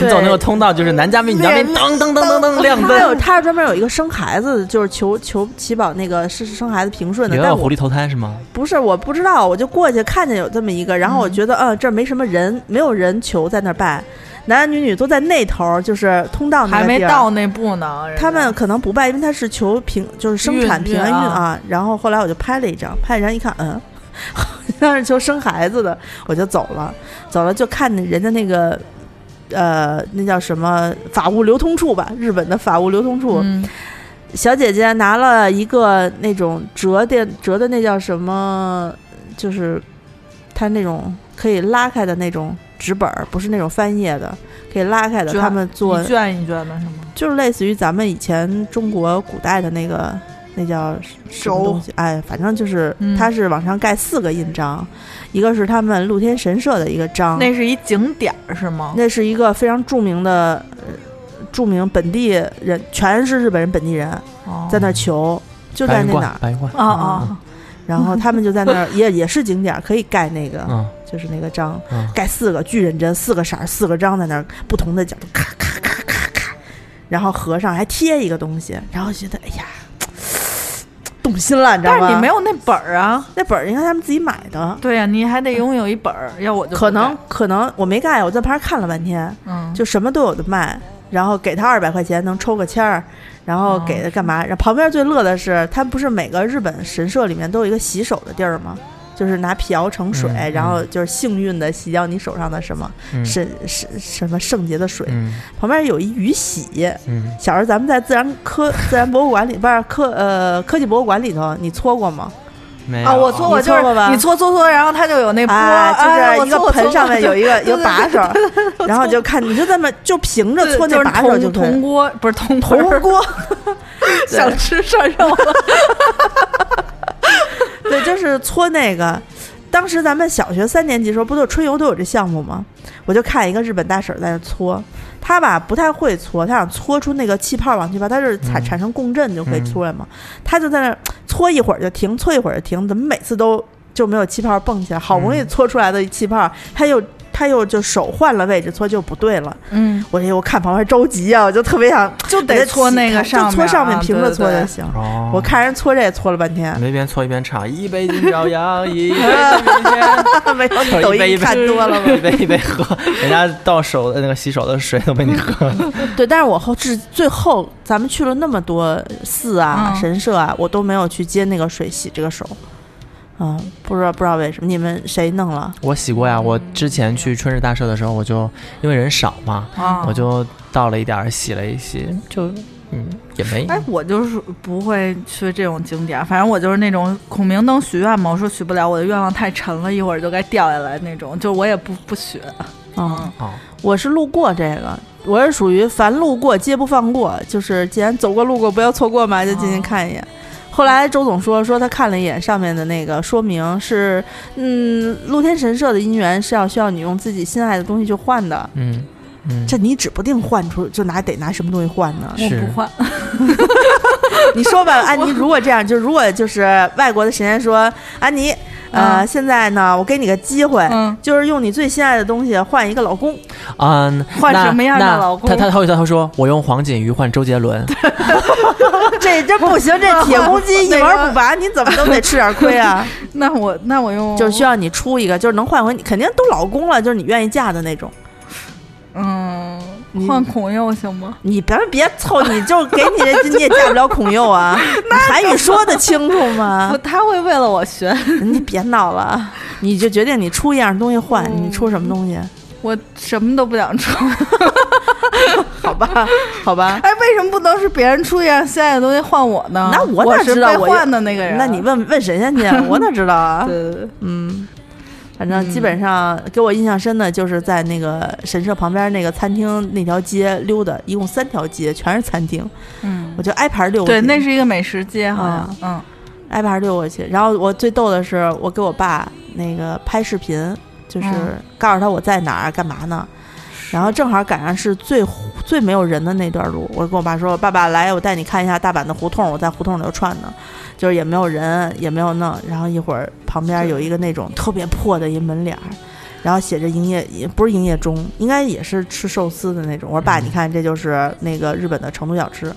你走那个通道就是男嘉宾、女嘉宾，噔噔噔噔噔亮
他有
灯。
他专门有一个生孩子的，就是求求祈保那个是生孩子平顺的，
也
但
有
我
狐狸投胎是吗？
不是我不知道，我就过去看见有这么一个，然后我觉得嗯这儿没什么人，没有人求在那儿拜，男男女女都在那头儿，就是通道那
还
个
没
地儿
到那步呢，人家
他们可能不拜，因为他是求平，就是生产平安运
孕啊
啊。然后后来我就拍了一张，拍人一看，嗯， <laughs> 那是求生孩子的，我就走了，走了就看见人家那个，呃，那叫什么法务流通处吧，日本的法务流通处，
嗯
小姐姐拿了一个那种折的折的那叫什么，就是它那种可以拉开的那种纸本儿，不是那种翻页的，可以拉开的，
卷
他们做
一卷一卷的是吗？
就是类似于咱们以前中国古代的那个那叫什么东西，哎，反正就是、
嗯
它是往上盖四个印章，一个是他们露天神社的一个章，
那是一景点儿是吗？
那是一个非常著名的、呃著名本地人，全是日本人本地人
哦
在那儿求，就
白
在
云
那
观
哪儿，哦
白云观。
啊啊，
嗯然后他们就在那
<laughs>
儿也也是景点儿，可以盖那个、
嗯
就是那个章，
嗯，
盖四个巨认真，四个色儿四个章在那儿不同的角度咔咔咔咔咔，然后合上还贴一个东西，然后觉得哎呀，动心了，你知道
但
吗？
是你没有那本儿啊。
那本儿，应该他们自己买的，
对呀、啊你还得拥有一本儿，要我就不
可能
干
可能我没盖，我在旁边看了半天，
嗯，
就什么都有的卖，然后给他二百块钱能抽个签儿，然
哦
后给他干嘛？然后旁边最乐的是，他不是每个日本神社里面都有一个洗手的地儿吗？就是拿皮袄盛水，
嗯嗯
然后就是幸运的洗掉你手上的什么
嗯
圣什什么圣洁的水，
嗯
旁边有一鱼洗。
嗯，
小时候咱们在自然科自然博物馆里，不是科呃科技博物馆里头，你搓过吗？
没有
啊，我做过，
你
就
搓过吧
是你搓搓搓，然后它就有那波，
啊，
哎
就
我
是一个
搓过
盆
搓
上
过
面有一个一个
对对
把
对
手，然后就看你就这么就凭着搓那把手
就
就是可以
铜铜锅，不是铜盆
铜
儿，
锅，<laughs>
想吃涮肉了。
对，就是搓那个。当时咱们小学三年级时候，不都有春游都有这项目吗？我就看一个日本大婶儿在那搓，她吧不太会搓，她想搓出那个气泡往气泡，她就是产
嗯
产生共振就可以出来嘛。她就在那儿搓一会儿就停，搓一会儿就停，怎么每次都就没有气泡蹦起来？好不容
嗯
易搓出来的气泡，她又她又就手换了位置搓就不对了。
嗯，
我这我看旁边着急啊，我就特别想
<laughs> 就
给
得
她
搓
起
那个
开
上面啊，
就搓上面平着搓
对
就
对
行。
哦
我看人搓这也搓了半天，
你们一边搓一边唱，一杯敬朝阳，一杯敬明天。
没有你抖
一杯一
音
杯
看多了吧？
<laughs> 一杯一杯喝，人家到手的那个洗手的水都被你喝。
<laughs> 对，但是我后至最后咱们去了那么多寺啊、
嗯
神社啊，我都没有去接那个水洗这个手。啊、不知道不知道为什么，你们谁弄了？
<laughs> 我洗过呀，我之前去春日大社的时候，我就因为人少嘛，
对啊
我就倒了一点儿，洗了一洗，就嗯也没。
哎，我就是不会去这种景点儿，反正我就是那种孔明灯许愿嘛，我说许不了，我的愿望太沉了，一会儿就该掉下来那种，就我也不不许。嗯
啊、
哦，
我是路过这个，我是属于凡路过皆不放过，就是既然走过路过不要错过嘛，就进去
哦
看一眼。后来周总说说他看了一眼上面的那个说明是，嗯，露天神社的姻缘是要需要你用自己心爱的东西去换的，
嗯嗯，
这你指不定换出就拿得拿什么东西换呢？
<laughs> 我
是
不换，
你说吧，安妮，如果这样，就如果就是外国的神仙说，安妮，呃，
嗯
现在呢，我给你个机会。
嗯，
就是用你最心爱的东西换一个老
<laughs>
公，
嗯，
换
那
什么样的
那
老公
他他他会他会说，我用黄锦瑜换周杰伦。
这这不行，这铁公鸡一
<laughs> 那个
毛不拔，你怎么都得吃点亏
<laughs>
啊！
那我那我用
就是需要你出一个，就是能换回你，肯定都老公了，就是你愿意嫁的那种。
嗯换孔佑行吗？
你别别凑，你就给你这，你也嫁不了孔佑
<laughs>
啊！你韩语说的清楚吗
不，？他会为了我学，
你别闹了，你就决定你出一样东西换，你出什么东西？
<laughs> 我什么都不想出。 <laughs>
好 <laughs> 吧，好吧。
哎，为什么不能是别人出一样心爱的东西换我呢？
那我
我
哪
是
知道
被
嗯我
换的那个人？啊
那你问问神仙去，我哪知道 <laughs> 啊？
对对对，
嗯，反正基本上给我印象深的就是在那个神社旁边那个餐厅那条街溜达，一共三条街全是餐厅，
嗯
我，就挨排溜过
对，
去。
那是一个美食街，好
啊
像，嗯，
挨排溜过去。然后我最逗的是，我给我爸那个拍视频，就是
嗯
告诉他我在哪儿干嘛呢。然后正好赶上是最胡最没有人的那段路，我跟我爸说：“爸爸来，我带你看一下大阪的胡同，我在胡同里头串呢，就是也没有人，也没有弄。然后一会儿旁边有一个那种特别破的一门脸儿，然后写着营业也不是营业中，应该也是吃寿司的那种。我说爸，
嗯
你看这就是那个日本的成都小吃，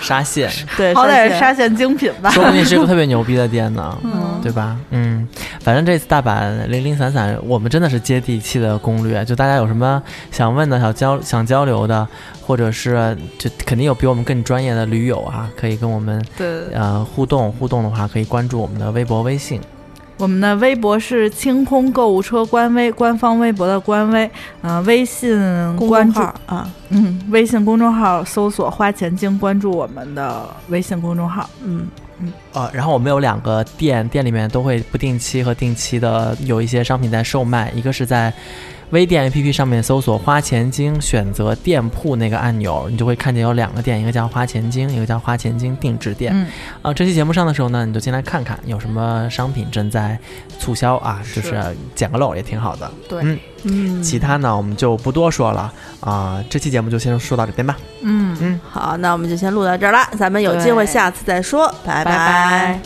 沙县，
对，
好歹
是
是沙县精品吧。
说不定是一个特别牛逼的店呢。
嗯，
对吧？嗯，反正这次大阪零零散散，我们真的是接地气的攻略。就大家有什么想问的、想交想交流的，或者是就肯定有比我们更专业的驴友啊，可以跟我们
对，
呃互动。互动的话，可以关注我们的微博、微信。
我们的微博是清空购物车官微，官方微博的官微，嗯、微信
公
关
众
注
号，啊，
嗯，微信公众号搜索“花钱精”，关注我们的微信公众号。
嗯，
呃，然后我们有两个店，店里面都会不定期和定期的有一些商品在售卖，一个是在。微店 APP 上面搜索“花钱精”，选择店铺那个按钮，你就会看见有两个店，一个叫“花钱精”，一个叫“花钱精定制店”。
嗯，
啊，这期节目上的时候呢，你就进来看看有什么商品正在促销啊，就是是捡个漏也挺好的。
对
嗯，
嗯
其他呢我们就不多说了啊、这期节目就先说到这边吧。
嗯，
好，那我们就先录到这儿了，咱们有机会
对
下次再说，拜
拜拜